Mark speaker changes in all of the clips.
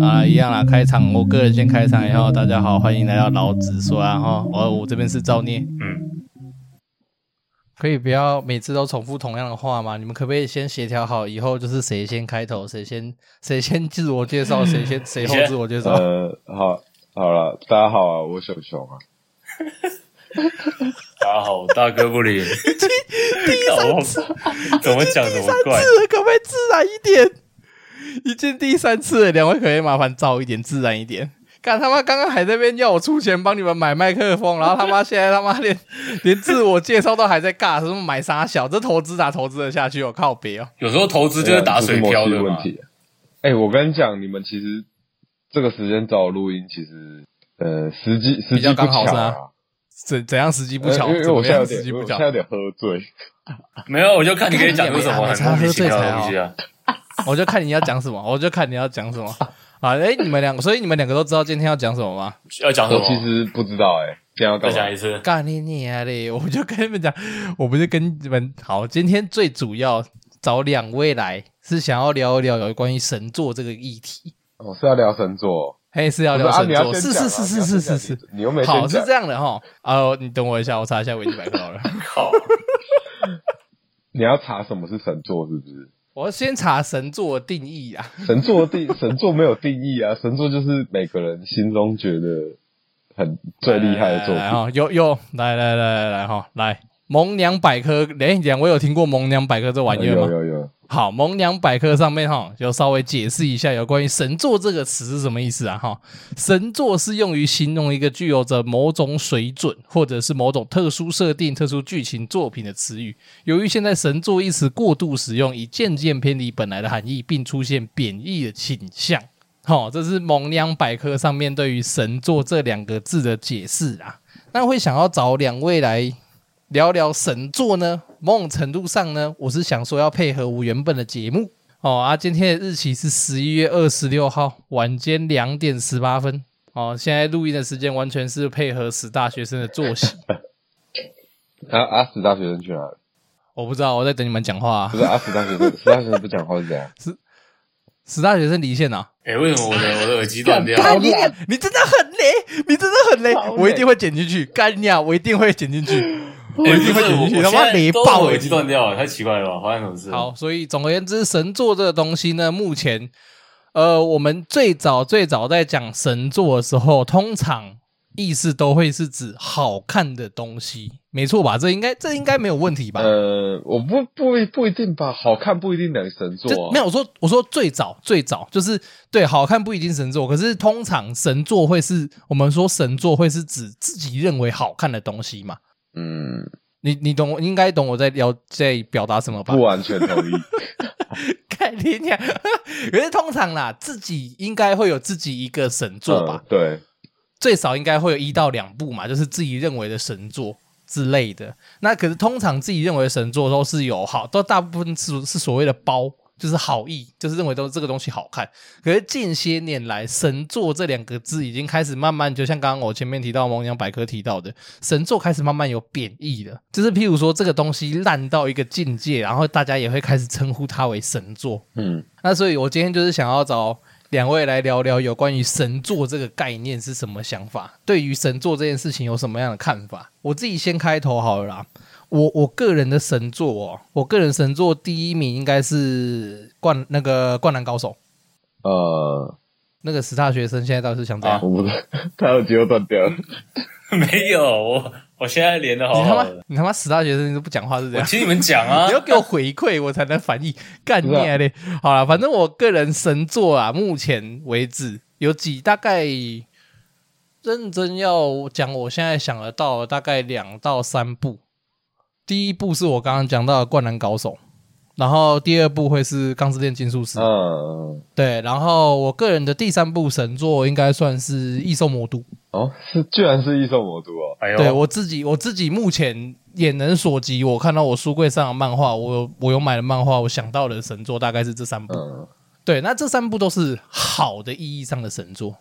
Speaker 1: 啊
Speaker 2: 一样啦，开场我个人先开场，然后大家好，欢迎来到老子说啊哈，我我这边是造孽，
Speaker 3: 嗯，
Speaker 1: 可以不要每次都重复同样的话吗？你们可不可以先协调好，以后就是谁先开头，谁先谁先自我介绍，谁先谁后自我介绍？
Speaker 4: 呃，好，好了，大家好啊，我小熊啊，
Speaker 3: 大家好，我大哥 不灵，第三怎么讲怎么怪，
Speaker 1: 次可不可以自然一点？已经第三次了，两位可不可以麻烦照一点，自然一点。干他妈！刚刚还在那边要我出钱帮你们买麦克风，然后他妈现在他妈连 连自我介绍都还在尬，什么买啥小，这投资哪投资得下去？我靠别哦！
Speaker 3: 有时候投资就是打水漂
Speaker 4: 对啊这
Speaker 3: 的
Speaker 4: 是默
Speaker 3: 嘛
Speaker 4: 契问。题。哎、我跟你讲，你们其实这个时间找我录音，其实呃，时机时
Speaker 1: 比
Speaker 4: 机
Speaker 1: 较
Speaker 4: 不
Speaker 1: 刚好
Speaker 4: 巧
Speaker 1: 是
Speaker 4: 啊
Speaker 1: 啊。怎怎样时机不巧？
Speaker 4: 呃因为因为
Speaker 1: 怎
Speaker 4: 我
Speaker 1: 么
Speaker 4: 现在
Speaker 1: 样
Speaker 4: 有
Speaker 1: 时
Speaker 4: 点，
Speaker 1: 机
Speaker 4: 我
Speaker 1: 不
Speaker 4: 我
Speaker 1: 巧
Speaker 4: 现？在有点喝醉，
Speaker 3: 没有，我就看你可以讲出什么很莫名其妙的东西啊。
Speaker 1: 我就看你要讲什么，我就看你要讲什么。 啊，哎、你们两个，所以你们两个都知道今天要讲什么吗？
Speaker 3: 要讲什
Speaker 1: 哦
Speaker 4: 我哦其
Speaker 3: 么？
Speaker 4: 实不知道哎、这样要
Speaker 3: 再
Speaker 4: 干
Speaker 3: 讲
Speaker 4: 嘛？
Speaker 3: 一次。
Speaker 1: 干你娘嘞！我就跟你们讲，我不是跟你们好，今天最主要找两位来是想要聊一聊有关于神作这个议题。
Speaker 4: 我哦是要聊神作，
Speaker 1: 嘿，是要
Speaker 4: 不是
Speaker 1: 聊
Speaker 4: 啊？
Speaker 1: 神
Speaker 4: 你要
Speaker 1: 作，
Speaker 4: 先
Speaker 1: 是
Speaker 4: 讲
Speaker 1: 是
Speaker 4: 啊
Speaker 1: 是
Speaker 4: 你
Speaker 1: 是
Speaker 4: 要
Speaker 1: 是
Speaker 4: 先
Speaker 1: 是
Speaker 4: 讲
Speaker 1: 是，
Speaker 4: 你又没
Speaker 1: 好
Speaker 4: 先
Speaker 1: 是
Speaker 4: 讲
Speaker 1: 这，样的哈。啊，你等我一下，我查一下维基百科好了。
Speaker 3: 靠，
Speaker 4: 你要查什么是神作是不是？
Speaker 1: 我先查神作的定义啊。
Speaker 4: 神作的 定神作没有定义啊，神作就是每个人心中觉得很最厉害的作
Speaker 1: 来
Speaker 4: 品。
Speaker 1: 哈，有有，来来来来来哈，来萌娘百科，哎，两位有听过萌娘百科这玩意儿吗
Speaker 4: 有？有有，
Speaker 1: 好，萌娘百科上面哈，就稍微解释一下有关于“神作”这个词是什么意思啊？哈，神作是用于形容一个具有着某种水准或者是某种特殊设定、特殊剧情作品的词语。由于现在“神作”一词过度使用，已渐渐偏离本来的含义，并出现贬义的倾向。好、这是萌娘百科上面对于“神作”这两个字的解释啊。那会想要找两位来聊聊神作呢？某种程度上呢，我是想说要配合我原本的节目哦啊，今天的日期是十一月二十六号晚间两点十八分哦，现在录音的时间完全是配合死大学生的作息。
Speaker 4: 阿阿啊死大学生去哪了？
Speaker 1: 我不知道，我在等你们讲话、啊
Speaker 4: 不。是阿死大学生，死大学生不讲话 是怎样？
Speaker 1: 死大学生离线啊！
Speaker 3: 哎，为什么我的我的耳机断掉？哎
Speaker 1: 干你娘！你真的很雷，你真的很雷
Speaker 4: 好，雷
Speaker 1: 我一定会剪进去。干你啊！我一定会剪进去。
Speaker 3: 我
Speaker 1: 一定会剪进去他妈雷爆
Speaker 3: 我
Speaker 1: 欸
Speaker 3: 耳机断掉了，太奇怪了吧？发生什么事？
Speaker 1: 好，，所以总而言之，神作这个东西呢，目前，呃，我们最早最早在讲神作的时候，通常意思都会是指好看的东西，没错吧？这应该这应该没有问题吧？
Speaker 4: 呃，我不不一不一定吧，好看不一定等于神作、
Speaker 1: 就
Speaker 4: 啊。
Speaker 1: 没有我说我说最早最早就是对好看不一定神作，可是通常神作会是我们说神作会是指自己认为好看的东西嘛？
Speaker 4: 嗯，
Speaker 1: 你你懂我应该懂我在聊在表达什么吧？
Speaker 4: 不完全同意。
Speaker 1: 看你讲，可是通常啦，自己应该会有自己一个神 作吧，
Speaker 4: 嗯对，
Speaker 1: 最少应该会有一到两部嘛，就是自己认为的神作之类的。那可是通常自己认为的神作都是有好，都大部分是是所谓的包，就是好意，就是认为都这个东西好看。可是近些年来，神作这两个字已经开始慢慢，就像刚刚我前面提到《萌娘百科》提到的，神作开始慢慢有贬义了，就是譬如说这个东西烂到一个境界，然后大家也会开始称呼它为神作。
Speaker 4: 嗯，
Speaker 1: 那所以，我今天就是想要找两位来聊聊有关于神作这个概念是什么想法，对于神作这件事情有什么样的看法？我自己先开头好了啦。我我个人的神作哦，我个人神作第一名应该是灌那个《灌篮高手》，
Speaker 4: 呃，
Speaker 1: 那个死大学生现在到底是想怎样？
Speaker 4: 我不知道， 他耳机又断掉 了。
Speaker 3: 没有，我我现在连的好
Speaker 1: 你他
Speaker 3: 好
Speaker 1: 妈
Speaker 3: 的。
Speaker 1: 你他妈死大学生你都不讲话是这
Speaker 3: 我
Speaker 1: 样？
Speaker 3: 听你们讲啊
Speaker 1: 你，要给我回馈，我才能反应。干你啊嘞！好了，反正我个人神作啊，目前为止有几大概认真要讲，我现在想得到的大概两到三部。第一部是我刚刚讲到的《灌篮高手》，然后第二部会是《钢之炼金术师》
Speaker 4: 嗯，
Speaker 1: 对，然后我个人的第三部神作应该算是《异兽魔都》。
Speaker 4: 哦，是居然是异兽魔都哦。
Speaker 3: 哎呦，
Speaker 1: 对我自己，我自己目前眼能所及，我看到我书柜上的漫画，我有我有买的漫画，我想到的神作大概是这三部。
Speaker 4: 嗯，
Speaker 1: 对，那这三部都是好的意义上的神作，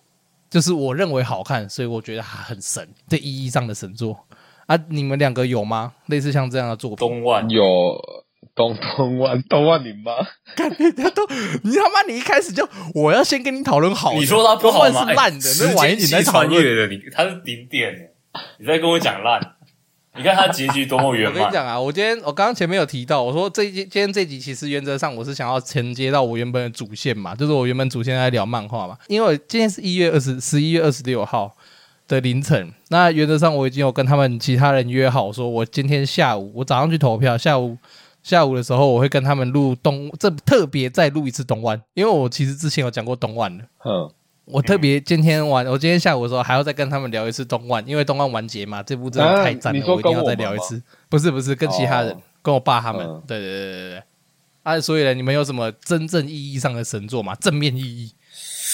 Speaker 1: 就是我认为好看，所以我觉得它很神的意义上的神作啊。你们两个有吗？类似像这样的作品？
Speaker 3: 东万
Speaker 4: 有东东万东万你妈！
Speaker 1: 他 都你他妈你一开始就我要先跟你讨论好的，
Speaker 3: 你说它不好
Speaker 1: 东
Speaker 3: 吗？
Speaker 1: 万是烂的
Speaker 3: 哎，
Speaker 1: 那晚一点
Speaker 3: 时
Speaker 1: 再
Speaker 3: 间系
Speaker 1: 讨
Speaker 3: 穿
Speaker 1: 论。
Speaker 3: 越的，你它是顶点耶，你在跟我讲烂？你看它结局多么圆
Speaker 1: 我跟你
Speaker 3: 满，
Speaker 1: 讲啊，我今天我刚刚前面有提到，我说这一集今天这集其实原则上我是想要承接到我原本的主线嘛，就是我原本主线在聊漫画嘛，因为今天是一月二十十一月二十六号的凌晨，那原则上我已经有跟他们其他人约好，说我今天下午我早上去投票，下午。下午的时候，我会跟他们录东，这特别再录一次东湾，因为我其实之前有讲过东湾了。
Speaker 4: 哼，
Speaker 1: 我特别今天晚，我今天下午的时候还要再跟他们聊一次东万，因为东万完结嘛，这部真的太赞
Speaker 4: 啊
Speaker 1: 了，
Speaker 4: 你说
Speaker 1: 我一定
Speaker 4: 跟
Speaker 1: 要
Speaker 4: 我
Speaker 1: 再
Speaker 4: 们
Speaker 1: 聊一
Speaker 4: 吗
Speaker 1: 次。不是不是，跟其他人，
Speaker 4: 哦
Speaker 1: 跟我爸他们，
Speaker 4: 嗯
Speaker 1: 对对对对对。啊，所以呢，你们有什么真正意义上的神作吗？正面意义，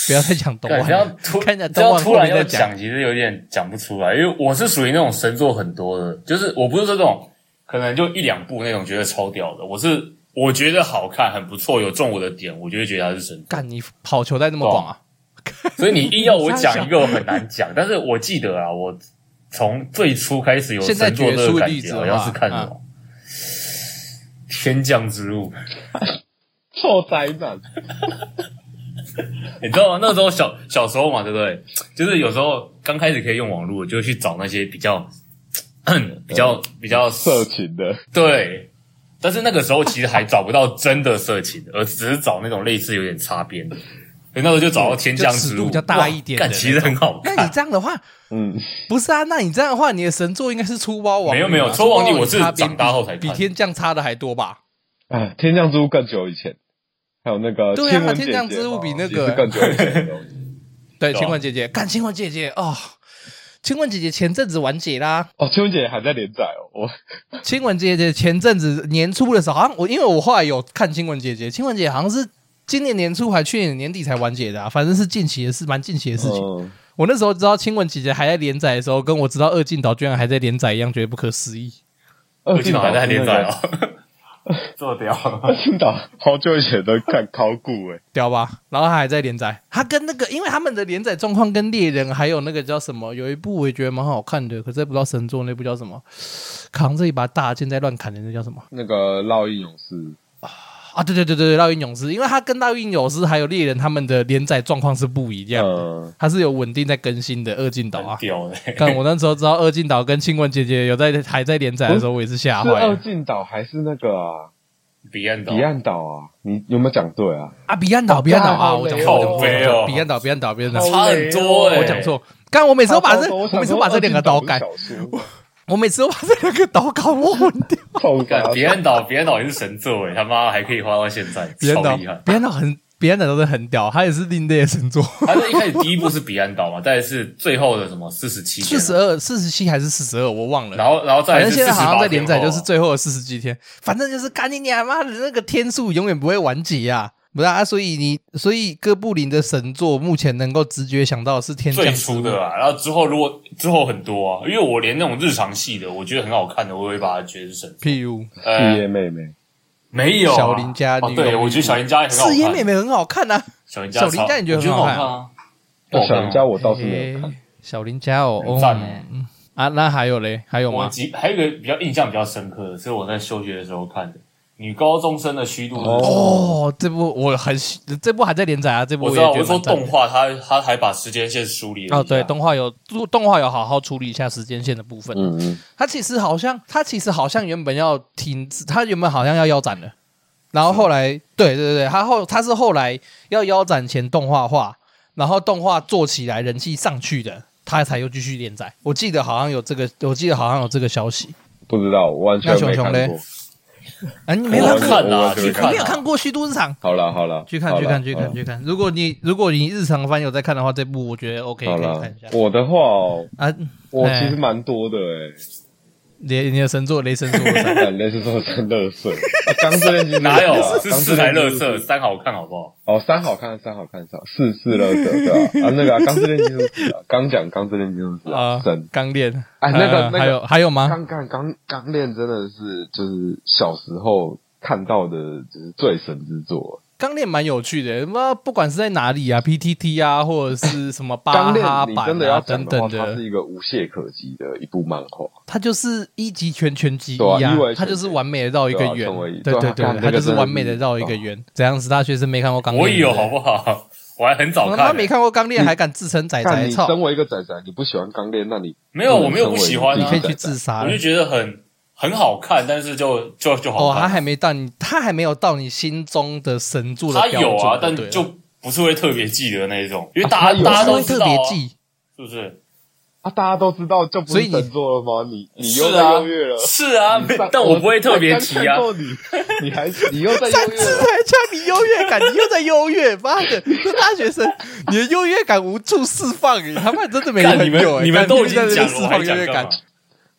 Speaker 1: 不要再讲东
Speaker 3: 感
Speaker 1: 万
Speaker 3: 觉要
Speaker 1: 了，
Speaker 3: 突
Speaker 1: 看一下
Speaker 3: 这
Speaker 1: 东
Speaker 3: 样
Speaker 1: 万
Speaker 3: 突
Speaker 1: 后
Speaker 3: 然
Speaker 1: 面
Speaker 3: 要
Speaker 1: 再讲。
Speaker 3: 讲，其实有点讲不出来，因为我是属于那种神作很多的，就是我不是说这种可能就一两部那种觉得超屌的，我是我觉得好看，很不错，有中我的点，我就会觉得它是神作。
Speaker 1: 干你跑球带那么广啊！
Speaker 3: 所以你硬要我讲一个，我很难讲。但是我记得啊，我从最初开始有
Speaker 1: 现在
Speaker 3: 神作这个
Speaker 1: 举
Speaker 3: 感
Speaker 1: 出例
Speaker 3: 觉，
Speaker 1: 子的话啊
Speaker 3: 好像是看什么《天降之物》，
Speaker 4: 臭宅男，
Speaker 3: 你知道吗？那时候小小时候嘛，对不对？就是有时候刚开始可以用网络，就去找那些比较 比较比较
Speaker 4: 色情的，
Speaker 3: 对。但是那个时候其实还找不到真的色情，而只是找那种类似有点擦边的。所以那时候就找到《天降之
Speaker 1: 就尺度
Speaker 3: 物》，
Speaker 1: 比较大一点的
Speaker 3: 哇干其实很好
Speaker 1: 那
Speaker 3: 看
Speaker 1: 你。这样的话，
Speaker 4: 嗯，
Speaker 1: 不是啊？那你这样的话，你的神作应该是出包王女嘛。
Speaker 3: 没有没有
Speaker 1: 出包
Speaker 3: 出包王女
Speaker 1: 女
Speaker 3: 我是
Speaker 1: 擦边
Speaker 3: 长大后才
Speaker 1: 比比
Speaker 3: 看
Speaker 1: 天降差的还多吧？
Speaker 4: 哎，天降之物更久以前，还有那个
Speaker 1: 对啊
Speaker 4: 亲吻姐
Speaker 1: 天
Speaker 4: 姐
Speaker 1: 降之物比那个
Speaker 4: 也是更久以前的东 西
Speaker 1: 对，
Speaker 3: 对啊
Speaker 1: 千万姐姐，干千万姐姐哦，千万姐姐前阵子完结啦，
Speaker 4: 哦，亲吻姐姐还在连载哦，我
Speaker 1: 亲吻姐姐前阵子年初的时候，好像我因为我后来有看亲吻姐姐，亲吻姐姐好像是今年年初还去年年底才完结的、啊，反正是近期的事，蛮近期的事情。
Speaker 4: 嗯
Speaker 1: 我那时候知道亲吻姐姐还在连载的时候，跟我知道二进岛居然还在连载一样，觉得不可思议。
Speaker 4: 二
Speaker 3: 我记
Speaker 4: 进
Speaker 3: 得
Speaker 4: 岛
Speaker 3: 还在连载
Speaker 4: 哦，
Speaker 3: 哦，做掉了。
Speaker 4: 二进岛好久以前的看考古哎，
Speaker 1: 屌吧？然后他还在连载，他跟那个，因为他们的连载状况跟猎人还有那个叫什么，有一部我也觉得蛮好看的，可是不知道神作那部叫什么，扛着一把大剑在乱砍的那叫什么？
Speaker 4: 那个烙印勇士，
Speaker 1: 啊，对对对对，对烙印勇士，因为他跟烙印勇士还有猎人他们的连载状况是不一样的，
Speaker 4: 嗯，
Speaker 1: 他是有稳定在更新的二进岛啊。
Speaker 3: 屌的、
Speaker 1: 但我那时候知道二进岛跟亲吻姐姐有在还在连载的时候，我也是吓
Speaker 4: 是
Speaker 1: 坏
Speaker 4: 二
Speaker 1: 了。
Speaker 4: 进岛还是那个啊
Speaker 3: 彼岸岛，
Speaker 4: 彼岸岛啊？你有没有讲对啊？
Speaker 1: 啊，彼岸岛，彼岸岛啊，
Speaker 4: 好
Speaker 1: 我讲
Speaker 4: 累
Speaker 1: 错，我讲错我讲
Speaker 4: 哦
Speaker 3: 好累
Speaker 1: 错
Speaker 3: 哦
Speaker 1: 彼岸岛，彼岸岛，彼岸岛，
Speaker 3: 差很多哎、
Speaker 1: 哦我讲，错。刚我每次都把这，
Speaker 4: 超
Speaker 1: 我
Speaker 4: 多
Speaker 1: 每次都把这两个岛改，
Speaker 4: 我想说
Speaker 1: 我每次都把这两个岛搞混掉。
Speaker 4: 二进岛是小说，
Speaker 3: 干
Speaker 4: 干
Speaker 3: 彼岸岛，彼岸岛也是神作哎、他妈还可以画到现在，
Speaker 1: 彼岸
Speaker 3: 超
Speaker 1: 岛
Speaker 3: 厉害，。
Speaker 1: 彼岸岛很，彼岸岛真的很屌，它也是另类的神 作。
Speaker 3: 他啊是一开始第一部是彼岸岛嘛，再来是最后的什么四十七，啊
Speaker 1: 四十二、四十七还是四十二，我忘了。
Speaker 3: 然后然后再
Speaker 1: 反
Speaker 3: 来
Speaker 1: 正
Speaker 3: 是
Speaker 1: 现在好像在连载，
Speaker 3: 48
Speaker 1: 就是最后的四十几天，反正就是干你娘妈的那个天数永远不会完结啊！不是啊，所以你所以哥布林的神作目前能够直觉想到的是天降
Speaker 3: 最
Speaker 1: 之
Speaker 3: 初
Speaker 1: 物
Speaker 3: 的啊，然后之后如果之后很多啊，因为我连那种日常系的，我觉得很好看的，我也会把它觉得是神作。
Speaker 1: 譬如
Speaker 4: 毕
Speaker 3: 呃，
Speaker 4: 业妹妹，
Speaker 3: 没有啊
Speaker 1: 小林家
Speaker 3: 哦，
Speaker 1: 女
Speaker 3: 对
Speaker 1: 佣
Speaker 3: 我觉得小林家也很好看。
Speaker 1: 四叶妹妹很好看啊，
Speaker 3: 小林家
Speaker 1: 小
Speaker 3: 超，
Speaker 1: 林家你觉得
Speaker 3: 我觉
Speaker 1: 很
Speaker 3: 得
Speaker 1: 好
Speaker 3: 好
Speaker 1: 看
Speaker 3: 看啊？不好看
Speaker 4: 小
Speaker 3: 啊
Speaker 4: 人家我倒是没有
Speaker 1: 诶
Speaker 4: 看，
Speaker 1: 小林家哦，
Speaker 3: 很赞
Speaker 1: 哦嗯啊，那还有嘞，还有
Speaker 3: 我
Speaker 1: 吗？
Speaker 3: 几还有一个比较印象比较深刻的是我在休学的时候看的《女高中生的虚度日
Speaker 4: 哦
Speaker 1: 哦，这部我很喜，这部还在连载啊，这部
Speaker 3: 我
Speaker 1: 也
Speaker 3: 知道，
Speaker 1: 觉
Speaker 3: 我
Speaker 1: 得
Speaker 3: 是说
Speaker 1: 蛮赞
Speaker 3: 动
Speaker 1: 的
Speaker 3: 画它，它还把时间线梳理了
Speaker 1: 哦，
Speaker 3: 一下
Speaker 1: 对，动画有动画有好好处理一下时间线的部分。
Speaker 4: 嗯嗯，
Speaker 1: 他其实好像，他其实好像原本要停止，他原本好像要腰斩了，然后后来，对对对，他后他是后来要腰斩前动画化，然后动画做起来人气上去的，他才又继续连载。我记得好像有这个，我记得好像有这个消息。
Speaker 4: 不知道，我完全
Speaker 1: 那
Speaker 4: 没
Speaker 1: 熊
Speaker 4: 看
Speaker 1: 熊嘞
Speaker 4: 过。
Speaker 1: 啊，你没
Speaker 3: 没
Speaker 1: 有
Speaker 3: 有
Speaker 1: 看
Speaker 3: 看
Speaker 1: 过，
Speaker 3: 看
Speaker 4: 我
Speaker 3: 啊，
Speaker 4: 我
Speaker 3: 去
Speaker 1: 你
Speaker 3: 看
Speaker 1: 没有
Speaker 3: 啊，
Speaker 1: 看过《虚度日常》？
Speaker 4: 好了好了，
Speaker 1: 去看
Speaker 4: 好
Speaker 1: 去
Speaker 4: 啦嗯
Speaker 1: 看去
Speaker 4: 好
Speaker 1: 看
Speaker 4: 啦
Speaker 1: 去看。如果你如果你日常番有在看的话，这部我觉得 OK
Speaker 4: 好
Speaker 1: 可以
Speaker 4: 了
Speaker 1: 看一下，。
Speaker 4: 我 的话哦，
Speaker 1: 啊，
Speaker 4: 我
Speaker 1: 哎
Speaker 4: 其实蛮多的 哎，
Speaker 1: 雷你的神作《雷神索尔三》
Speaker 4: 感觉是说真 乐色，啊刚这边其实
Speaker 3: 哪有啊？是
Speaker 4: 刚
Speaker 3: 四
Speaker 4: 这
Speaker 3: 台
Speaker 4: 边
Speaker 3: 乐
Speaker 4: 其实
Speaker 3: 色，三好看好不好？
Speaker 4: 哦，三好看，三好看，三好四四乐色对吧？ 啊，那个啊钢之炼金术师啊，刚讲钢之炼金术师啊，
Speaker 1: 啊
Speaker 4: 神，
Speaker 1: 刚练
Speaker 4: 哎那个
Speaker 1: 呃
Speaker 4: 那个
Speaker 1: 还有还有吗？
Speaker 4: 刚刚刚刚练真的是就是小时候看到的，就是最神之作，
Speaker 1: 钢炼蛮有趣的，那不管是在哪里啊，PTT 啊，或者是什么巴
Speaker 4: 钢炼
Speaker 1: 哈
Speaker 4: 你
Speaker 1: 版
Speaker 4: 真的
Speaker 1: 啊
Speaker 4: 要
Speaker 1: 等
Speaker 4: 讲
Speaker 1: 等
Speaker 4: 的话，它是一个无懈可击的一部漫画。
Speaker 1: 它就是一级拳拳击
Speaker 4: 对啊
Speaker 1: 一
Speaker 4: 一为
Speaker 1: 啊，
Speaker 4: 拳
Speaker 1: 它就是完美的绕一个
Speaker 4: 对啊
Speaker 1: 圆
Speaker 4: 成为一，
Speaker 1: 对
Speaker 4: 对啊
Speaker 1: 对对，
Speaker 4: 干那
Speaker 1: 它
Speaker 4: 个
Speaker 1: 就是
Speaker 4: 真的嗯
Speaker 1: 完美的绕一个圆。怎样？史大学生没看过钢炼？
Speaker 3: 我有
Speaker 1: 对
Speaker 3: 好
Speaker 1: 对
Speaker 3: 不好？我还很早
Speaker 1: 我
Speaker 3: 看
Speaker 1: 他妈
Speaker 3: 欸，
Speaker 1: 没看过钢炼，还敢自称仔
Speaker 4: 但
Speaker 1: 仔
Speaker 4: 你
Speaker 1: 操！
Speaker 4: 身为一个仔仔，你不喜欢钢炼，那你
Speaker 3: 没有，我没有不喜欢
Speaker 4: 你
Speaker 1: 你
Speaker 3: 啊
Speaker 1: 可以，去自杀
Speaker 3: 我
Speaker 1: 了
Speaker 3: 就。觉得很很好看，但是就就就好
Speaker 1: 哦，
Speaker 3: 看。
Speaker 1: 他还没到你，他还没有到你心中的神作的
Speaker 3: 他
Speaker 1: 标准。
Speaker 3: 有啊，但
Speaker 1: 对了
Speaker 3: 就不是会特别记得那一种，因为
Speaker 1: 啊
Speaker 3: 大
Speaker 1: 他
Speaker 3: 家、
Speaker 1: 有
Speaker 3: 大家都
Speaker 1: 他会
Speaker 3: 知
Speaker 1: 特
Speaker 3: 道、啊，
Speaker 1: 别记，
Speaker 3: 是不是？
Speaker 4: 啊，大家都知道就不
Speaker 1: 所以
Speaker 4: 是
Speaker 1: 你
Speaker 4: 神作了吗？你你
Speaker 3: 是
Speaker 4: 又在
Speaker 3: 啊
Speaker 4: 优越了，。
Speaker 3: 是 啊，
Speaker 4: 你
Speaker 3: 没
Speaker 4: 上
Speaker 3: 但我不会特别提啊。
Speaker 4: 我刚看过你， 你还你又在
Speaker 1: 三
Speaker 4: 优越
Speaker 1: 次
Speaker 4: 了。
Speaker 1: 还叫你优越感，你又在优越，妈的，这大学生，你的优越感无处释放，你他妈真的没
Speaker 3: 干
Speaker 1: 朋
Speaker 3: 你们
Speaker 1: 友、欸，
Speaker 3: 你们
Speaker 1: 干
Speaker 3: 都已
Speaker 1: 在
Speaker 3: 经
Speaker 1: 那边
Speaker 3: 讲了，
Speaker 1: 释
Speaker 3: 我还
Speaker 1: 放优
Speaker 3: 讲
Speaker 1: 越
Speaker 3: 干
Speaker 1: 感
Speaker 3: 嘛，？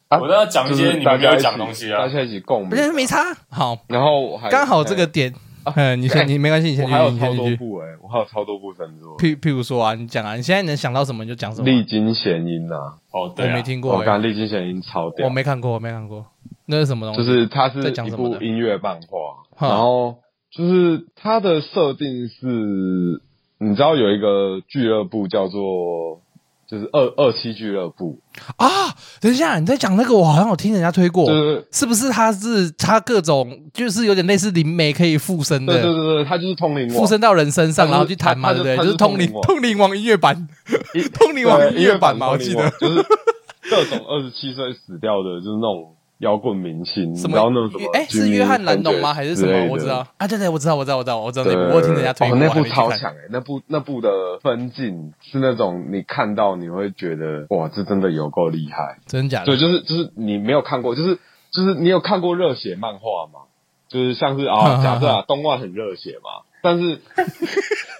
Speaker 4: 啊
Speaker 3: 我都要讲一
Speaker 4: 就是
Speaker 3: 些你
Speaker 4: 大
Speaker 3: 们没
Speaker 4: 家
Speaker 3: 有
Speaker 4: 一
Speaker 3: 讲
Speaker 4: 起
Speaker 3: 的东西
Speaker 4: 大
Speaker 3: 啊。
Speaker 4: 家一起共
Speaker 1: 不
Speaker 4: 鸣
Speaker 1: 是。没差，好，
Speaker 4: 然后我还
Speaker 1: 刚好这个
Speaker 4: 哎
Speaker 1: 点，嗯，你先，你没关系，你先
Speaker 4: 我
Speaker 1: 继
Speaker 4: 还有
Speaker 1: 续，你
Speaker 4: 超
Speaker 1: 先
Speaker 4: 多
Speaker 1: 继续。
Speaker 4: 部哎，我还有超多部神作。
Speaker 1: 譬譬如说啊，你讲啊，你现在能想到什么你就讲什么。
Speaker 4: 历经弦音呐，
Speaker 3: 哦，
Speaker 1: 我
Speaker 3: 对
Speaker 1: 没
Speaker 3: 啊，
Speaker 1: 听过
Speaker 4: 我
Speaker 1: 欸、
Speaker 4: 刚历经弦音超屌
Speaker 1: 我。没看过，我没看过，那是什么东西？
Speaker 4: 就是它是
Speaker 1: 在讲
Speaker 4: 一
Speaker 1: 什么
Speaker 4: 部
Speaker 1: 的
Speaker 4: 音乐漫画，
Speaker 1: 哈
Speaker 4: 然后就是它的设定是，你知道有一个俱乐部叫做就是二二七俱乐部，
Speaker 1: 啊，等一下，你在讲那个，我好像有听人家推过，
Speaker 4: 就是
Speaker 1: 是不是？他是他各种，就是有点类似灵媒可以附身的，
Speaker 4: 对对对对，它就是通灵
Speaker 1: 附
Speaker 4: 王，
Speaker 1: 身到人身上，
Speaker 4: 它就是
Speaker 1: 然后去弹嘛，
Speaker 4: 它
Speaker 1: 对不对？
Speaker 4: 它它
Speaker 1: 就是是通灵
Speaker 4: 通灵王
Speaker 1: 通灵王音乐版，
Speaker 4: 一
Speaker 1: 通灵王
Speaker 4: 对
Speaker 1: 音乐版嘛，
Speaker 4: 通
Speaker 1: 我
Speaker 4: 灵
Speaker 1: 记
Speaker 4: 王
Speaker 1: 得。
Speaker 4: 就是各种二十七岁死掉的，就是那种摇滚明星，
Speaker 1: 什
Speaker 4: 然后那种什
Speaker 1: 约
Speaker 4: 么，
Speaker 1: 哎，是
Speaker 4: 居民
Speaker 1: 约翰兰农吗？还是什
Speaker 4: 之类
Speaker 1: 么？
Speaker 4: 的
Speaker 1: 我知道啊，对对，我知道，我知道，我知道，我知道那
Speaker 4: 对，
Speaker 1: 部，我有听人家推
Speaker 4: 哦
Speaker 1: 过，
Speaker 4: 那
Speaker 1: 我还
Speaker 4: 部
Speaker 1: 没去
Speaker 4: 超
Speaker 1: 看。
Speaker 4: 强哎、那部那部的分镜是那种你看到你会觉得哇，这真的有够厉害。
Speaker 1: 真假的
Speaker 4: 对，？就是就是你没有看过，就是就是你有看过热血漫画吗？就是像是啊，假设啊，动画很热血嘛，但 是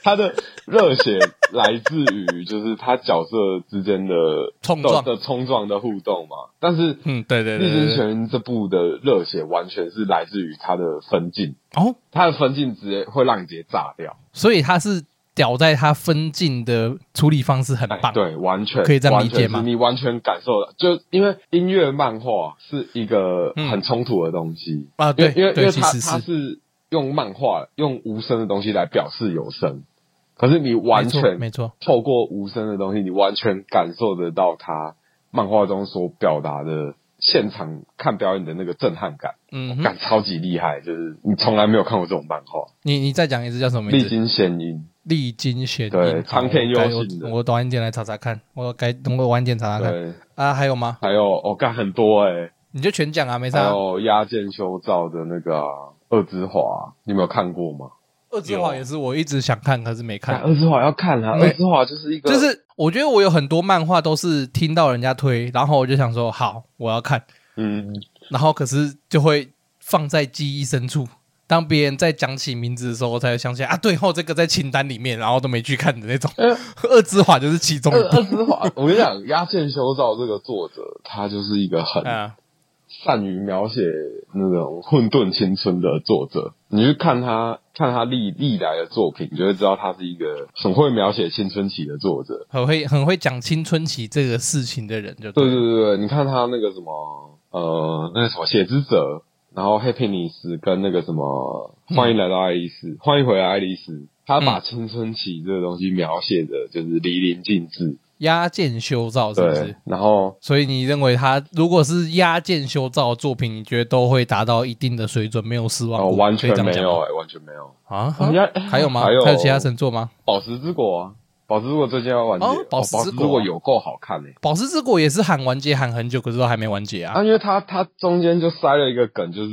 Speaker 4: 它的热血来自于就是它角色之间的
Speaker 1: 冲撞
Speaker 4: 的的冲撞的互动嘛，但是。
Speaker 1: 嗯，对对
Speaker 4: 《
Speaker 1: 对
Speaker 4: 逆
Speaker 1: 对
Speaker 4: 行
Speaker 1: 对。
Speaker 4: 权》这部的热血完全是来自于它的分镜，
Speaker 1: 哦，
Speaker 4: 它的分镜直接会让你直接炸掉。
Speaker 1: 所以他是屌在他分镜的处理方式很
Speaker 4: 哎
Speaker 1: 棒，
Speaker 4: 对，完全
Speaker 1: 可以这样理解
Speaker 4: 完全
Speaker 1: 吗
Speaker 4: 是你完全感受到，就因为音乐漫画是一个
Speaker 1: 嗯
Speaker 4: 很冲突的东西、
Speaker 1: 啊，
Speaker 4: 因
Speaker 1: 对
Speaker 4: 为因为因
Speaker 1: 对，
Speaker 4: 为
Speaker 1: 其
Speaker 4: 它
Speaker 1: 实
Speaker 4: 它
Speaker 1: 是
Speaker 4: 是用漫画用无声的东西来表示有声，可是你完
Speaker 1: 没错
Speaker 4: 全
Speaker 1: 没错，
Speaker 4: 透过无声的东西，你完全感受得到它漫画中所表达的现场看表演的那个震撼感，
Speaker 1: 嗯哼，
Speaker 4: 感、超级厉害，就是你从来没有看过这种漫画，
Speaker 1: 你你再讲一次叫什么名
Speaker 4: 历
Speaker 1: 字？
Speaker 4: 经弦音。
Speaker 1: 历经悬疑，
Speaker 4: 对
Speaker 1: 好
Speaker 4: 苍天
Speaker 1: 我该
Speaker 4: 幽信的
Speaker 1: 我我晚一点来查查看，我该等我晚一点查查看
Speaker 4: 对，
Speaker 1: 啊，还有吗？
Speaker 4: 还有哦，干很多哎、
Speaker 1: 你就全讲啊，没
Speaker 4: 还
Speaker 1: 啥。
Speaker 4: 有押剑修造的那个啊二之华，你有没有看过吗？
Speaker 1: 二之华也是我一直想看，可是没
Speaker 4: 看
Speaker 1: 看。
Speaker 4: 二之华要看啊，
Speaker 1: 没
Speaker 4: 二之华就是一个，
Speaker 1: 就是我觉得我有很多漫画都是听到人家推，然后我就想说好，我要看，
Speaker 4: 嗯，
Speaker 1: 然后可是就会放在记忆深处。当别人在讲起名字的时候，我才会想起来啊，对，后这个在清单里面，然后都没去看的那种。
Speaker 4: 呃
Speaker 1: 二之华就是其中
Speaker 4: 二
Speaker 1: 一部
Speaker 4: 二之华，嗯我跟你讲，押剑修造这个作者，他就是一个很
Speaker 1: 啊，
Speaker 4: 善于描写那种混沌青春的作者。你去看他看他历历来的作品，你就会知道他是一个很会描写青春期的作者。
Speaker 1: 很会很会讲青春期这个事情的人就
Speaker 4: 对
Speaker 1: 了
Speaker 4: 对对对，你看他那个什么，呃，那个什么《血之者》，然后《黑皮尼斯》跟那个什么
Speaker 1: 嗯
Speaker 4: 《欢迎来到爱丽丝》欢迎回来爱丽丝》，他把青春期这个东西描写的就是淋漓尽致。
Speaker 1: 压剑修造是不
Speaker 4: 对
Speaker 1: 是？，
Speaker 4: 然后
Speaker 1: 所以你认为他如果是压剑修造的作品，你觉得都会达到一定的水准，没有失望
Speaker 4: 哦，
Speaker 1: 过？
Speaker 4: 完
Speaker 1: 可以这
Speaker 4: 全
Speaker 1: 样
Speaker 4: 没
Speaker 1: 讲
Speaker 4: 有
Speaker 1: 吗
Speaker 4: 哎、完全没有。
Speaker 1: 啊哈
Speaker 4: 人家
Speaker 1: 还有吗？
Speaker 4: 还有
Speaker 1: 其他神作吗？
Speaker 4: 宝石之国啊，宝石之国最近要完结了，
Speaker 1: 哦宝石之国啊
Speaker 4: 之国有够好看哎、
Speaker 1: 宝石之国也是喊完结喊很久，可是都还没完结啊。
Speaker 4: 啊，因为他他中间就塞了一个梗，就是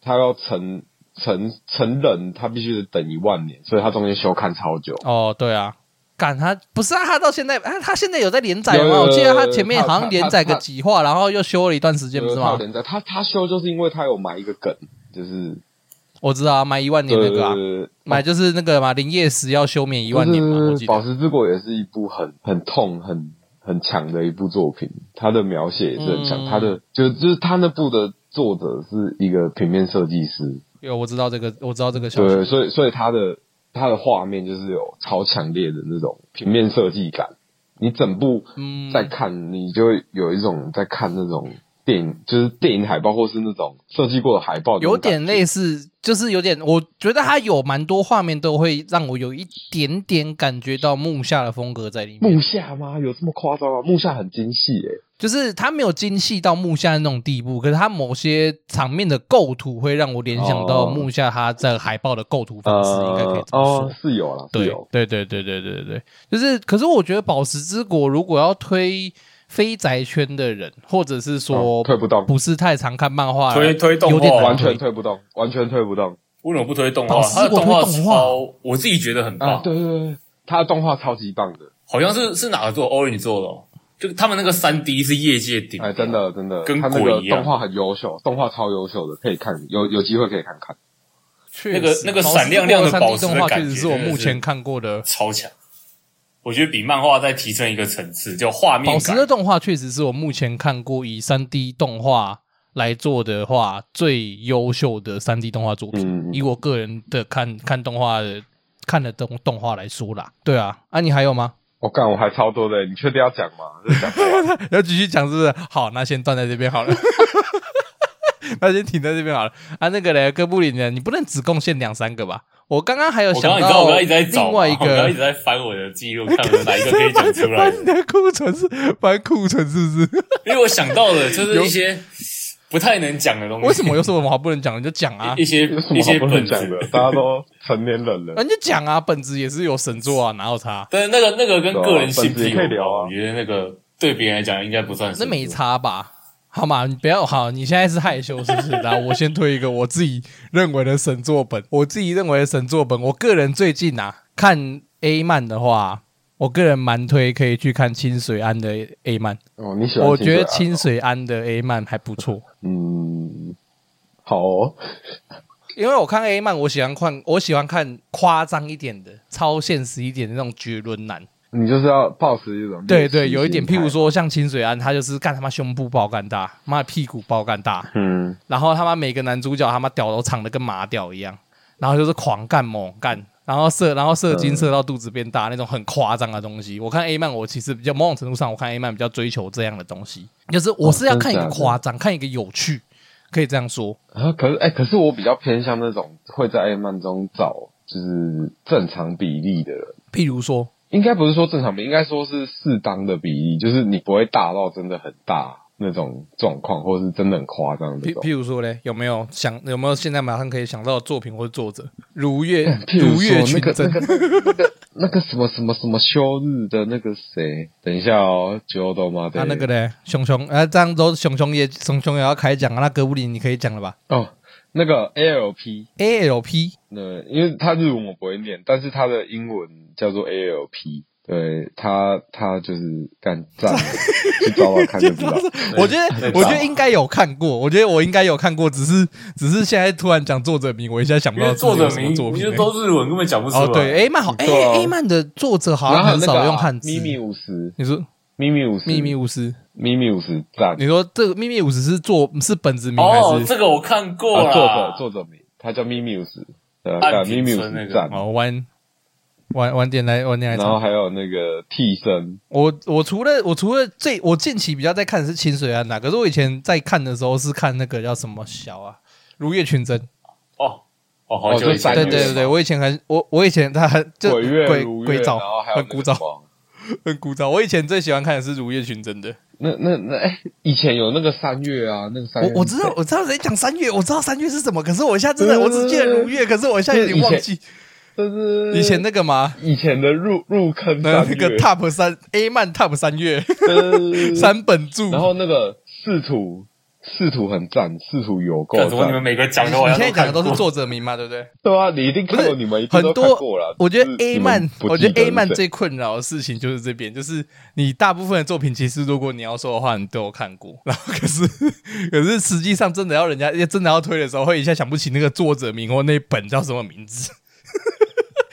Speaker 4: 他要成成成人，他必须得等一万年，所以他中间休刊超久。
Speaker 1: 哦，对啊，赶他不是啊，他到现在啊，他现在有在连载
Speaker 4: 有
Speaker 1: 吗？
Speaker 4: 有
Speaker 1: 我记得
Speaker 4: 有
Speaker 1: 他
Speaker 4: 有
Speaker 1: 前面
Speaker 4: 他
Speaker 1: 好像连载个几话，然后又休了一段时间，不是
Speaker 4: 他有
Speaker 1: 吗？
Speaker 4: 连载，他他修就是因为他有买一个梗，就是
Speaker 1: 我知道啊，买一万年那个啊，买就是那个嘛，林业石要休眠一
Speaker 4: 一
Speaker 1: 万年嘛，我记
Speaker 4: 宝
Speaker 1: 得。
Speaker 4: 石之国也是一部很很痛很很强的一部作品，他的描写也是很强，
Speaker 1: 嗯
Speaker 4: 他的就就是他那部的作者是一个平面设计师，
Speaker 1: 有，我知道这个，我知道这个消息。
Speaker 4: 对，所以所以他的他的画面就是有超强烈的那种平面设计感，你整部
Speaker 1: 嗯
Speaker 4: 在看，你就会有一种在看那种电影，就是电影海报或是那种设计过的海报，
Speaker 1: 有点类似，就是有点，我觉得它有蛮多画面都会让我有一点点感觉到木下的风格在里面。
Speaker 4: 木下吗？有这么夸张吗？木下很精细诶、
Speaker 1: 就是它没有精细到木下那种地步，可是它某些场面的构图会让我联想到
Speaker 4: 哦
Speaker 1: 木下他在海报的构图方式，应该可以
Speaker 4: 呃，
Speaker 1: 这么说
Speaker 4: 哦，。是有啦，是
Speaker 1: 对
Speaker 4: 有，
Speaker 1: 对对对对对对，就是，可是我觉得《宝石之国》如果要推非宅圈的人，或者是说
Speaker 4: 哦推不动
Speaker 1: 不是太常看漫画的
Speaker 3: 推
Speaker 1: 人，
Speaker 3: 推动画
Speaker 1: 有点难
Speaker 4: 完全
Speaker 1: 推
Speaker 4: 推不动，完全推不动
Speaker 3: 为什么不推动画
Speaker 1: 宝？石
Speaker 3: 它的
Speaker 1: 我
Speaker 3: 动
Speaker 1: 推
Speaker 3: 画
Speaker 1: 动画
Speaker 3: 超，我自己觉得很棒，
Speaker 4: 啊！对对对，他的动画超级棒的，
Speaker 3: 好像是是哪个做 Orange 做的、哦，就他们那个三 D 是业界顶，
Speaker 4: 哎，真的真的，
Speaker 3: 跟
Speaker 4: 他那
Speaker 3: 鬼
Speaker 4: 个
Speaker 3: 一样
Speaker 4: 动画很优秀，动画超优秀的，可以看，有有机会可以看看。
Speaker 1: 确
Speaker 3: 那个
Speaker 1: 实
Speaker 3: 那个
Speaker 1: 宝
Speaker 3: 闪
Speaker 1: 石
Speaker 3: 亮
Speaker 1: 之
Speaker 3: 亮
Speaker 1: 国
Speaker 3: 的
Speaker 1: 三
Speaker 3: 宝
Speaker 1: D
Speaker 3: 石
Speaker 1: 动
Speaker 3: 的
Speaker 1: 画，
Speaker 3: 感
Speaker 1: 确实
Speaker 3: 觉
Speaker 1: 是我
Speaker 3: 真的
Speaker 1: 目
Speaker 3: 是
Speaker 1: 前看过的
Speaker 3: 超强。我觉得比漫画再提升一个层次，就画面
Speaker 1: 宝石
Speaker 3: 感
Speaker 1: 的动画确实是我目前看过以三 D 动画来做的话最优秀的三 D 动画作品。
Speaker 4: 嗯
Speaker 1: 以我个人的看看动画的看的动动画来说啦，对啊，啊你还有吗？
Speaker 4: 我干，我还超多的，你确定要讲吗？讲不完
Speaker 1: 要继续讲是不是？好，那先断在这边好了。 那先停在这边好了啊！那个嘞，哥布林呢？你不能只贡献两三个吧？我刚刚还有
Speaker 3: 我
Speaker 1: 想
Speaker 3: 刚刚你知道
Speaker 1: 到
Speaker 3: 我刚刚一直在找嘛，
Speaker 1: 另外一
Speaker 3: 我刚刚
Speaker 1: 个
Speaker 3: 一直在翻我的记录，看有哪一个可以 讲出来
Speaker 1: 翻，你的库存是翻库存是不 是？
Speaker 3: 因为我想到了就是一些不太能讲的东西。
Speaker 1: 为什么有什么好不能讲？你就讲啊！
Speaker 3: 一些
Speaker 4: 有什
Speaker 3: 一
Speaker 4: 么好
Speaker 3: 些
Speaker 4: 不能
Speaker 3: 本
Speaker 4: 讲
Speaker 3: 子
Speaker 4: 的？大家都成年人了
Speaker 1: 人，家讲啊，本质也是有神作啊，哪有差？
Speaker 3: 但是那个那个跟个人性癖
Speaker 4: 对啊本子也可以
Speaker 3: 有
Speaker 4: 聊
Speaker 3: 关，
Speaker 4: 啊
Speaker 3: 我觉得那个对别人来讲应该不算什
Speaker 1: 那
Speaker 3: 么
Speaker 1: 没差吧？好嘛，你不要好，你现在是害羞是不是？来，我先推一个我自己认为的神作本，我自己认为的神作本，我个人最近啊看 A 漫的话，我个人蛮推可以去看清水庵的 A 漫，
Speaker 4: 哦，你喜欢？
Speaker 1: 我觉得清，啊水庵的 A 漫还不错。
Speaker 4: 嗯，好哦，
Speaker 1: 因为我看 A 漫，我喜欢看，我喜欢看夸张一点的、超现实一点的那种绝伦男。
Speaker 4: 你就是要保持一种
Speaker 1: 对
Speaker 4: 猎奇
Speaker 1: 对，有一点，
Speaker 4: 心态
Speaker 1: 譬如，说像清水庵，他就是干他妈胸部爆干大，妈屁股爆干大，
Speaker 4: 嗯，
Speaker 1: 然后他妈每个男主角他妈屌都长得跟麻屌一样，然后就是狂干猛干，然后射然后射
Speaker 4: 嗯
Speaker 1: 精射到肚子变大那种很夸张的东西。我看 A 漫，我其实比较某种程度上，我看 A 漫比较追求这样的东西，就是我是要看一个
Speaker 4: 哦真的假的
Speaker 1: 夸张，看一个有趣，可以这样说。
Speaker 4: 啊，可是哎、可是我比较偏向那种会在 A 漫中找就是正常比例的人，
Speaker 1: 譬如说，
Speaker 4: 应该不是说正常比，应该说是适当的比例，就是你不会大到真的很大那种状况，或者是真的很夸张的
Speaker 1: 譬
Speaker 4: 那种。
Speaker 1: 譬如说嘞，有没有想有没有现在马上可以想到的作品或者作者？如月
Speaker 4: 嗯譬如
Speaker 1: 如月
Speaker 4: 说
Speaker 1: 群
Speaker 4: 那个
Speaker 1: 真
Speaker 4: 那。个那个那个什么什么什么休日的那个谁，等一下哦，九斗吗？
Speaker 1: 啊，那个嘞，熊熊，啊，这样都熊熊也熊熊也要开讲啊，那格布林你可以讲了吧
Speaker 4: 哦，那个 ALP，
Speaker 1: ？ALP
Speaker 4: 那因为他日文我不会念，但是他的英文叫做 ALP，对他他就是干 赞，去找找看就知道。
Speaker 1: 我觉得，我觉得应该有看过，我觉得我应该有看过，只是只是现在突然讲作者名，我一下想不
Speaker 3: 因
Speaker 1: 到
Speaker 3: 为作者
Speaker 1: 自己有什
Speaker 3: 名
Speaker 1: 么作
Speaker 3: 我
Speaker 1: 品
Speaker 3: 觉得
Speaker 1: 欸。
Speaker 3: 都日文根本讲不出来。
Speaker 1: 哦，对，A 漫好，A
Speaker 4: 对啊
Speaker 1: A 漫的作者好
Speaker 4: 然
Speaker 1: 像
Speaker 4: 后还有
Speaker 1: 很
Speaker 4: 那个
Speaker 1: 少
Speaker 4: 啊
Speaker 1: 用汉字。
Speaker 4: 咪咪五十，
Speaker 1: 你
Speaker 3: 啊
Speaker 1: 说
Speaker 4: 咪咪五十，
Speaker 1: 秘密五十，
Speaker 4: 咪咪五十赞。
Speaker 1: 你说这个秘密五十是作是本子名
Speaker 3: 哦
Speaker 1: 还，是？
Speaker 3: 这个我看过
Speaker 4: 啊，作
Speaker 3: 啦
Speaker 4: 者。作者名，他叫咪咪五十，对
Speaker 3: 按
Speaker 4: 啊，咪
Speaker 3: 平
Speaker 4: 咪五
Speaker 3: 分那
Speaker 4: 十
Speaker 3: 个
Speaker 4: 赞。
Speaker 1: 哦，晚晚晚点来，晚点来
Speaker 4: 然后
Speaker 1: 查。
Speaker 4: 还有那个替身，
Speaker 1: 我我除了我除了最我近期比较在看的是清水安娜，可是我以前在看的时候是看那个叫什么小啊，如月群真。
Speaker 3: 哦哦，好久
Speaker 4: 哦
Speaker 3: 以
Speaker 4: 就
Speaker 3: 前
Speaker 4: 三
Speaker 3: 的
Speaker 1: 对
Speaker 3: 事，
Speaker 4: 月
Speaker 1: 对对对，我以前很我我以前他很就
Speaker 4: 鬼月、
Speaker 1: 鬼
Speaker 4: 如
Speaker 1: 鬼
Speaker 4: 月，
Speaker 1: 早
Speaker 4: 然后还，有
Speaker 1: 很
Speaker 4: 那
Speaker 1: 古
Speaker 4: 个
Speaker 1: 早，
Speaker 4: 什么
Speaker 1: 很古早。我以前最喜欢看的是《如月群真》的。
Speaker 4: 那那那哎、以前有那个三月啊，那个三
Speaker 1: 我
Speaker 4: 月
Speaker 1: 我知道我知道谁讲三月，我知道三月是什么，可是我现在真的
Speaker 4: 对
Speaker 1: 我只记得如月，可是我现在有点 忘记
Speaker 4: 就是
Speaker 1: 以前那个嘛，
Speaker 4: 以前的入入坑
Speaker 1: 那
Speaker 4: 三
Speaker 1: 那
Speaker 4: 月
Speaker 1: 个 Top 三 A 漫 Top 三月
Speaker 4: 对
Speaker 1: 三本柱。
Speaker 4: 然后那个仕途仕途很赞，仕途有够
Speaker 3: 干什么？你们
Speaker 4: 赞，
Speaker 3: 每个讲
Speaker 1: 你
Speaker 3: 的我好
Speaker 1: 你
Speaker 3: 像
Speaker 1: 现在讲的
Speaker 3: 看
Speaker 1: 都是
Speaker 3: 过
Speaker 1: 作者名嘛，对不对？
Speaker 4: 对啊，你一定
Speaker 1: 不
Speaker 4: 看
Speaker 1: 是
Speaker 4: 过，你们一定
Speaker 1: 很
Speaker 4: 都看
Speaker 1: 多
Speaker 4: 过了。
Speaker 1: 我觉得
Speaker 4: 只是
Speaker 1: A
Speaker 4: 你们
Speaker 1: 漫，
Speaker 4: 不
Speaker 1: 我觉得
Speaker 4: 记
Speaker 1: A 漫
Speaker 4: 是谁
Speaker 1: 最困扰的事情就是这边，就是你大部分的作品，其实如果你要说的话，你都有看过，然后可是可是实际上真的要人家真的要推的时候，会一下想不起那个作者名或那本叫什么名字。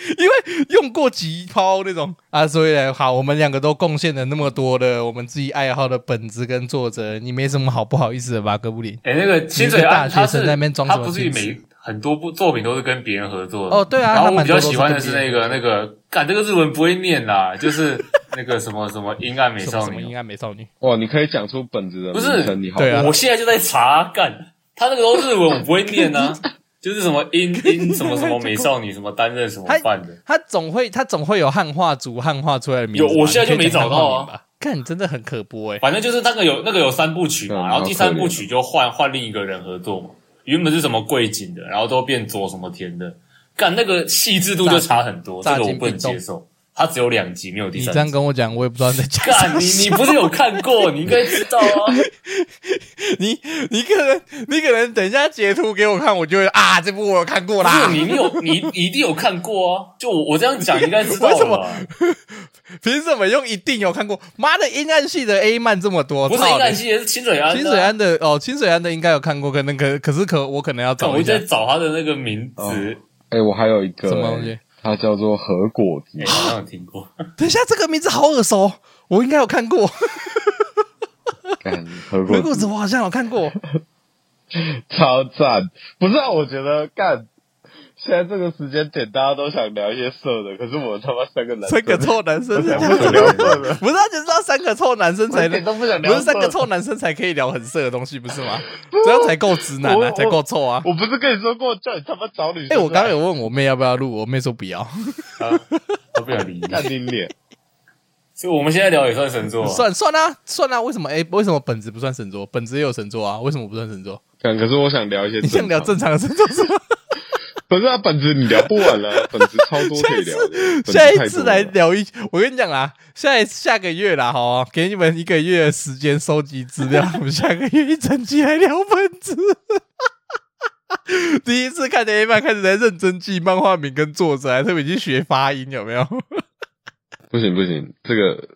Speaker 1: 因为用过几抛那种啊，所以呢好，我们两个都贡献了那么多的我们自己爱好的本子跟作者，你没什么好不好意思的吧，哥布林？
Speaker 3: 哎、那个清水
Speaker 1: 你一个大
Speaker 3: 庵，他
Speaker 1: 学生
Speaker 3: 是
Speaker 1: 在那边装什
Speaker 3: 他
Speaker 1: 么
Speaker 3: 不是
Speaker 1: 矜持
Speaker 3: 每很多部作品都是跟别人合作的
Speaker 1: 哦对啊
Speaker 3: 然
Speaker 1: 他
Speaker 3: 后我
Speaker 1: 蛮
Speaker 3: 比
Speaker 1: 多
Speaker 3: 较
Speaker 1: 都是
Speaker 3: 喜欢的
Speaker 1: 跟
Speaker 3: 是
Speaker 1: 别
Speaker 3: 那
Speaker 1: 人
Speaker 3: 个那个，干这个日文不会念啦，就是那个什么 什么阴暗美
Speaker 1: 什么
Speaker 3: 少
Speaker 1: 什么
Speaker 3: 女哦
Speaker 1: 阴，暗美少女，
Speaker 4: 哇，你可以讲出本子的
Speaker 3: 不是
Speaker 4: 名称，你好，
Speaker 1: 对啊
Speaker 3: 我现在就在查，干他那个都日文，我不会念 啊，就是什么阴阴什么什么美少女，什么担任什么饭的，
Speaker 1: 他总会他总会有汉化族汉化出来的名字
Speaker 3: 有
Speaker 1: 吧。
Speaker 3: 我现在就
Speaker 1: 你可以
Speaker 3: 没
Speaker 1: 讲
Speaker 3: 找
Speaker 1: 汉化
Speaker 3: 到啊
Speaker 1: 名吧。看，真的很可播哎、
Speaker 3: 反正就是那个有那个有三部曲
Speaker 4: 嗯
Speaker 3: 嘛，然后第三部曲就换换另一个人合作嘛，原本是什么桂锦的，然后都变佐什么田的，干那个细致度就差很多，
Speaker 1: 炸
Speaker 3: 这
Speaker 1: 金
Speaker 3: 个我不能接受。他只有两集，没有第
Speaker 1: 你
Speaker 3: 三
Speaker 1: 这样
Speaker 3: 集。
Speaker 1: 跟我讲，我也不知道你在讲啥
Speaker 3: 干你你不是有看 过？你应该知道啊。
Speaker 1: 你你可能你可能等一下截图给我看，我就会啊，这部我有看过
Speaker 3: 不
Speaker 1: 啦
Speaker 3: 是。你，你有你你一定有看过啊！就我我这样讲，你应该知道 啊
Speaker 1: 为什
Speaker 3: 了
Speaker 1: 么
Speaker 3: 吧？
Speaker 1: 凭什么用一定有看过？妈的，阴暗系的 A 漫这么多，
Speaker 3: 不是
Speaker 1: 操
Speaker 3: 应该
Speaker 1: 你
Speaker 3: 其实是清水安、啊，
Speaker 1: 清水安的哦，清水安的应该有看过，可能可可是可我可能要找
Speaker 3: 干，我
Speaker 1: 一
Speaker 3: 一直
Speaker 1: 下
Speaker 3: 在找他的那个名字，
Speaker 4: 哦
Speaker 3: 哎
Speaker 4: 哎、我还有一个、
Speaker 1: 什么东西
Speaker 4: 哎。它叫做核果子，
Speaker 3: 好像有听 过。
Speaker 1: 等一下，这个名字好耳熟，我应该有看过。
Speaker 4: 干核
Speaker 1: 鬼
Speaker 4: 果
Speaker 1: 谷
Speaker 4: 子
Speaker 1: 子 我好像有看 过，
Speaker 4: 超赞！不是啊，我觉得干，现在这个时间点大家都想聊一些色的，可是我他妈三个男
Speaker 1: 三个
Speaker 4: 生
Speaker 1: 臭男生
Speaker 4: 我
Speaker 1: 是
Speaker 4: 想
Speaker 1: 这
Speaker 4: 不
Speaker 1: 样
Speaker 4: 想
Speaker 1: 子
Speaker 4: 聊
Speaker 1: 的。
Speaker 4: 色的，
Speaker 1: 不是，他只知道三个臭男生
Speaker 4: 我
Speaker 1: 才
Speaker 4: 一
Speaker 1: 能
Speaker 4: 点，都不想
Speaker 1: 不
Speaker 4: 聊色。
Speaker 1: 是三个臭男生才可以聊很色的东西，不是吗？这样才够直男
Speaker 4: 我
Speaker 1: 啊，
Speaker 4: 我
Speaker 1: 才够臭啊！
Speaker 4: 我不是跟你说过叫你他妈找女生？
Speaker 1: 哎，我刚刚有问我妹要不要录，我妹说不要，
Speaker 3: 啊，他不想理你。
Speaker 4: 看你脸，
Speaker 3: 所以我们现在聊也算神作啊，
Speaker 1: 算算啦算啦，为什么哎为什么本子不算神作？本子也有神作啊，为什么不算神作？
Speaker 4: 干可是我想聊一些
Speaker 1: 你
Speaker 4: 正常，
Speaker 1: 想聊正常的神作是吗？
Speaker 4: 不是啊，本子你聊不完 了，本子超多可以聊的，本子
Speaker 1: 下
Speaker 4: 太
Speaker 1: 一次
Speaker 4: 多了
Speaker 1: 来聊一，我跟你讲啦，下一下个月啦，好、啊，给你们一个月的时间收集资料，我们下个月一整集来聊本子。 第一次看的 A 漫开始在认真记漫画名跟作者，还特别去学发音，有没有？
Speaker 4: 不行不行，这个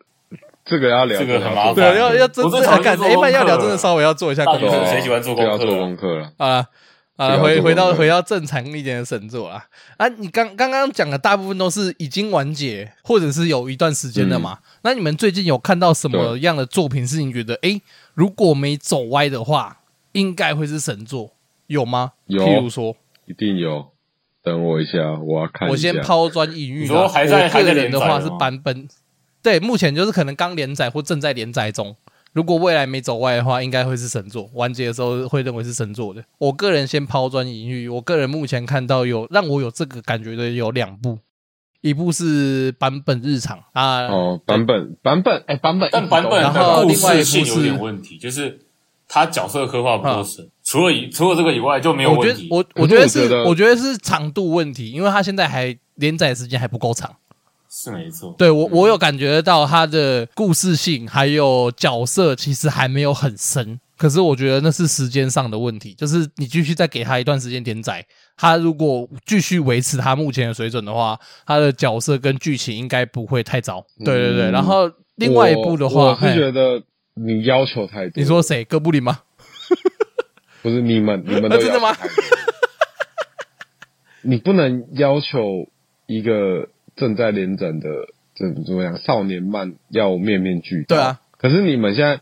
Speaker 4: 这个要聊，
Speaker 3: 这个很麻烦
Speaker 1: 对啊，要要真
Speaker 3: 我
Speaker 1: 正
Speaker 3: 最讨厌
Speaker 1: 干
Speaker 3: 做功
Speaker 1: A 漫要
Speaker 3: 课
Speaker 1: 聊，
Speaker 3: 了
Speaker 1: 真的稍微要做一下功
Speaker 3: 大学
Speaker 1: 课
Speaker 4: 对
Speaker 3: 生
Speaker 4: 啊
Speaker 3: 谁喜欢做
Speaker 4: 这个要
Speaker 3: 功
Speaker 4: 做
Speaker 3: 课？
Speaker 4: 功课了。
Speaker 1: 好啦，好
Speaker 4: 不
Speaker 1: 啦，
Speaker 4: 要
Speaker 1: 啊回
Speaker 4: 做
Speaker 1: 回到
Speaker 4: 功课
Speaker 1: 回到正常一点的神作啊啊！你刚刚刚讲的大部分都是已经完结，或者是有一段时间了嘛？那你们最近有看到什么
Speaker 4: 嗯对
Speaker 1: 样的作品是你觉得，诶，如果没走歪的话，应该会是神作，有吗？
Speaker 4: 有
Speaker 1: 譬如说，
Speaker 4: 一定有。等我一下，我要看一下。
Speaker 1: 我先抛砖引玉
Speaker 3: 你
Speaker 1: 啦。
Speaker 3: 说还在
Speaker 1: 我个
Speaker 3: 还在
Speaker 1: 人
Speaker 3: 连
Speaker 1: 的
Speaker 3: 载
Speaker 1: 话
Speaker 3: 的
Speaker 1: 是
Speaker 3: 吗
Speaker 1: 版本，对，目前就是可能刚连载或正在连载中。如果未来没走歪的话，应该会是神作。完结的时候会认为是神作的。我个人先抛砖引玉，我个人目前看到有让我有这个感觉的有两部，一部是版本日常啊，
Speaker 4: 哦，版本版本，哎，版本一直
Speaker 3: 但
Speaker 4: 都，
Speaker 3: 版本
Speaker 1: 然后
Speaker 3: 的故
Speaker 1: 另外一
Speaker 3: 事
Speaker 1: 部
Speaker 3: 性
Speaker 1: 是
Speaker 3: 有
Speaker 1: 嗯
Speaker 3: 点问题，就是他角色刻画不够深。除了以除了这个以外就没有
Speaker 1: 我觉
Speaker 3: 问
Speaker 1: 得
Speaker 3: 题。
Speaker 1: 我
Speaker 4: 可是
Speaker 1: 我觉
Speaker 4: 我
Speaker 1: 得
Speaker 4: 觉
Speaker 1: 是
Speaker 4: 得
Speaker 1: 我觉得是长度问题，因为它现在还连载时间还不够长。
Speaker 3: 是没错，
Speaker 1: 对
Speaker 4: 嗯
Speaker 1: 我，我有感觉到他的故事性还有角色其实还没有很深，可是我觉得那是时间上的问题，就是你继续再给他一段时间连载，他如果继续维持他目前的水准的话，他的角色跟剧情应该不会太糟。对对对，
Speaker 4: 嗯
Speaker 1: 然后另外一部的
Speaker 4: 我
Speaker 1: 话，
Speaker 4: 我是
Speaker 1: 嘿
Speaker 4: 觉得你要求太多。
Speaker 1: 你说谁？哥布林吗？
Speaker 4: 不是你们，你们都
Speaker 1: 啊真的吗
Speaker 4: 要求太多？你不能要求一个正在连载的怎么怎么样少年漫要面面俱到。
Speaker 1: 对啊，
Speaker 4: 可是你们现在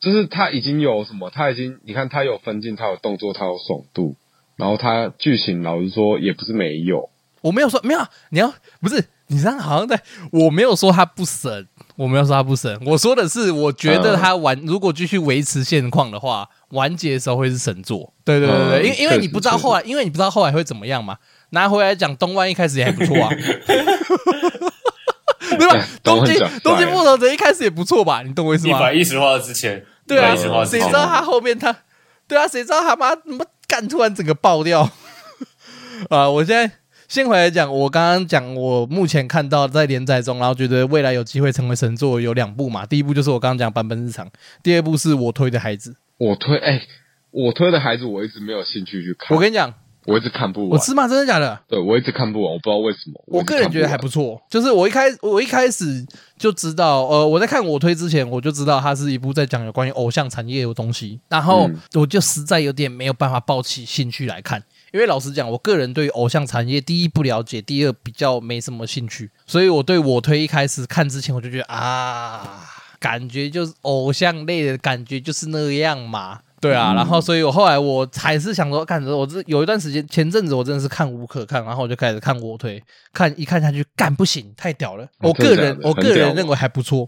Speaker 4: 就是他已经有什么？他已经你看他有分镜，他有动作，他有爽度，然后他剧情老实说也不是没有。
Speaker 1: 我没有说没有啊，你要不是你这样好像在，我没有说他不神，我没有说他不神，我说的是我觉得他完，如果继续维持现况的话，完结的时候会是神作。对对对对，
Speaker 4: 嗯
Speaker 1: 因为因为
Speaker 4: 确
Speaker 1: 你
Speaker 4: 实
Speaker 1: 不知道
Speaker 4: 确实
Speaker 1: 后来，因为你不知道后来会怎么样嘛。拿回来讲，东万一开始也还不 错啊，对吧？
Speaker 4: 东
Speaker 1: 东
Speaker 4: 万
Speaker 1: 京
Speaker 4: 讲出来
Speaker 1: 东京木头人一开始也不错吧？你懂我意思
Speaker 3: 一
Speaker 1: 吗？
Speaker 3: 百一十话之前，
Speaker 1: 对啊，
Speaker 3: 一百一十话之
Speaker 1: 谁
Speaker 3: 前
Speaker 1: 知道他后面他，对啊，谁知道他妈他妈干突然整个爆掉 啊！我现在先回来讲，我刚刚讲我目前看到在连载中，然后觉得未来有机会成为神作有两部嘛，第一部就是我刚刚讲版本日常，第二部是我推的孩子。
Speaker 4: 我推哎、我推的孩子我一直没有兴趣去看，
Speaker 1: 我
Speaker 4: 我
Speaker 1: 跟你讲，
Speaker 4: 一直看不
Speaker 1: 我
Speaker 4: 完。
Speaker 1: 吃嘛，真的假的？
Speaker 4: 对，我一直看不完，我不知道为什么。
Speaker 1: 我
Speaker 4: 一直
Speaker 1: 个人
Speaker 4: 看
Speaker 1: 觉得还
Speaker 4: 完
Speaker 1: 不错，就是我一开我一开始就知道，呃，我在看我推之前我就知道它是一部在讲有关于偶像产业的东西，然后
Speaker 4: 嗯
Speaker 1: 我就实在有点没有办法抱起兴趣来看，因为老实讲，我个人对于偶像产业第一不了解，第二比较没什么兴趣，所以我对我推一开始看之前我就
Speaker 4: 嗯
Speaker 1: 觉得啊，感觉就是偶像类的感觉就是那样嘛。对啊，然后所以我后来我还是想说，干，我这有一段时间，前阵子我真的是看无可看，然后我就开始看卧推，看一看下去，干不行，太屌了！我个
Speaker 4: 哦真的假
Speaker 1: 人
Speaker 4: 的
Speaker 1: 我
Speaker 4: 很
Speaker 1: 个
Speaker 4: 屌哦
Speaker 1: 人
Speaker 4: 吗
Speaker 1: 认为还不错，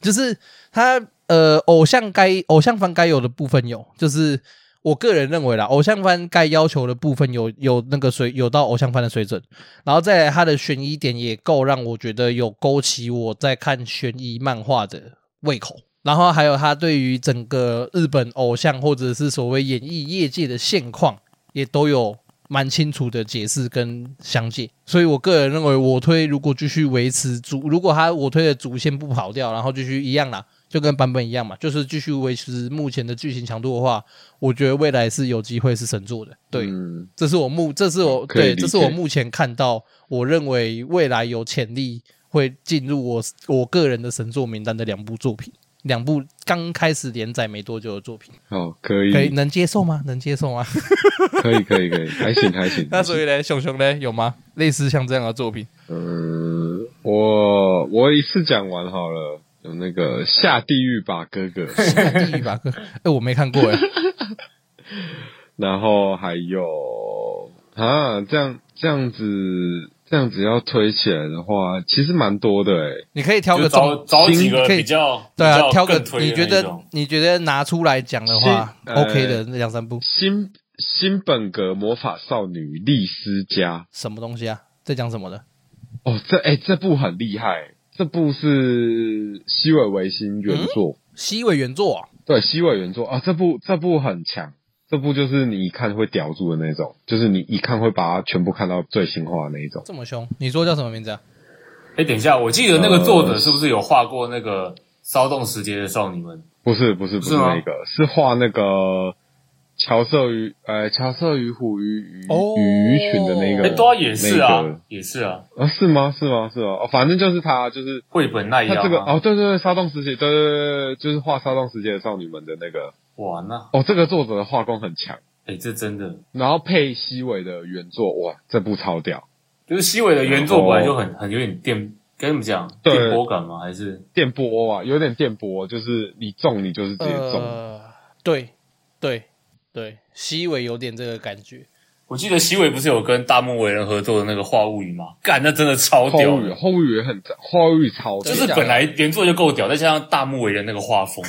Speaker 1: 就是他呃，偶像该偶像番该有的部分有，就是我个人认为啦，偶像番该要求的部分有有那个水有到偶像番的水准，然后再来他的悬疑点也够让我觉得有勾起我在看悬疑漫画的胃口。然后还有他对于整个日本偶像或者是所谓演艺业界的现况，也都有蛮清楚的解释跟详解。所以我个人认为，我推如果继续维持主，如果他我推的主线不跑掉，然后继续一样啦，就跟版本一样嘛，就是继续维持目前的剧情强度的话，我觉得未来是有机会是神作的。对，
Speaker 4: 嗯
Speaker 1: 这是我目，这是我
Speaker 4: 可以
Speaker 1: 对，
Speaker 4: 理解
Speaker 1: 这是我目前看到，我认为未来有潜力会进入我我个人的神作名单的两部作品，两部刚开始连载没多久的作品，
Speaker 4: 好，可以，
Speaker 1: 可以能接受吗？能接受吗？
Speaker 4: 可以，可 以，可以，还行，还行。
Speaker 1: 那所以呢，熊熊呢有吗？类似像这样的作品，
Speaker 4: 嗯，我我一次讲完好了。有那个下地狱吧哥
Speaker 1: 《
Speaker 4: 哥，
Speaker 1: 地狱吧哥》哎、我没看过哎，
Speaker 4: 然后还有啊，这样这样子这样子要推起来的话，其实蛮多的欸诶、
Speaker 1: 你可以挑
Speaker 3: 就
Speaker 1: 个
Speaker 3: 找
Speaker 1: 重，
Speaker 3: 找几
Speaker 1: 新
Speaker 3: 个
Speaker 1: 可以
Speaker 3: 比较
Speaker 1: 对
Speaker 3: 比
Speaker 1: 啊，
Speaker 3: 较
Speaker 1: 挑个
Speaker 3: 更推的
Speaker 1: 你觉
Speaker 3: 那种
Speaker 1: 得你觉得拿出来讲的话、
Speaker 4: 新
Speaker 1: o k 的
Speaker 4: 呃
Speaker 1: 两三部，
Speaker 4: 新新本格魔法少女丽丝家
Speaker 1: 什么东西啊？在讲什么的？
Speaker 4: 哦，这哎、这部很厉害，这部是西尾维
Speaker 3: 嗯
Speaker 4: 新原作，
Speaker 1: 西尾原作、啊，
Speaker 4: 对西尾原作啊，这部这部很强，这部就是你一看会叼住的那种，就是你一看会把它全部看到最新化的那一种。
Speaker 1: 这么凶？你说叫什么名字啊？
Speaker 3: 哎，等一下，我记得那个作者是不是有画过那个骚动时节的少女们？
Speaker 4: 不是不是不是
Speaker 3: 是吗
Speaker 4: 那个，是画那个乔瑟与呃乔瑟与虎与鱼
Speaker 1: 哦
Speaker 4: 鱼群的那
Speaker 3: 哎，
Speaker 4: 个，
Speaker 3: 对啊，也是
Speaker 4: 那个
Speaker 3: 啊，也是啊，
Speaker 4: 啊是吗是吗是吗？哦，反正就是他就是
Speaker 3: 绘本那一
Speaker 4: 他
Speaker 3: 样
Speaker 4: 这个
Speaker 3: 啊。
Speaker 4: 哦对对对，骚动时节对对对，就是画骚动时节的少女们的那个
Speaker 3: 哇，那
Speaker 4: 哦，这个作者的画工很强，
Speaker 3: 哎，这真的
Speaker 4: 然后配西尾的原作哇，这部超屌，
Speaker 3: 就是西尾的原作本来就很很有点电，该怎么讲？
Speaker 4: 哦对
Speaker 3: 电波感吗？还是
Speaker 4: 电波啊，有点电波，就是你中你就是直接中，
Speaker 1: 呃，对，对，对，西尾有点这个感觉。
Speaker 3: 我记得西尾不是有跟大木为人合作的那个《画物语》吗？干，那真的超
Speaker 4: 后
Speaker 3: 屌
Speaker 4: 语哦
Speaker 3: 的，
Speaker 4: 后语也很赞后语超屌，
Speaker 3: 就是本来原作就够屌，再加上大木为人那个画风，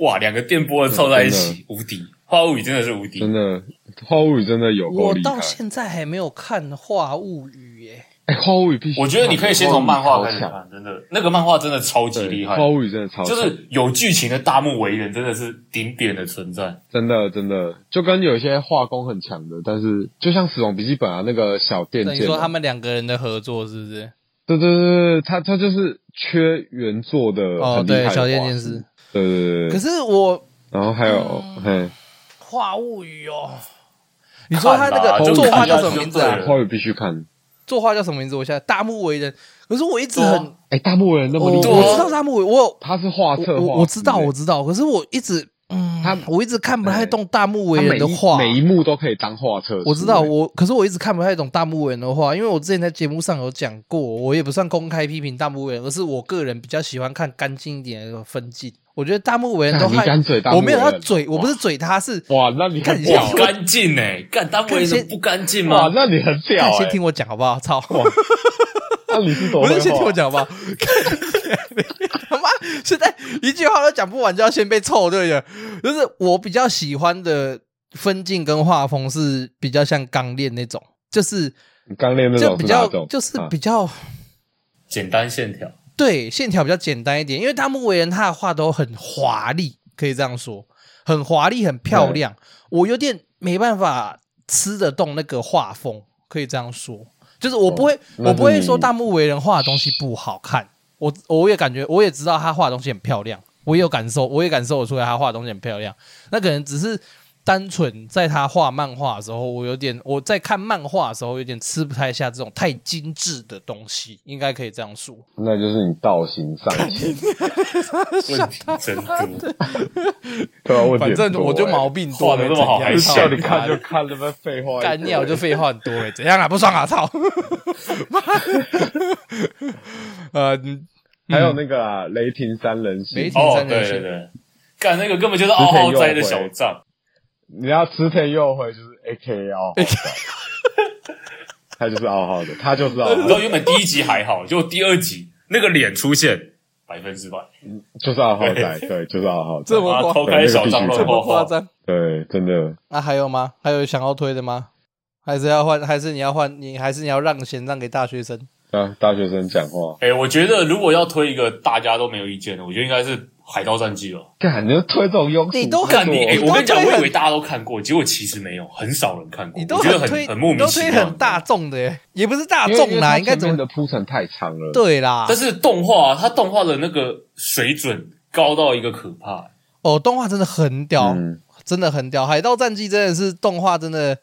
Speaker 3: 哇，两个电波凑在一
Speaker 4: 真
Speaker 3: 起，无敌！《画物语》真的是无敌
Speaker 4: 真。的后语真的有够
Speaker 1: 我
Speaker 4: 厉害
Speaker 1: 到。现在还没有看《画物语》耶，
Speaker 4: 哎，花物语必须看，
Speaker 3: 我觉得你可以先从漫画开始
Speaker 4: 花物语超强，
Speaker 3: 看，真的，那个漫画真的超级
Speaker 4: 对，
Speaker 3: 厉害，
Speaker 4: 花物语真的超
Speaker 3: 就
Speaker 4: 强，
Speaker 3: 是有剧情的大木为人真的是顶点的存在。
Speaker 4: 真的真的，就跟有一些画工很强的，但是就像《死亡笔记本》啊，那个小电
Speaker 1: 等于
Speaker 4: 剑
Speaker 1: 说
Speaker 4: 啊，
Speaker 1: 他们两个人的合作是不是？
Speaker 4: 对对对对，他他就是缺原作的
Speaker 1: 哦，
Speaker 4: 很厉害
Speaker 1: 对，
Speaker 4: 的
Speaker 1: 小电
Speaker 4: 画
Speaker 1: 剑
Speaker 4: 师
Speaker 1: 师。
Speaker 4: 对对对
Speaker 1: 可
Speaker 4: 对，
Speaker 1: 是我《
Speaker 4: 然后还有
Speaker 3: 嗯
Speaker 4: 嘿，
Speaker 1: 画物语》哦，你说他那个
Speaker 4: 看啦
Speaker 1: 啊作画叫什
Speaker 4: 就
Speaker 1: 么名字啊
Speaker 3: 看？啦
Speaker 4: 花语必须看。
Speaker 1: 作画叫什么名字？我现在大木为人，可是我一直很，
Speaker 4: 哎，大木人那么
Speaker 1: 我
Speaker 4: 厉
Speaker 3: 对啊
Speaker 1: 我知
Speaker 4: 害，
Speaker 1: 道大木为，我有
Speaker 4: 他是画
Speaker 1: 哦我
Speaker 4: 册画
Speaker 1: 我我知道
Speaker 4: 师欸
Speaker 1: 我知道，可是我一直嗯
Speaker 4: 他，
Speaker 1: 我一直看不太
Speaker 4: 哎
Speaker 1: 懂大木为
Speaker 4: 他每
Speaker 1: 人的
Speaker 4: 一
Speaker 1: 画，
Speaker 4: 每一幕都可以当画册书欸。
Speaker 1: 我知道，我可是我一直看不太懂大木为人的话，因为我之前在节目上有讲过，我也不算公开批评大木为人，而是我个人比较喜欢看干净一点的分镜。我觉得大木为人都
Speaker 4: 干你
Speaker 1: 害
Speaker 4: 敢嘴大木
Speaker 1: 我没有他
Speaker 4: 为人
Speaker 1: 嘴，我不是嘴他是，
Speaker 4: 哇，那你很
Speaker 1: 看一下
Speaker 4: 屌
Speaker 3: 哇，干净哎，干大木为
Speaker 1: 看先
Speaker 3: 人不干净
Speaker 4: 哇
Speaker 3: 吗，？
Speaker 4: 那你很屌
Speaker 1: 看先
Speaker 4: 哎，
Speaker 1: 听我讲好不好？操！
Speaker 4: 那你是多
Speaker 1: 不
Speaker 4: 会
Speaker 1: 是先听
Speaker 4: 画
Speaker 1: 我讲好不好？看 他妈，现在一句话都讲不完，就要先被臭，对不对？就是我比较喜欢的分镜跟画风是比较像钢炼那种，就是
Speaker 4: 刚练那
Speaker 1: 就
Speaker 4: 种
Speaker 1: 比
Speaker 4: 是哪
Speaker 1: 较
Speaker 4: 种？
Speaker 1: 就是
Speaker 4: 啊
Speaker 1: 比较。
Speaker 3: 简单线条，
Speaker 1: 对，线条比较简单一点，因为大木为人他的画都很华丽，可以这样说，很华丽，很漂亮。我有点没办法吃得动那个画风，可以这样说，就是我不会，
Speaker 4: 哦那
Speaker 1: 我不会
Speaker 4: 你
Speaker 1: 说大木为人画的东西不好看，我我也感觉，我也知道他画的东西很漂亮，我也有感受，我也感受得出来他画的东西很漂亮。那可能只是单纯在他画漫画的时候，我有点我在看漫画的时候有点吃不太下这种太精致的东西，应该可以这样说。
Speaker 4: 那就是你道行 尚浅，
Speaker 3: 问题真多。
Speaker 4: 对啊，问题
Speaker 1: 反
Speaker 4: 很多
Speaker 1: 正我就
Speaker 4: 欸
Speaker 1: 毛病多，
Speaker 3: 哎
Speaker 1: 哎
Speaker 3: 画得那么好还
Speaker 1: 怎样
Speaker 3: 笑
Speaker 4: 叫你看就看，那么废话一堆
Speaker 1: 干尿就废话很多哎，怎样啊？不爽啊！操！ 妈的呃， 嗯
Speaker 4: 还有那个啊雷霆三人
Speaker 1: 雷霆，
Speaker 4: 行
Speaker 3: 哦，
Speaker 1: 真的
Speaker 3: 对
Speaker 1: 是
Speaker 3: 对对，干那个根本就是嗷嗷哉的小账，
Speaker 4: 你要池田佑辉就是 A K O，他就是傲浩的，他就是傲
Speaker 3: 你知道
Speaker 4: 浩，
Speaker 3: 原本第一集还好，就第二集那个脸出现百分之百，
Speaker 4: 就是傲浩仔，对，就是傲浩仔
Speaker 1: 这，么
Speaker 3: 把他
Speaker 1: 夸
Speaker 3: 偷开小啊张
Speaker 4: 这
Speaker 1: 这
Speaker 3: 乱
Speaker 1: 么
Speaker 3: 画
Speaker 1: 夸
Speaker 3: 画。
Speaker 1: 张？
Speaker 4: 对，真的，
Speaker 1: 那还有吗？还有想要推的吗？还是要换？还是你要换？你还是你要让贤让给大学生？
Speaker 4: 大啊大学生讲话，
Speaker 3: 哎、我觉得如果要推一个大家都没有意见的，我觉得应该是《海盗战记》了。
Speaker 4: 干，你就推这种庸俗
Speaker 1: 你都
Speaker 4: 制作
Speaker 3: 干你！哎、
Speaker 1: 你
Speaker 3: 我跟
Speaker 1: 都
Speaker 3: 你讲，
Speaker 1: 推
Speaker 3: 我
Speaker 1: 很
Speaker 3: 以为大家都看过，结果其实没有，很少人看过。
Speaker 1: 你都
Speaker 3: 我觉得很
Speaker 1: 推，
Speaker 3: 很莫
Speaker 1: 你
Speaker 3: 名
Speaker 1: 都
Speaker 3: 其
Speaker 1: 推
Speaker 3: 妙。
Speaker 1: 很大众的耶，也不是大
Speaker 4: 因为因
Speaker 1: 众
Speaker 4: 为
Speaker 1: 啦，
Speaker 4: 它
Speaker 1: 应该
Speaker 4: 前
Speaker 1: 怎么
Speaker 4: 面的铺陈太长了，
Speaker 1: 对啦
Speaker 3: 但？是动画、啊，它动画的那个水准高到一个可怕。
Speaker 1: 哦，动画真的很屌，
Speaker 4: 嗯
Speaker 1: 真的很屌，《海盗战记》真的是动画，真的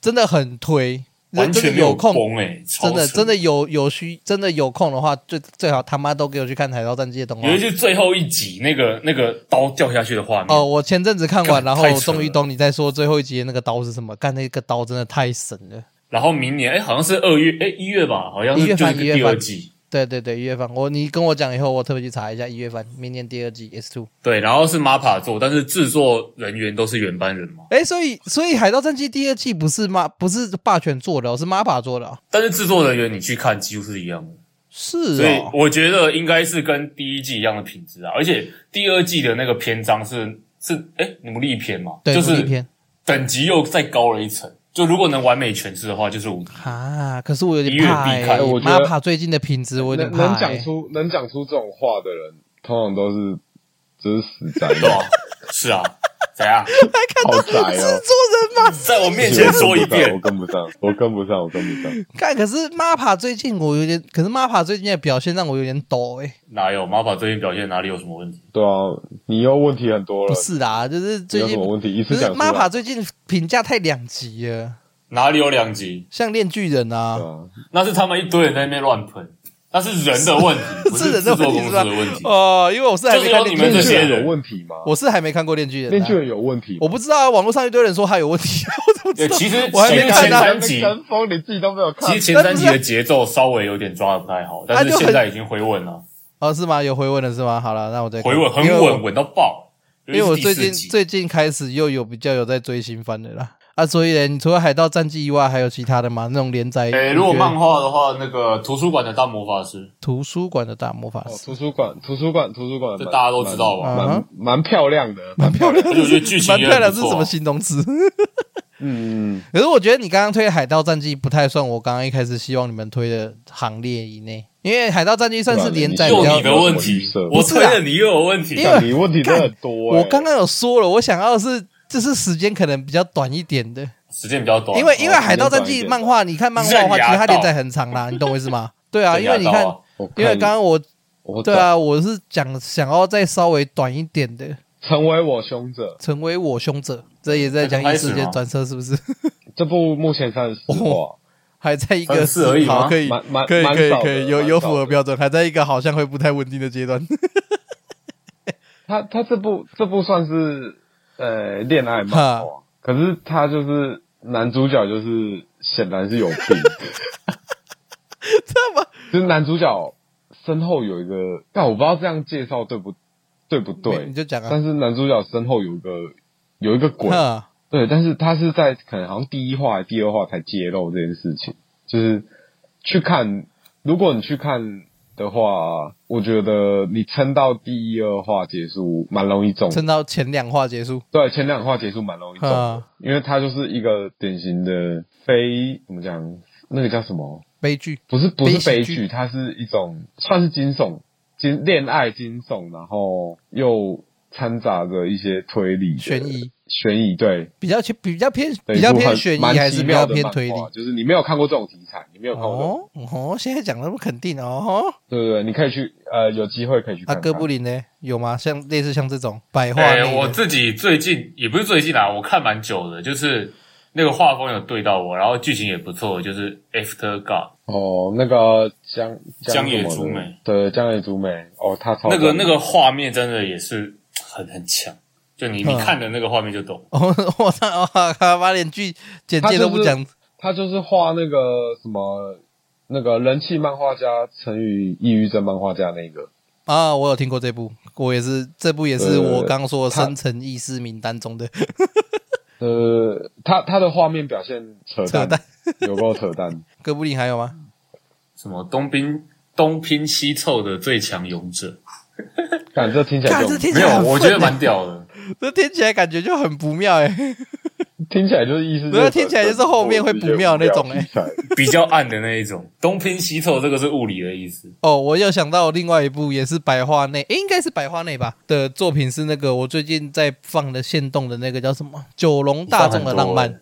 Speaker 1: 真的很推，
Speaker 3: 完
Speaker 1: 真的
Speaker 3: 全没
Speaker 1: 有空。
Speaker 3: 崩哎、超
Speaker 1: 真的
Speaker 3: 扯
Speaker 1: 真的有有需真的有空的话，最最好他妈都给我去看《海盗战记》的动画
Speaker 3: 尤。其是最后一集那个那个刀掉下去的画面，
Speaker 1: 哦，我前阵子看完，
Speaker 3: 干
Speaker 1: 然后
Speaker 3: 太扯了
Speaker 1: 终于懂你在说最后一集的那个刀是什么。干那个刀真的太神了。
Speaker 3: 然后明年哎、好像是二月哎一、月吧，好像
Speaker 1: 一月
Speaker 3: 是就
Speaker 1: 份
Speaker 3: 是
Speaker 1: 一月份
Speaker 3: 第二季，
Speaker 1: 对对对，一月份我你跟我讲以后，我特别去查一下一月份明年第二季 S two。
Speaker 3: 对，然后是 MAPA 做，但是制作人员都是原班人嘛，
Speaker 1: 哎，所以所以《海盗战记》第二季不是妈不是霸权做的、哦，是 MAPA 做的、哦。
Speaker 3: 但是制作人员你去看几乎是一样的，
Speaker 1: 是
Speaker 3: 所以
Speaker 1: 哦，
Speaker 3: 我觉得应该是跟第一季一样的品质啊，而且第二季的那个篇章是是哎、努力篇嘛，
Speaker 1: 对，
Speaker 3: 就
Speaker 1: 独立
Speaker 3: 是
Speaker 1: 篇
Speaker 3: 等级又再高了一层，就如果能完美诠释的话，就是无敌。
Speaker 1: 啊。可是我有
Speaker 3: 一
Speaker 1: 点
Speaker 3: 月
Speaker 1: 怕、
Speaker 3: 必
Speaker 1: 欸，
Speaker 3: 看
Speaker 4: 我觉得
Speaker 1: MAPA 最近的品质我有点
Speaker 4: 能
Speaker 1: 怕、
Speaker 4: 嗯能讲
Speaker 1: 欸。
Speaker 4: 出能讲出这种话的人，通常都是就是死宅，
Speaker 3: 对 吧？是啊，怎样？
Speaker 4: 好宅
Speaker 1: 制
Speaker 4: 哦。
Speaker 1: 作人吗？
Speaker 3: 在我面前说一遍
Speaker 4: 我，跟不上，我跟不上，我跟不上。
Speaker 1: 看，可是 MAPA 最近我有点，可是 MAPA 最近的表现让我有点抖哎、
Speaker 3: 哪有马法最近表现哪里有什么问题？
Speaker 4: 对啊，你又问题很多了
Speaker 1: 不，是啦，就是
Speaker 4: 你
Speaker 1: 最
Speaker 4: 有什
Speaker 1: 近
Speaker 4: 么问题一
Speaker 1: 就
Speaker 4: 次
Speaker 1: 是
Speaker 4: 讲出来。
Speaker 1: MAPA 最近评价太两极了，
Speaker 3: 哪里有两集？
Speaker 1: 像《恋巨人》
Speaker 4: 对
Speaker 1: 啊，
Speaker 4: 啊，
Speaker 3: 那是他们一堆人在那边乱喷，那是人的问 题，不
Speaker 1: 是
Speaker 3: 制
Speaker 1: 人的
Speaker 3: 作
Speaker 1: 问题
Speaker 3: 公
Speaker 1: 是
Speaker 3: 司
Speaker 1: 吧
Speaker 3: 的问？题。
Speaker 1: 哦、因为我是还没看《恋
Speaker 3: 就是说你
Speaker 1: 巨
Speaker 3: 们
Speaker 1: 人
Speaker 3: 这》些人
Speaker 4: 有问题吗？
Speaker 1: 我是还没看过《恋巨人》
Speaker 4: 链锯
Speaker 1: 啊，
Speaker 4: 人有问题吗，
Speaker 1: 我不知道啊，网络上一堆人说他有问题， 我怎么知
Speaker 3: 对，
Speaker 1: 道？
Speaker 3: 其实
Speaker 1: 我还
Speaker 3: 其
Speaker 1: 没
Speaker 3: 实
Speaker 1: 看
Speaker 3: 前
Speaker 1: 到
Speaker 3: 三
Speaker 4: 你
Speaker 3: 集，
Speaker 4: 跟风，你自己都没有
Speaker 3: 其
Speaker 4: 看
Speaker 3: 实。前三集的节奏稍微有点抓的不太好，但
Speaker 1: 啊
Speaker 3: 是
Speaker 1: 就很
Speaker 3: 现在已经回稳了，
Speaker 1: 哦，是吗？有回稳了是吗？好了，那我再看
Speaker 3: 回稳很
Speaker 1: 因为我
Speaker 3: 稳，稳到爆。
Speaker 1: 因为我最近
Speaker 3: 尤其是第四集
Speaker 1: 最近开始又有比较有在追新番的啦。啊，所以呢，你除了《海盗战记》以外，还有其他的吗？那种连载？
Speaker 3: 诶，
Speaker 1: 你
Speaker 3: 如果
Speaker 1: 觉得
Speaker 3: 漫画的话，那个图书馆的大魔 法师，
Speaker 1: 图书馆的大魔法
Speaker 4: 哦
Speaker 1: 师，
Speaker 4: 图书馆，图书馆，图书馆，
Speaker 3: 这大家都知道
Speaker 1: 啊
Speaker 3: 吧？
Speaker 4: 蛮，蛮蛮漂亮的，
Speaker 1: 蛮漂亮
Speaker 3: 而且我觉
Speaker 1: 的，
Speaker 3: 得剧情
Speaker 1: 蛮
Speaker 3: 也
Speaker 1: 漂亮
Speaker 3: 很
Speaker 1: 是
Speaker 3: 不
Speaker 1: 什
Speaker 3: 错
Speaker 1: 么
Speaker 3: 啊。
Speaker 1: 形容词？
Speaker 4: 嗯，嗯
Speaker 1: 可是我觉得你刚刚推《海盗战记》不太算我刚刚一开始希望你们推的行列以内，因为《海盗战记》算是连载
Speaker 4: 对啊
Speaker 1: 比
Speaker 3: 又
Speaker 1: 较
Speaker 3: 你的问
Speaker 4: 不
Speaker 3: 题
Speaker 4: 是啊，
Speaker 3: 我推了你又有问题
Speaker 1: 因。为
Speaker 4: 干你问题真的很多欸。
Speaker 1: 我刚刚有说了，我想要的是就是时间可能比较短一点的，
Speaker 3: 时间比较短，
Speaker 1: 因为因为《
Speaker 4: 时间
Speaker 1: 海盗战
Speaker 4: 短一
Speaker 1: 记》
Speaker 4: 点
Speaker 1: 漫画，你看漫画的
Speaker 3: 哦
Speaker 1: 话，其实它连载很长啦，你懂我意思吗？对啊，因为你
Speaker 3: 压
Speaker 1: 看
Speaker 3: 到，啊
Speaker 4: 欸我
Speaker 1: 因
Speaker 4: 看
Speaker 1: 为刚刚我
Speaker 4: 我
Speaker 1: 对 啊，我是讲想要再稍微短一点的，
Speaker 4: 成为我凶者
Speaker 1: 成为我凶者，这也在讲异世界转车是不是？
Speaker 4: 这部目前三十四话，
Speaker 1: 还在一个
Speaker 3: 三四而已吗
Speaker 1: 好可以
Speaker 4: 蛮蛮
Speaker 1: 哦可以
Speaker 4: 啊蛮
Speaker 1: 可以
Speaker 4: 少的
Speaker 1: 可以有
Speaker 4: 蛮
Speaker 1: 有符
Speaker 4: 少
Speaker 1: 合
Speaker 4: 的
Speaker 1: 标准，还在一个好像会不太稳定的阶段。
Speaker 4: 他他这部这部算是呃恋爱漫画，可是他就是男主角就是显然是有病，
Speaker 1: 这么
Speaker 4: 就是男主角身后有一个，但我不知道这样介绍对不对不
Speaker 1: 没 你
Speaker 4: 对，
Speaker 1: 就讲啊
Speaker 4: 但，是男主角身后有一个有一个鬼，
Speaker 1: 哼
Speaker 4: 对，但是他是在可能好像第一话、第二话才揭露这件事情，就是去看，如果你去看的话，我觉得你撑到第一二话结束蛮容易中的，
Speaker 1: 撑到前两话结束。
Speaker 4: 对，前两话结束蛮容易中的，
Speaker 1: 啊
Speaker 4: 因为他就是一个典型的非怎么讲，那个叫什么？
Speaker 1: 悲剧
Speaker 4: 不是不是
Speaker 1: 悲
Speaker 4: 悲
Speaker 1: 喜剧
Speaker 4: 剧，它是一种算是惊悚、惊恋爱惊悚，然后又掺杂着一些推理的、
Speaker 1: 悬疑
Speaker 4: 悬疑对。
Speaker 1: 比较偏比较偏
Speaker 4: 对
Speaker 1: 比较
Speaker 4: 一部很
Speaker 1: 偏悬疑，
Speaker 4: 蛮
Speaker 1: 还
Speaker 4: 奇
Speaker 1: 是比
Speaker 4: 妙
Speaker 1: 较
Speaker 4: 的
Speaker 1: 偏
Speaker 4: 漫
Speaker 1: 推理？
Speaker 4: 画就是你没有看过这种题材，你没有看过这种，
Speaker 1: 哦哦，现在讲的不肯定哦。
Speaker 4: 对对对，你可以去呃，有机会可以去
Speaker 1: 啊，
Speaker 4: 看看。
Speaker 1: 哥布林呢？有吗？像类似像这种百话
Speaker 3: 哎、
Speaker 1: 类
Speaker 3: 我
Speaker 1: 的
Speaker 3: 自己最近也不是最近啦、我看蛮久的，就是那个画风有对到我，然后剧情也不错，就是 After God
Speaker 4: 哦，那个江
Speaker 3: 江野
Speaker 4: 什么的
Speaker 3: 猪美，
Speaker 4: 对江野猪美，哦，他超
Speaker 3: 那个
Speaker 4: 赞
Speaker 3: 那个画面真的也是很很强，就你你
Speaker 1: 嗯
Speaker 3: 看的那个画面就懂。
Speaker 1: 哦， 我 操！他妈连剧简介都不讲，
Speaker 4: 他就是画那个什么那个人气漫画家乘以抑郁症漫画家那个，
Speaker 1: 啊！我有听过这部，我也是这部也是
Speaker 4: 对
Speaker 1: 我刚说的
Speaker 4: 呃他
Speaker 1: 深层意识名单中的。
Speaker 4: 呃，他他的画面表现扯
Speaker 1: 扯
Speaker 4: 淡，
Speaker 1: 淡。
Speaker 4: 有够扯淡。
Speaker 1: 哥布林还有吗？
Speaker 3: 什么东拼东拼西凑的最强勇者，
Speaker 4: 看这听起来
Speaker 1: 看
Speaker 4: 就
Speaker 1: 这听起
Speaker 3: 没
Speaker 1: 来
Speaker 3: 有
Speaker 1: 很，
Speaker 3: 我觉
Speaker 1: 愤
Speaker 3: 得
Speaker 1: 欸
Speaker 3: 蛮屌的。
Speaker 1: 这听起来感觉就很不妙哎、
Speaker 4: 听起来就是意思就
Speaker 1: 没有
Speaker 4: 是，
Speaker 1: 听起来就是后面会不妙那种欸
Speaker 4: 听起来
Speaker 3: 比较暗的那一种。东拼西凑，这个是物理的意思。
Speaker 1: 哦，我又想到另外一部也是白话内，诶应该是白话内吧的作品是那个我最近在放的现动的那个叫什么《九龙大众的浪漫》。
Speaker 3: 欸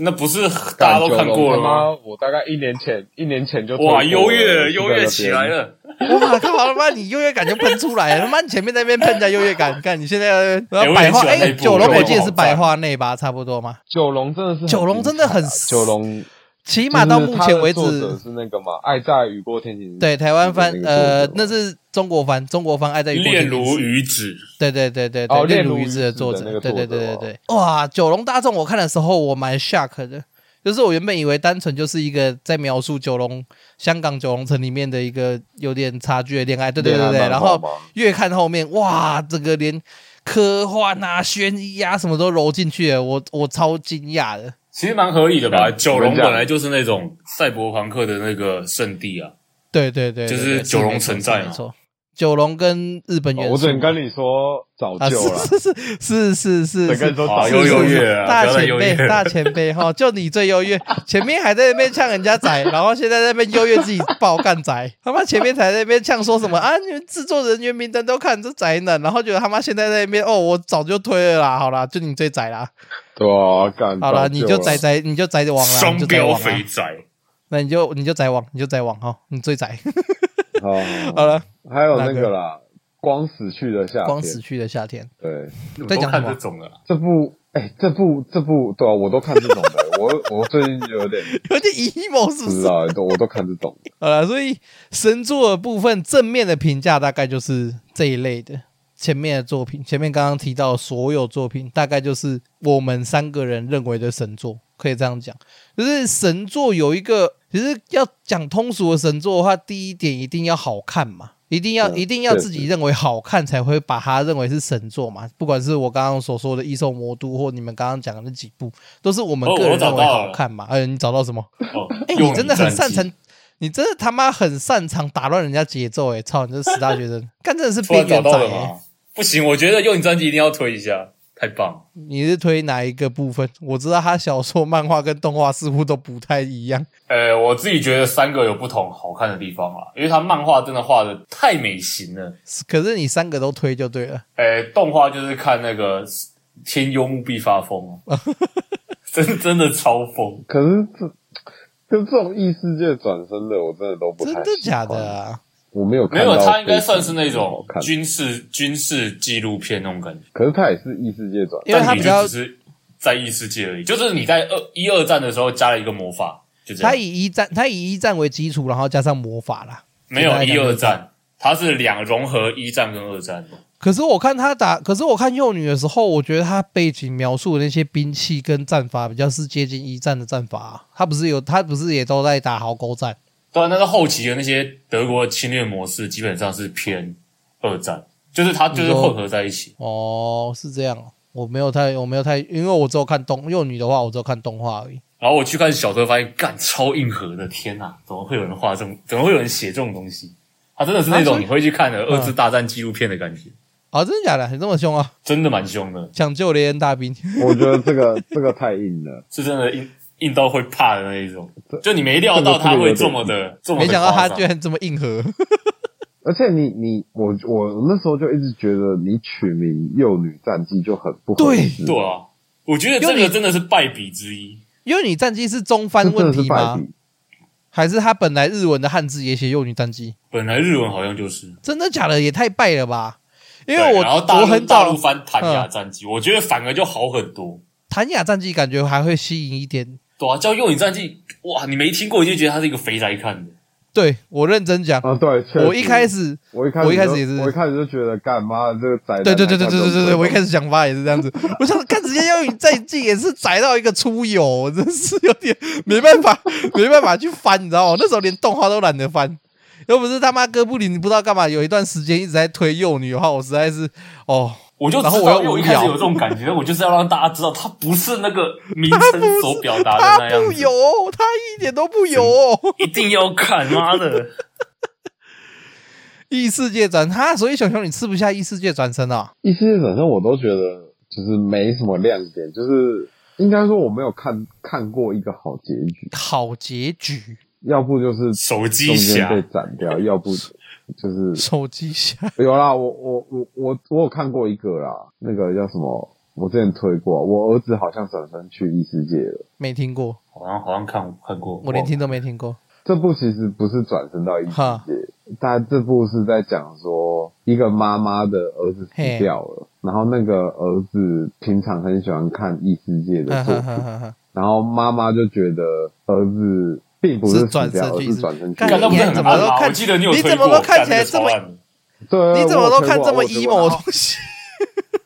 Speaker 3: 那不是大家都看过了吗？
Speaker 4: 干九龙他妈我大概一年前，一年前就
Speaker 3: 哇，
Speaker 4: 推
Speaker 3: 优
Speaker 4: 过了
Speaker 3: 越优越起来。
Speaker 4: 就在那边
Speaker 3: 了！
Speaker 1: 哇靠！他妈你优越感就喷出来了，他妈你前面那边喷人家优越 感，看你现在然后
Speaker 3: 哎我
Speaker 1: 白
Speaker 3: 也
Speaker 1: 话
Speaker 3: 喜欢那
Speaker 1: 诶，
Speaker 3: 一部
Speaker 1: 九龙
Speaker 4: 我
Speaker 1: 我
Speaker 4: 也
Speaker 1: 记得
Speaker 3: 好
Speaker 1: 是
Speaker 3: 看
Speaker 1: 白话内吧，差不多嘛。
Speaker 4: 九龙真的是很
Speaker 1: 九龙真的很
Speaker 4: 精彩九龙，
Speaker 1: 起码到目前为止，
Speaker 4: 就是他的作者是那个嘛，《爱在雨过天晴》
Speaker 1: 对台湾翻
Speaker 4: 那个作者
Speaker 1: 呃
Speaker 4: 嘛
Speaker 1: 那是中国翻，中国翻爱在雨过
Speaker 3: 恋
Speaker 1: 天晴
Speaker 3: 如
Speaker 1: 时
Speaker 3: 鱼子，
Speaker 1: 对对对对对，
Speaker 4: 哦
Speaker 1: 恋
Speaker 4: 恋
Speaker 1: 如
Speaker 4: 如
Speaker 1: 鱼
Speaker 4: 鱼
Speaker 1: 的
Speaker 4: 子
Speaker 1: 作
Speaker 4: 的
Speaker 1: 者，
Speaker 4: 那个
Speaker 1: 对
Speaker 4: 作
Speaker 1: 对
Speaker 4: 者
Speaker 1: 对对
Speaker 4: 哦
Speaker 1: 对，哇，九龙大众我看的时候我蛮 shock 的，就是我原本以为单纯就是一个在描述九龙香港九龙城里面的一个有点差距的恋爱，对对对
Speaker 4: 恋爱
Speaker 1: 对，
Speaker 4: 漫
Speaker 1: 然后
Speaker 4: 画吗
Speaker 1: 越看后面哇，这个连科幻啊、悬疑啊什么都揉进去了，我我超惊讶的。
Speaker 3: 其实蛮合理的吧？
Speaker 4: 嗯
Speaker 3: 九龙
Speaker 4: 我跟你讲
Speaker 3: 本来就是那种赛博朋克的那个圣地啊。
Speaker 1: 对对对，
Speaker 3: 就是
Speaker 1: 对
Speaker 3: 九龙
Speaker 1: 没错
Speaker 3: 城寨
Speaker 1: 是没
Speaker 3: 嘛
Speaker 1: 错，九龙跟日本元素
Speaker 4: 哦
Speaker 1: 嘛，
Speaker 4: 我只能跟你说早
Speaker 1: 啊，
Speaker 4: 就了，
Speaker 1: 是是是是是是
Speaker 4: 整个
Speaker 1: 是
Speaker 4: 人。都
Speaker 3: 好
Speaker 4: 早
Speaker 1: 是
Speaker 4: 就是
Speaker 1: 是
Speaker 3: 优
Speaker 1: 是
Speaker 3: 越啊
Speaker 1: 大
Speaker 3: 不要再
Speaker 1: 前
Speaker 3: 优
Speaker 1: 辈
Speaker 3: 越，了
Speaker 1: 大前辈 哈，就你最优越，前面还在那边呛人家仔，然后现在在那边优越自己爆干仔，他妈前面才在那边呛说什
Speaker 3: 嗯
Speaker 1: 么啊，你们制作人员名单都看这宅男，然后觉得他妈现在在那边哦，我早就推了啦，好啦，就你最宅啦，
Speaker 4: 对啊，干
Speaker 1: 好
Speaker 4: 早
Speaker 1: 啦，你就宅
Speaker 4: 了
Speaker 1: 宅，你啊就宅王啦，
Speaker 3: 双
Speaker 1: 你就宅
Speaker 3: 标
Speaker 1: 王啦
Speaker 3: 肥宅，
Speaker 1: 那你就你就宅王，你就宅王哈，你最宅，
Speaker 4: 哦
Speaker 1: 好了，
Speaker 4: 还有那
Speaker 1: 哪
Speaker 4: 个
Speaker 1: 呃个
Speaker 4: 啦，光死去的夏天，
Speaker 1: 光死去的夏天，
Speaker 4: 对
Speaker 3: 我
Speaker 1: 在
Speaker 3: 都
Speaker 1: 讲什
Speaker 3: 看
Speaker 1: 么
Speaker 3: 这种的啊。
Speaker 4: 这部，哎，这部这部对啊，我都看这种的， 我我最近有点
Speaker 1: 有点 emo 是
Speaker 4: 不
Speaker 1: 不是
Speaker 4: 知？ 道，都我都看这种的，
Speaker 1: 好了，所以神作的部分正面的评价大概就是这一类的。前面的作品，前面刚刚提到的所有作品，大概就是我们三个人认为的神作，可以这样讲。就是神作有一个，其实要讲通俗的神作的话，第一点一定要好看嘛，一定要
Speaker 4: 嗯
Speaker 1: 一定要
Speaker 4: 确
Speaker 1: 自己
Speaker 4: 实
Speaker 1: 认为好看才会把它认为是神作嘛。不管是我刚刚所说的《异兽魔都》或你们刚刚讲的那几部，都是我们
Speaker 3: 哦
Speaker 1: 个人
Speaker 3: 我找
Speaker 1: 认为
Speaker 3: 到
Speaker 1: 好
Speaker 3: 了
Speaker 1: 看嘛。哎，你找到什么？
Speaker 3: 哦，
Speaker 1: 哎、
Speaker 3: 用
Speaker 1: 你真的很擅
Speaker 3: 战绩
Speaker 1: 长，你真的他妈很擅长打乱人家节奏、欸，哎，操，你这死大学 生，干真的是
Speaker 3: 突
Speaker 1: 边
Speaker 3: 然找
Speaker 1: 缘仔、
Speaker 3: 到了
Speaker 1: 欸。
Speaker 3: 吗？不行，我觉得用你专辑一定要推一下，太棒了！
Speaker 1: 你是推哪一个部分？我知道他小说、漫画跟动画似乎都不太一样。
Speaker 3: 呃，我自己觉得三个有不同好看的地方啊啦，因为他漫画真的画的太美型了。
Speaker 1: 可是你三个都推就对了，
Speaker 3: 诶、动画就是看那个天幽木必发疯 啊，真真的超疯。
Speaker 4: 可是这。就这种异世界转身的，我真的都不太
Speaker 1: 真的
Speaker 4: 喜
Speaker 1: 假
Speaker 4: 欢
Speaker 1: 的？啊？
Speaker 4: 我没有
Speaker 3: 没
Speaker 4: 看
Speaker 3: 有，
Speaker 4: 到非常好看，
Speaker 3: 它应该算是那种
Speaker 4: 看，
Speaker 3: 军事军事纪录片那种感觉，
Speaker 4: 可是它也是异世界转，
Speaker 1: 因为它
Speaker 3: 但
Speaker 1: 比
Speaker 3: 你
Speaker 1: 较
Speaker 3: 就只是在异世界而已，就是你在二一二战的时候加了一个魔法，就这
Speaker 1: 他
Speaker 3: 样。
Speaker 1: 以一战，他以一战为基础，然后加上魔法啦。
Speaker 3: 没有
Speaker 1: 简单来
Speaker 3: 一
Speaker 1: 讲
Speaker 3: 二战，它是两融合一战跟二战。
Speaker 1: 可是我看他打，可是我看幼女的时候，我觉得他背景描述的那些兵器跟战法比较是接近一战的战法、啊。他不是有，他不是也都在打壕沟战？
Speaker 3: 对啊，但是后期的那些德国侵略模式基本上是偏二战，就是它就是混合在一起。
Speaker 1: 哦，是这样哦，我没有太，我没有太，因为我只有看动幼女的话，我只有看动画而已。
Speaker 3: 然后我去看小说，发现干超硬核的，天呐，怎么会有人画这种，怎么会有人写这种东西？它真的是那
Speaker 1: 啊所
Speaker 3: 种
Speaker 1: 以
Speaker 3: 你会去看的二次大战纪录片的感觉，
Speaker 1: 啊，真的假的？你这么凶啊？
Speaker 3: 真的蛮凶的，
Speaker 1: 抢救雷恩大兵？
Speaker 4: 我觉得这个这个太硬了。
Speaker 3: 是真的硬硬到会怕的那一种。就你没料到他会这么的，这么的
Speaker 1: 没想到他
Speaker 3: 夸张
Speaker 1: 居然这么硬核。
Speaker 4: 而且你你我我那时候就一直觉得你取名《幼女战记》就很不合适，
Speaker 3: 对啊，我觉得这个真的是败笔之一。
Speaker 1: 幼女战机是中
Speaker 4: 这
Speaker 1: 翻
Speaker 4: 真
Speaker 1: 问
Speaker 4: 的是
Speaker 1: 题
Speaker 4: 败
Speaker 1: 吗？
Speaker 4: 笔。
Speaker 1: 还是他本来日文的汉字也写幼女战机？
Speaker 3: 本来日文好像就是，
Speaker 1: 真的假的？也太败了吧！因为
Speaker 3: 对
Speaker 1: 我
Speaker 3: 然后大
Speaker 1: 我
Speaker 3: 陆
Speaker 1: 很
Speaker 3: 大
Speaker 1: 早嗯
Speaker 3: 陆翻《谭雅战记》，我觉得反而就好很多。
Speaker 1: 谭雅战机，感觉还会吸引一点。
Speaker 3: 对啊，叫《幼影战记》，哇，你没听过，你就觉得它是一个肥宅看的。
Speaker 1: 对我认真讲，
Speaker 4: 啊，对，确实
Speaker 1: 我一开始
Speaker 4: 我一开始
Speaker 1: 我一开始
Speaker 4: 就
Speaker 1: 也是
Speaker 4: 我一开始就觉得干妈这个宅男
Speaker 1: 对对对对对对对 对，我一开
Speaker 4: 始
Speaker 1: 始想法也是这样子。我想看直接要你再进也是宅到一个出油，我真是有点没办法， 没办法去翻，你知道吗？那时候连动画都懒得翻，又不是他妈哥布林不知道干嘛，有一段时间一直在推幼女的话，我实在是哦，
Speaker 3: 我就知
Speaker 1: 然后我
Speaker 3: 道，
Speaker 1: 又
Speaker 3: 因为我一
Speaker 1: 无
Speaker 3: 开始
Speaker 1: 聊
Speaker 3: 有这种 感觉，我就是要让大家知道，它不是那个名称所表达的那
Speaker 1: 他
Speaker 3: 样
Speaker 1: 不
Speaker 3: 子，
Speaker 1: 油哦，他一点都不油哦。
Speaker 3: 一定要看，妈的！
Speaker 1: 异世界转他，所以熊熊你吃不下异世界转身啊？
Speaker 4: 异世界转身我都觉得就是没什么亮点，就是应该说我没有看看过一个好结局，
Speaker 1: 好结局，
Speaker 4: 要不就是
Speaker 3: 手机
Speaker 4: 中间
Speaker 3: 侠
Speaker 4: 被斩掉，要不就是
Speaker 1: 手机侠
Speaker 4: 有啦，我我我我我有看过一个啦，那个叫什么？我之前推过，我儿子好像转身去异世界了。
Speaker 1: 没听过，
Speaker 3: 好像好像看看过，
Speaker 1: 我连听都没听过。
Speaker 4: 这部其实不是转身到异世界，但这部是在讲说一个妈妈的儿子死掉了，然后那个儿子平常很喜欢看异世界的
Speaker 1: 哈
Speaker 4: 作
Speaker 1: 哈
Speaker 4: 品，
Speaker 1: 哈哈哈！
Speaker 4: 然后妈妈就觉得儿子并不
Speaker 1: 是
Speaker 4: 是
Speaker 1: 转
Speaker 4: 死
Speaker 1: 身
Speaker 4: 掉，而
Speaker 1: 去
Speaker 4: 是转身去
Speaker 1: 干
Speaker 3: 干那
Speaker 4: 了
Speaker 3: 不
Speaker 1: 你
Speaker 3: 是
Speaker 1: 还
Speaker 3: 很
Speaker 1: 怎么
Speaker 3: 暗
Speaker 1: 都
Speaker 3: 吗？
Speaker 1: 看
Speaker 3: 我记得你有
Speaker 1: 你
Speaker 3: 推过，
Speaker 1: 怎么都看起来
Speaker 3: 干超
Speaker 1: 这么
Speaker 3: 暗的
Speaker 4: 对，啊
Speaker 1: 你怎么
Speaker 4: 我
Speaker 1: 都
Speaker 4: 有推
Speaker 1: 看
Speaker 4: 过
Speaker 1: 这么
Speaker 4: 我有推
Speaker 1: emo
Speaker 4: 过
Speaker 1: 的东西？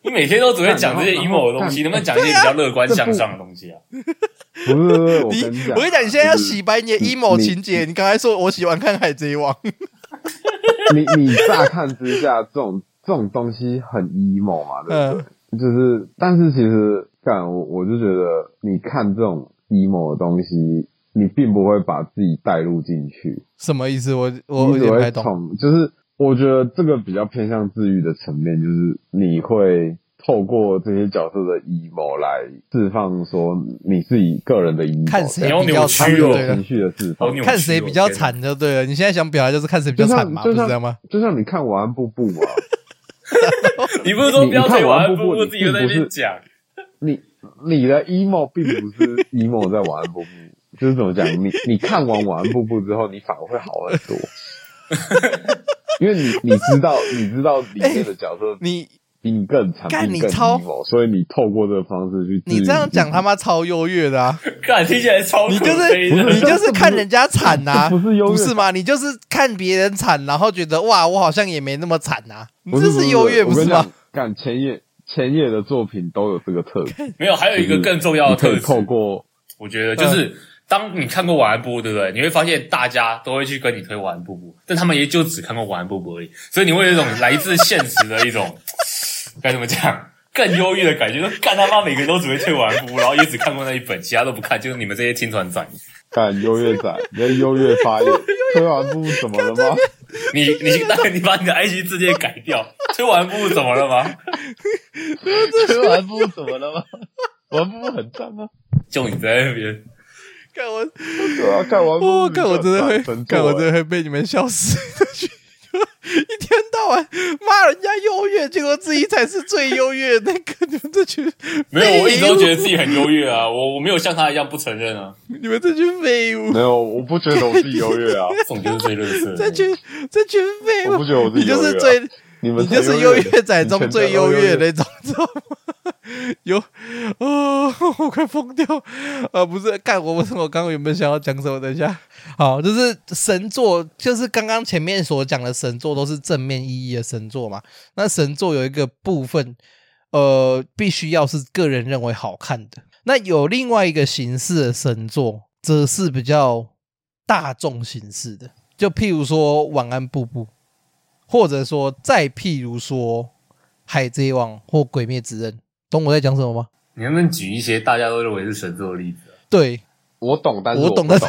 Speaker 3: 你每天都只会讲这些
Speaker 4: 干
Speaker 1: 嗯
Speaker 3: emo 的东西，能不能讲一些
Speaker 1: 啊
Speaker 3: 比较乐观向上的东西啊？
Speaker 4: 不是不是，我
Speaker 1: 你
Speaker 4: 跟你讲，
Speaker 1: 我跟你讲，你现在要
Speaker 4: 就是
Speaker 1: 洗白你的
Speaker 4: 你
Speaker 1: emo
Speaker 4: 你
Speaker 1: 情节。你刚才说我喜欢看《海贼 王》，
Speaker 4: 你你乍看之下，这种这种东西很 emo 嘛，对
Speaker 1: 呃
Speaker 4: 不
Speaker 1: 嗯
Speaker 4: 对？就是，但是其实，干我我就觉得，你看这种 emo 的东西，你并不会把自己带入进去，
Speaker 1: 什么意思？我我有
Speaker 4: 你只
Speaker 1: 点不
Speaker 4: 会
Speaker 1: 太懂。
Speaker 4: 从，就是我觉得这个比较偏向治愈的层面，就是你会。透过这些角色的 emo 来释放，说你自己个人的 emo，
Speaker 1: 看
Speaker 4: 这
Speaker 1: 谁
Speaker 4: 样
Speaker 3: 要
Speaker 1: 比较
Speaker 3: 扭
Speaker 1: 惨
Speaker 3: 曲哦
Speaker 4: 他是
Speaker 1: 就
Speaker 4: 有
Speaker 1: 对
Speaker 4: 情
Speaker 1: 了，
Speaker 4: 绪的释放
Speaker 3: 好扭，曲哦
Speaker 1: 看谁比较惨就对了。你现在想表达就是看谁比较
Speaker 4: 就
Speaker 1: 惨
Speaker 4: 像
Speaker 1: 嘛，不
Speaker 4: 就是
Speaker 1: 这样
Speaker 4: 像
Speaker 1: 吗？
Speaker 4: 就像你看《晚安，布布》嘛，
Speaker 3: 你不是说不要推完不
Speaker 4: 你
Speaker 3: 不
Speaker 4: 你看完不不
Speaker 3: 自己又在那边讲？
Speaker 4: 你你的 emo 并不是 emo 在晚安布布，就是怎么讲？你你看完晚安布布之后，你反而会好很多，因为你你知道你知道里面的角色
Speaker 1: 你
Speaker 4: 比你更惨，
Speaker 1: 干
Speaker 4: 比
Speaker 1: 你
Speaker 4: 更
Speaker 1: 超
Speaker 4: emo，所以你透过这个方式去治愈
Speaker 1: 你这样讲
Speaker 4: 自己
Speaker 1: 他妈超优越的 啊！
Speaker 3: 看听起来超
Speaker 1: 你就
Speaker 3: 可悲
Speaker 1: 是
Speaker 3: 的
Speaker 4: 不
Speaker 1: 你就是看人家惨呐，
Speaker 4: 这不是优越
Speaker 1: 不
Speaker 4: 感
Speaker 1: 是吗？你就是看别人惨，然后觉得哇，我好像也没那么惨呐，你
Speaker 4: 不
Speaker 1: 这
Speaker 4: 不
Speaker 1: 是优越
Speaker 4: 我
Speaker 1: 不
Speaker 4: 跟
Speaker 1: 是
Speaker 4: 你
Speaker 1: 吗
Speaker 4: 讲？，干前夜前夜的作品都有这个特质，
Speaker 3: 没有，还有一个更重要的
Speaker 4: 就是
Speaker 3: 特
Speaker 4: 你可以
Speaker 3: 质，
Speaker 4: 透过
Speaker 3: 我觉得就是。当你看过《晚安波》，对不对？你会发现大家都会去跟你推《晚安波波》，但他们也就只看过《晚安波波》而已，所以你会有一种来自现实的一种 该怎么讲更忧郁的感觉。就干他妈每个人都只会推《晚安波波》，然后也只看过那一本，其他都不看，就是你们这些听团仔。
Speaker 4: 干优越仔，你的优越发 言，推完布布怎么了吗？
Speaker 3: 你 你你你把你的 IG 字界改掉，推完步怎么了吗？
Speaker 4: 推完布布怎么了吗？完布布很赞吗？
Speaker 3: 就你在那边，
Speaker 1: 看我，
Speaker 4: 对啊，看完
Speaker 1: 我哦看我真的会，看我真的
Speaker 4: 的
Speaker 1: 会被你们笑死。 一天到晚骂人家优越，结果自己才是最优越的那个，你们这群
Speaker 3: 没有，我一直都觉得自己很优越啊， 我我没有像他一样不承认啊，
Speaker 1: 你们这群废物
Speaker 4: 没，有，我不觉得我自己优 越啊，
Speaker 3: 这种就是最乐色
Speaker 1: 这
Speaker 3: 的。
Speaker 1: 群这群废
Speaker 4: 我
Speaker 1: 物
Speaker 4: 不，觉得我自
Speaker 1: 你
Speaker 4: 己优
Speaker 1: 就
Speaker 4: 越啊、
Speaker 1: 是最
Speaker 4: 你们
Speaker 1: 你
Speaker 4: 才
Speaker 1: 就是优
Speaker 4: 优
Speaker 1: 越仔中最优越的那种，知道吗？ 有，哦， 我快疯掉！啊，不是，干我，我我刚刚原本想要讲什么？等一下，好，就是神作，就是刚刚前面所讲的神作都是正面意义的神作嘛。那神作有一个部分，呃，必须要是个人认为好看的。那有另外一个形式的神作，则是比较大众形式的，就譬如说《晚安，布布》。或者说再譬如说《海贼王》或《鬼灭之刃》，懂我在讲什么吗？
Speaker 3: 你能不能举一些大家都认为是神作的例子啊？
Speaker 1: 对，
Speaker 4: 我懂，但是
Speaker 1: 我
Speaker 4: 不
Speaker 1: 懂
Speaker 4: 懂，
Speaker 1: 但是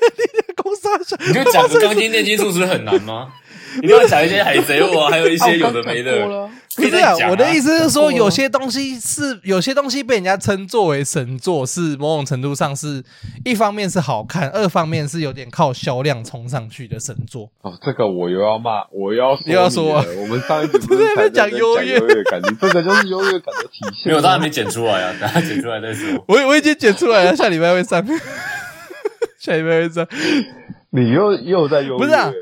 Speaker 1: 公沙小，
Speaker 3: 你就讲个钢筋炼金术师很难吗？ 一定要讲一些海贼王，还有一
Speaker 4: 啊
Speaker 3: 些有的没
Speaker 4: 我刚讲
Speaker 3: 的。
Speaker 4: 过了啊
Speaker 3: 可
Speaker 1: 不
Speaker 3: 以
Speaker 1: 是
Speaker 3: 再
Speaker 1: 啊
Speaker 3: 讲啊
Speaker 1: 我的意思是说，有些东西是有些东西被人家称作为神作，是某种程度上是一方面是好看，二方面是有点靠销量冲上去的神作。
Speaker 4: 哦，这个我又要骂，我又要说你
Speaker 1: 又要说
Speaker 4: 了我们上一集不
Speaker 1: 在
Speaker 4: 是
Speaker 1: 那边
Speaker 4: 才
Speaker 1: 讲优
Speaker 4: 优
Speaker 1: 越
Speaker 4: 优越感，你这个就是优越感的体现。
Speaker 3: 没有，当然没剪出来啊， 等他剪出来再说。
Speaker 1: 我我已经剪出来了，下礼拜会上， 下礼拜会上。
Speaker 4: 你又又在优越，
Speaker 1: 不是啊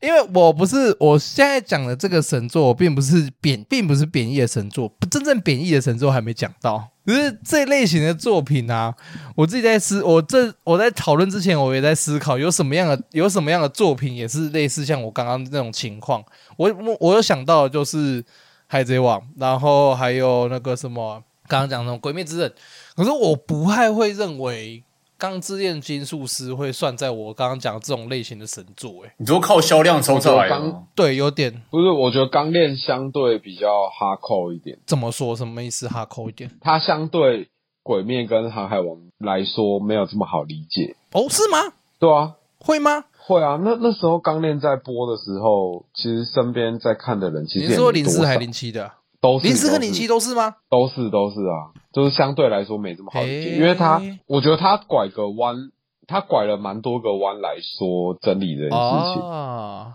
Speaker 1: 因为我不是我现在讲的这个神作，并不是贬，并不是贬义的神作，不真正贬义的神作还没讲到。只是这类型的作品啊，我自己在思，我这我在讨论之前，我也在思考有什么样的有什么样的作品也是类似像我刚刚那种情况。我我我有想到的就是《海贼王》，然后还有那个什么刚刚讲的那种《鬼灭之刃》，可是我不太会认为钢之炼金术师》会算在我刚刚讲的这种类型的神作、欸，诶，
Speaker 3: 你都靠销量抽出来的啊
Speaker 4: 我
Speaker 3: 吗
Speaker 4: 刚？
Speaker 1: 对，有点
Speaker 4: 不是，我觉得钢炼相对比较哈扣一点，
Speaker 1: 怎么说，什么意思？哈扣一点
Speaker 4: 它相对鬼面跟航海王来说没有这么好理解。
Speaker 1: 哦，是吗？
Speaker 4: 对啊，
Speaker 1: 会吗？
Speaker 4: 会啊，那那时候钢炼在播的时候，其实身边在看的人其实
Speaker 1: 你
Speaker 4: 也
Speaker 1: 是说
Speaker 4: 没
Speaker 1: 零
Speaker 4: 多
Speaker 1: 四还是
Speaker 4: 少
Speaker 1: 零七的啊？
Speaker 4: 都是
Speaker 1: 零四跟
Speaker 4: 都是
Speaker 1: 零七都是吗？
Speaker 4: 都是都是啊，就是相对来说没这么好理解，
Speaker 1: 诶
Speaker 4: 因为他我觉得他拐个弯，他拐了蛮多个弯来说真理这件事情、
Speaker 1: 哦，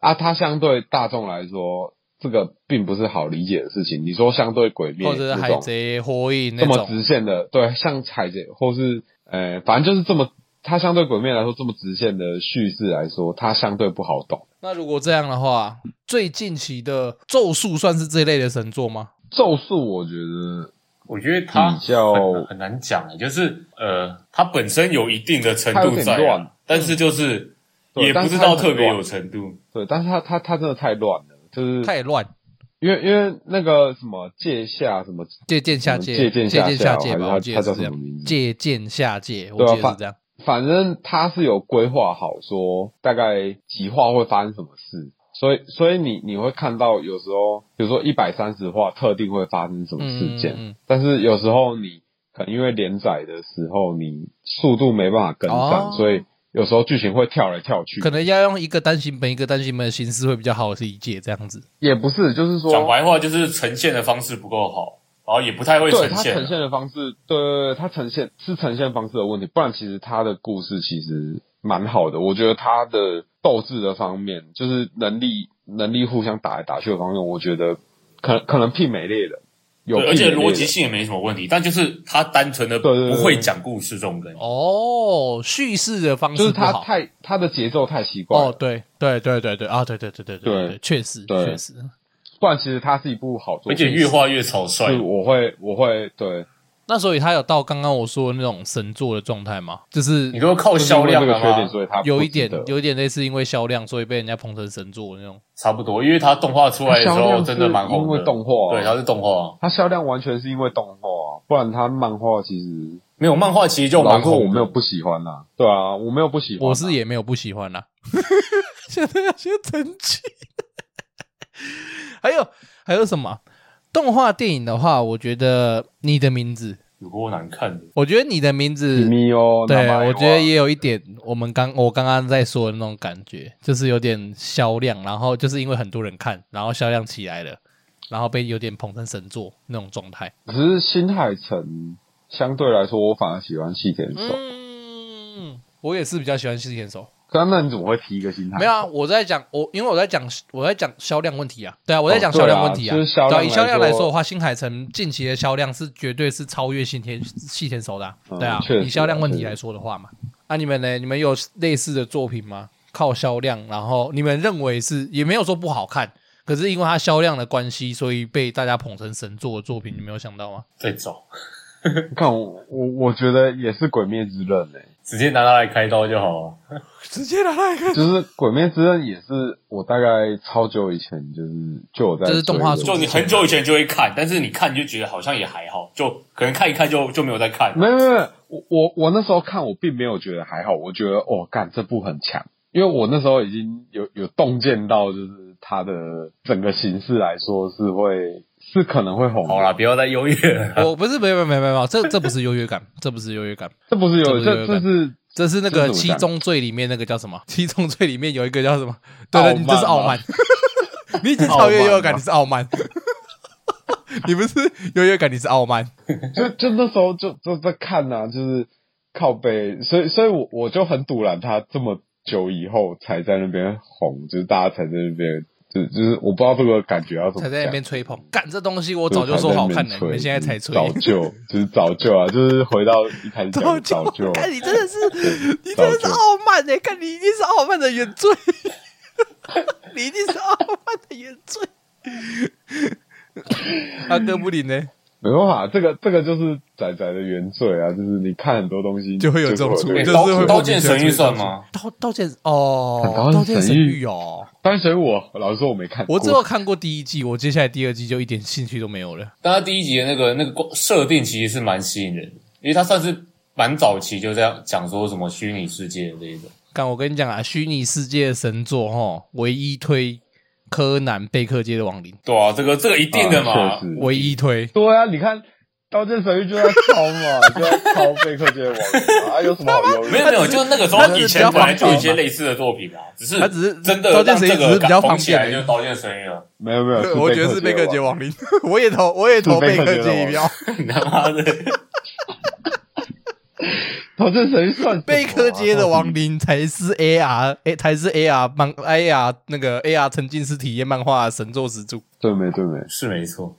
Speaker 4: 啊，他相对大众来说，这个并不是好理解的事情。你说相对鬼灭
Speaker 1: 或者是
Speaker 4: 那
Speaker 1: 海
Speaker 4: 种
Speaker 1: 贼、火影那
Speaker 4: 这么
Speaker 1: 种，
Speaker 4: 直线的，对，像海贼或是呃，反正就是这么，它相对鬼灭来说这么直线的叙事来说，它相对不好懂。
Speaker 1: 那如果这样的话，最近期的《咒术》算是这类的神作吗？
Speaker 4: 咒术我觉得
Speaker 3: 我觉得它
Speaker 4: 比较
Speaker 3: 很很难讲欸，就是呃，它本身有一定的程
Speaker 4: 它有
Speaker 3: 度
Speaker 4: 点
Speaker 3: 在
Speaker 4: 乱
Speaker 3: 啊，但是就是
Speaker 4: 对
Speaker 3: 也
Speaker 4: 但
Speaker 3: 不
Speaker 4: 是
Speaker 3: 知
Speaker 4: 它
Speaker 3: 道
Speaker 4: 很
Speaker 3: 特别
Speaker 4: 乱
Speaker 3: 有程度。
Speaker 4: 对，但是它它它真的太乱了，就是
Speaker 1: 太乱，
Speaker 4: 因为因为那个什么界下什么
Speaker 1: 借剑下界，
Speaker 4: 嗯借剑下界
Speaker 1: 借下界吧，
Speaker 4: 还
Speaker 1: 我
Speaker 4: 是
Speaker 1: 记
Speaker 4: 他
Speaker 1: 得
Speaker 4: 他
Speaker 1: 是
Speaker 4: 叫
Speaker 1: 这
Speaker 4: 什么名
Speaker 1: 样。
Speaker 4: 字
Speaker 1: 借剑下界，我
Speaker 4: 对啊
Speaker 1: 记得
Speaker 4: 反
Speaker 1: 是这样。
Speaker 4: 反正他是有规划好说大概几话会发生什么事，所以所以你你会看到有时候，比如说一百三十话特定会发生什么事件，
Speaker 1: 嗯嗯嗯
Speaker 4: 但是有时候你可能因为连载的时候你速度没办法跟上，
Speaker 1: 哦
Speaker 4: 所以有时候剧情会跳来跳去
Speaker 1: 可，能要用一个单行本一个单行本的形式会比较好理解，这样子。
Speaker 4: 也不是就是说
Speaker 3: 讲白话就是呈现的方式不够好，然后也不太会
Speaker 4: 对
Speaker 3: 呈
Speaker 4: 它
Speaker 3: 现
Speaker 4: 呈
Speaker 3: 啊。
Speaker 4: 现的方式，对对对，它呈现是呈现方式的问题，不然其实它的故事其实蛮好的。我觉得它的斗志的方面，就是能力能力互相打来打去的方面，我觉得可可能媲美猎人，有
Speaker 3: 对，而
Speaker 4: 媲
Speaker 3: 且
Speaker 4: 美猎
Speaker 3: 逻
Speaker 4: 人
Speaker 3: 辑性也没什么问题，但就是它单纯的
Speaker 4: 对对对
Speaker 3: 不会讲故事这种感觉。
Speaker 1: 哦，叙事的方
Speaker 4: 就是
Speaker 1: 式不
Speaker 4: 它
Speaker 1: 好。
Speaker 4: 太它的节奏太奇怪了，
Speaker 1: 哦，对对对对对啊，对对对对
Speaker 4: 对
Speaker 1: 对，确实
Speaker 4: 对
Speaker 1: 确实。
Speaker 4: 不然其实它是一部好作
Speaker 3: 而
Speaker 4: 品。
Speaker 3: 且越画越草率
Speaker 4: 是，我会我会对，
Speaker 1: 那所以他有到刚刚我说的那种神作的状态吗？就是
Speaker 3: 你都靠
Speaker 4: 就是
Speaker 3: 哦销
Speaker 4: 因为
Speaker 3: 量啊
Speaker 4: 这个
Speaker 3: 了
Speaker 4: 缺点，
Speaker 3: 吗？
Speaker 4: 所以它不
Speaker 1: 有一
Speaker 4: 值
Speaker 1: 点
Speaker 4: 得
Speaker 1: 有一点类似因为销量，所以被人家捧成神作的那种。
Speaker 3: 差不多，因为它动画出来的时
Speaker 4: 销
Speaker 3: 候
Speaker 4: 量
Speaker 3: 真的蛮
Speaker 4: 是因
Speaker 3: 红
Speaker 4: 为
Speaker 3: 的。
Speaker 4: 动画啊、
Speaker 3: 对，它是动画，
Speaker 4: 它销量完全是因为动画啊、不然它漫画其实
Speaker 3: 没有漫画其实就
Speaker 4: 老
Speaker 3: 蛮
Speaker 4: 实说，
Speaker 3: 红
Speaker 4: 我
Speaker 3: 的。
Speaker 4: 没有不喜欢啦、对啊，我没有不喜欢、
Speaker 1: 我是，也没有不喜欢啦。 现在要先澄清。还有还有什么啊动画电影的话，我觉得《你的名字》，
Speaker 3: 有多难看的。
Speaker 1: 我觉得《你的名字》
Speaker 4: 咪哦，
Speaker 1: 对
Speaker 4: 那么
Speaker 1: 我觉得也有一点我们刚我刚刚在说的那种感觉，就是有点销量，然后就是因为很多人看，然后销量起来了，然后被有点捧成神作那种状态。
Speaker 4: 可是新海诚相对来说，我反而喜欢细田守。
Speaker 1: 嗯，我也是比较喜欢细田守。
Speaker 4: 可是那你怎么会提一个新海？
Speaker 1: 没有啊，我在讲我，因为我在讲我在讲销量问题啊，对啊，我在讲
Speaker 4: 对啊
Speaker 1: 销量问题啊，
Speaker 4: 就是销量
Speaker 1: 对啊以
Speaker 4: 来
Speaker 1: 销量来
Speaker 4: 说
Speaker 1: 说的话，新海诚近期的销量是绝对是超越新天细田守的啊、
Speaker 4: 嗯
Speaker 1: 对啊
Speaker 4: 确，实
Speaker 1: 以销量问
Speaker 4: 确
Speaker 1: 题
Speaker 4: 实
Speaker 1: 来说的话嘛，啊，你们呢？你们有类似的作品吗？靠销量，然后你们认为是也没有说不好看，可是因为它销量的关系，所以被大家捧成神作的作品，你没有想到吗？
Speaker 3: 再找，
Speaker 4: 你看我我我觉得也是《鬼灭之刃》欸诶、
Speaker 3: 直接拿它来开刀就好了。
Speaker 1: 直接拿来看，
Speaker 4: 就是《鬼灭之刃》也是我大概超久以前就是就有在
Speaker 1: 这是动画
Speaker 4: 追
Speaker 3: 就
Speaker 4: 的
Speaker 3: 你很久以前就会看，但是你看你就觉得好像也还好，就可能看一看就就没有再看。
Speaker 4: 没有没有没有，我我我那时候看我并没有觉得还好，我觉得哦，干这部很强，因为我那时候已经有有洞见到，就是它的整个形式来说是会是可能会红的。
Speaker 3: 好啦，不要再优越了。
Speaker 1: 我不是没有没有没有没有，这这不是优越感，这不是优越感，
Speaker 4: 这不是有
Speaker 1: 这不是有
Speaker 4: 这这是
Speaker 1: 这是那个《
Speaker 4: 这是怎么
Speaker 1: 七
Speaker 4: 讲
Speaker 1: 宗罪》里面那个叫什么？《 七宗罪》里面有一个叫什么？对了，
Speaker 4: 傲慢
Speaker 1: 你这是傲慢， 你已经超越优越感，你是傲慢。 你不是优越感，你是傲慢。
Speaker 4: 就就那时候就就在看呐、就是靠背，所以所以我我就很堵然，他这么久以后才在那边红，就是大家才在那边，就就是我不知道这个感觉要怎么
Speaker 1: 才
Speaker 4: 讲
Speaker 1: 在那边吹捧，干这东西我
Speaker 4: 就是
Speaker 1: 早就说好看了，
Speaker 4: 还在
Speaker 1: 你
Speaker 4: 那边吹
Speaker 1: 们现在才吹。
Speaker 4: 早就就是早就啊，就是回到一开始讲 的
Speaker 1: 早
Speaker 4: 早就啊
Speaker 1: 就，，看你真的 是，你真
Speaker 4: 早
Speaker 1: 的
Speaker 4: 就是
Speaker 1: 傲慢哎、看你一定是傲慢的原罪， 你一定是傲慢的原 罪。阿哥欸布林呢？
Speaker 4: 没办法，这个这个就是仔仔的原罪啊，就是你看很多东西
Speaker 1: 就会有这种出
Speaker 4: 就是
Speaker 1: 就是
Speaker 4: 会
Speaker 3: 刀
Speaker 1: 会莫名
Speaker 3: 刀剑
Speaker 1: 其妙
Speaker 3: 神域
Speaker 1: 出现
Speaker 3: 算吗？
Speaker 1: 刀刀剑哦，
Speaker 4: 刀剑
Speaker 1: 刀剑神
Speaker 4: 神域
Speaker 1: 域哦，
Speaker 4: 啊但是我老实说我没看过，啊
Speaker 1: 我只有看过第一季，我接下来第二季就一点兴趣都没有了。
Speaker 3: 但他第一集的那个那个设定其实是蛮吸引人的，因为它算是蛮早期就这样讲说什么虚拟世界这一种。
Speaker 1: 干，我跟你讲啊，虚拟世界的神作哈，唯一推柯南贝克街的亡灵，
Speaker 3: 对啊，这个这个一定的嘛，
Speaker 4: 啊确实
Speaker 1: 唯一推。
Speaker 4: 对啊，你看《刀剑神域》就在抄嘛，就在抄贝克街的网友嘛啊，有 什么好犹豫
Speaker 3: 没有？没有，就是那个时
Speaker 1: 他
Speaker 3: 候
Speaker 1: 只是
Speaker 3: 以
Speaker 1: 比
Speaker 3: 前
Speaker 1: 较
Speaker 3: 本来就有一
Speaker 1: 防
Speaker 3: 些类似的作品啊，只是
Speaker 1: 他只是
Speaker 3: 真的
Speaker 1: 刀
Speaker 3: 让
Speaker 1: 剑神域
Speaker 3: 这
Speaker 1: 只
Speaker 3: 个
Speaker 1: 是比较
Speaker 3: 红
Speaker 1: 方
Speaker 3: 起来
Speaker 1: 便而已
Speaker 3: 就刀剑神域了，
Speaker 4: 没有没有，
Speaker 1: 我觉得是贝克街
Speaker 4: 网。
Speaker 1: 亡灵，我也投，我也投
Speaker 4: 是
Speaker 1: 贝
Speaker 4: 贝克
Speaker 1: 克
Speaker 4: 街的
Speaker 1: 街一
Speaker 4: 亡
Speaker 1: 票。
Speaker 3: 你他妈的，
Speaker 4: 刀剑神域算什么啊
Speaker 1: 贝克街的亡灵才是 AR，哎，才是 AR 漫 AR 那个 AR 沉浸式体验漫画的神作之柱。
Speaker 4: 对没对没
Speaker 3: 是没错。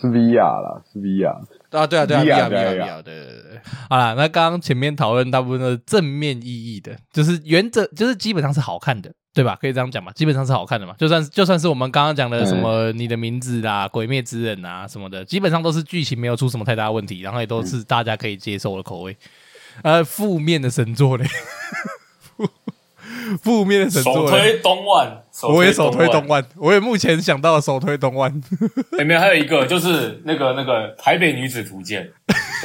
Speaker 4: 是 VR 啦，是 VR。
Speaker 1: 啊，对啊，对啊，
Speaker 4: VR
Speaker 1: 必要，必要，
Speaker 4: 对啊
Speaker 1: 必
Speaker 4: 对啊
Speaker 1: 要，对对对。好啦，那刚刚前面讨论大部分都是正面意义的，就是原则，就是基本上是好看的，对吧？可以这样讲嘛，基本上是好看的嘛。就算就算是我们刚刚讲的什么你的名字啦、鬼灭之刃啊什么的，基本上都是剧情没有出什么太大问题，然后也都是大家可以接受的口味。呃，负面的神作嘞，负负面的神
Speaker 3: 首
Speaker 1: 作嘞。
Speaker 3: 推东万，
Speaker 1: 我也首推
Speaker 3: 万
Speaker 1: 东。万，我也目前想到的首推东万，
Speaker 3: 里面还有一个就是那个那个台北女子图 鉴，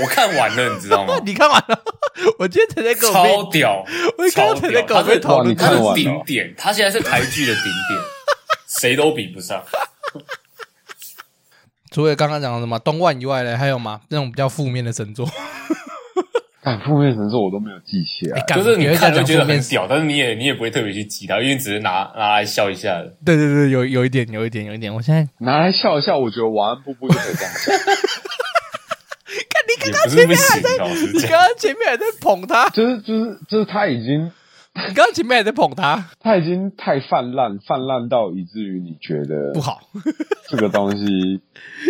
Speaker 3: 我看完了，你知道吗？
Speaker 1: 你看完了？ 我今天才在跟我妹
Speaker 3: 超屌，
Speaker 1: 我刚
Speaker 3: 超
Speaker 1: 刚才在
Speaker 3: 屌！
Speaker 1: 跟我
Speaker 3: 他
Speaker 1: 妹
Speaker 3: 是
Speaker 1: 讨论
Speaker 4: 哇你看完
Speaker 3: 他
Speaker 4: 了
Speaker 3: 是顶点，他现在是台剧的 顶点，谁都比不上。
Speaker 1: 除了刚刚讲的什么东万以外呢，还有吗？那种比较负面的 神作，
Speaker 4: 哎，负面神作我都没有记起
Speaker 1: 哎
Speaker 4: 来。
Speaker 3: 哎就是你看就
Speaker 1: 讲
Speaker 3: 觉
Speaker 1: 负
Speaker 3: 得很
Speaker 1: 面，
Speaker 3: 屌，但是你也你也不会特别去记它，因为只是拿拿来笑一下的。
Speaker 1: 对对对，有有一点，有一点，有一点。我现在
Speaker 4: 拿来笑一笑，我觉得晚安布布就可以这样 讲。
Speaker 3: 也不是不行，老实
Speaker 1: 你刚
Speaker 3: 讲，
Speaker 1: 刚前面还在捧他，
Speaker 4: 就是就是就是他已经
Speaker 1: 你刚刚前面还在捧他，
Speaker 4: 他已经太泛滥，泛滥到以至于你觉得
Speaker 1: 不好。
Speaker 4: 这个东西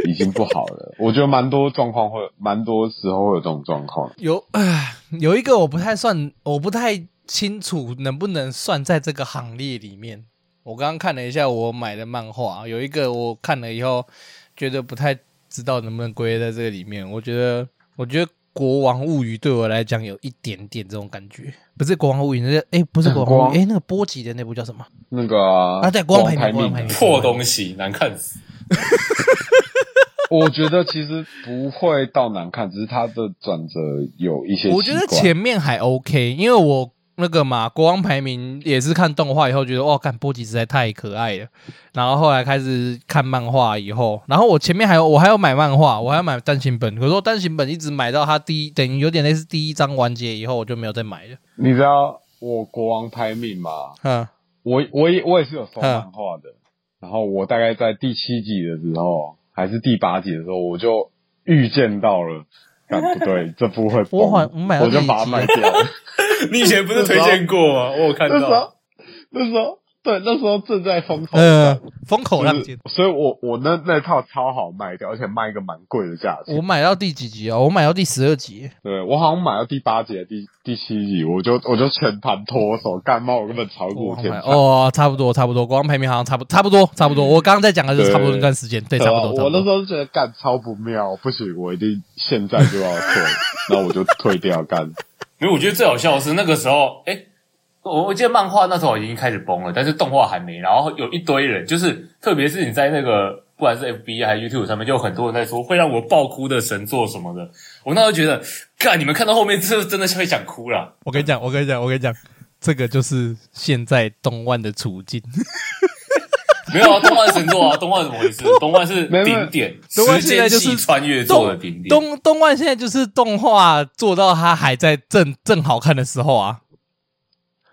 Speaker 4: 已经不好 了。我觉得蛮多状况会，蛮多时候会有这种状况。
Speaker 1: 有唉，有一个我不太算，我不太清楚能不能算在这个行列里面。我刚刚看了一下我买的漫画，有一个我看了以后觉得不太知道能不能归类在这个里面。我觉得，我觉得《国王物语》对我来讲有一点点这种感觉，不是《国王物语》，那个哎，不是《国王物语》，哎，那个波及的那部叫什么
Speaker 4: 那个啊
Speaker 1: 啊？对，《国王排名》，《
Speaker 4: 排
Speaker 1: 国王排
Speaker 4: 名，
Speaker 1: 名》
Speaker 3: 破东西难看死。
Speaker 4: 我觉得其实不会到难看，只是它的转折有一些奇怪。
Speaker 1: 我觉得前面还 OK，因为我那个嘛，国王排名也是看动画以后觉得哇，看波吉实在太可爱了。然后后来开始看漫画以后，然后我前面还有我还有买漫画，我还要买单行本，可是我单行本一直买到它第一，等于有点类似第一章完结以后，我就没有再买了。
Speaker 4: 你知道我国王排名吗？
Speaker 1: 嗯，
Speaker 4: 我我也我也是有收漫画的，然后我大概在第七集的时候，还是第八集的时候，我就预见到了，但不对，这部会崩
Speaker 1: 我好我买到
Speaker 4: 我就
Speaker 1: 第几
Speaker 4: 把它
Speaker 1: 集
Speaker 4: 卖掉了。
Speaker 3: 你以前不是推荐过吗？我有看
Speaker 4: 那时
Speaker 3: 到
Speaker 4: 候，那时候，对，那时候正在风口
Speaker 1: 呃
Speaker 4: 上，，
Speaker 1: 风口浪
Speaker 4: 就
Speaker 1: 尖
Speaker 4: 是。所以我我那那套超好卖掉，而且卖一个蛮贵的价
Speaker 1: 我
Speaker 4: 钱。
Speaker 1: 买到第几集啊？我买到第十二集，
Speaker 4: 对我好像买到第八集、第第七集，我就我就全盘脱手，干冒我根本炒
Speaker 1: 国
Speaker 4: 股
Speaker 1: 王
Speaker 4: 天
Speaker 1: 排
Speaker 4: 才。
Speaker 1: 哦，差不多差不多，国王排名好像差不差不多差不多。我刚刚在讲的就是
Speaker 4: 对
Speaker 1: 差不多那段时间，对，
Speaker 4: 对
Speaker 1: 差
Speaker 4: 啊
Speaker 1: 不多。差
Speaker 4: 我
Speaker 1: 不多。
Speaker 4: 那时候就觉得干超不妙，不行，我一定现在就要 退，然后我就退掉干。
Speaker 3: 没有？我觉得最好笑的是那个时候，哎、我我记得漫画那时候已经开始崩了，但是动画还没。然后有一堆人，就是特别是你在那个不管是 FB 还是 YouTube 上面，就有很多人在说会让我爆哭的神作什么的。我那时候觉得，看你们看到后面，这真的是会想哭了。
Speaker 1: 我跟你讲，我跟你讲，我跟你讲，这个就是现在东万的处境。
Speaker 3: 没有啊，东万神作啊，东万怎么回事？东万是
Speaker 4: 没有没有
Speaker 3: 顶点，
Speaker 1: 东万
Speaker 3: 时
Speaker 1: 现在
Speaker 3: 间
Speaker 1: 就是
Speaker 3: 系穿越做的顶点。
Speaker 1: 东东万现在就是动画做到它还在正正好看的时候啊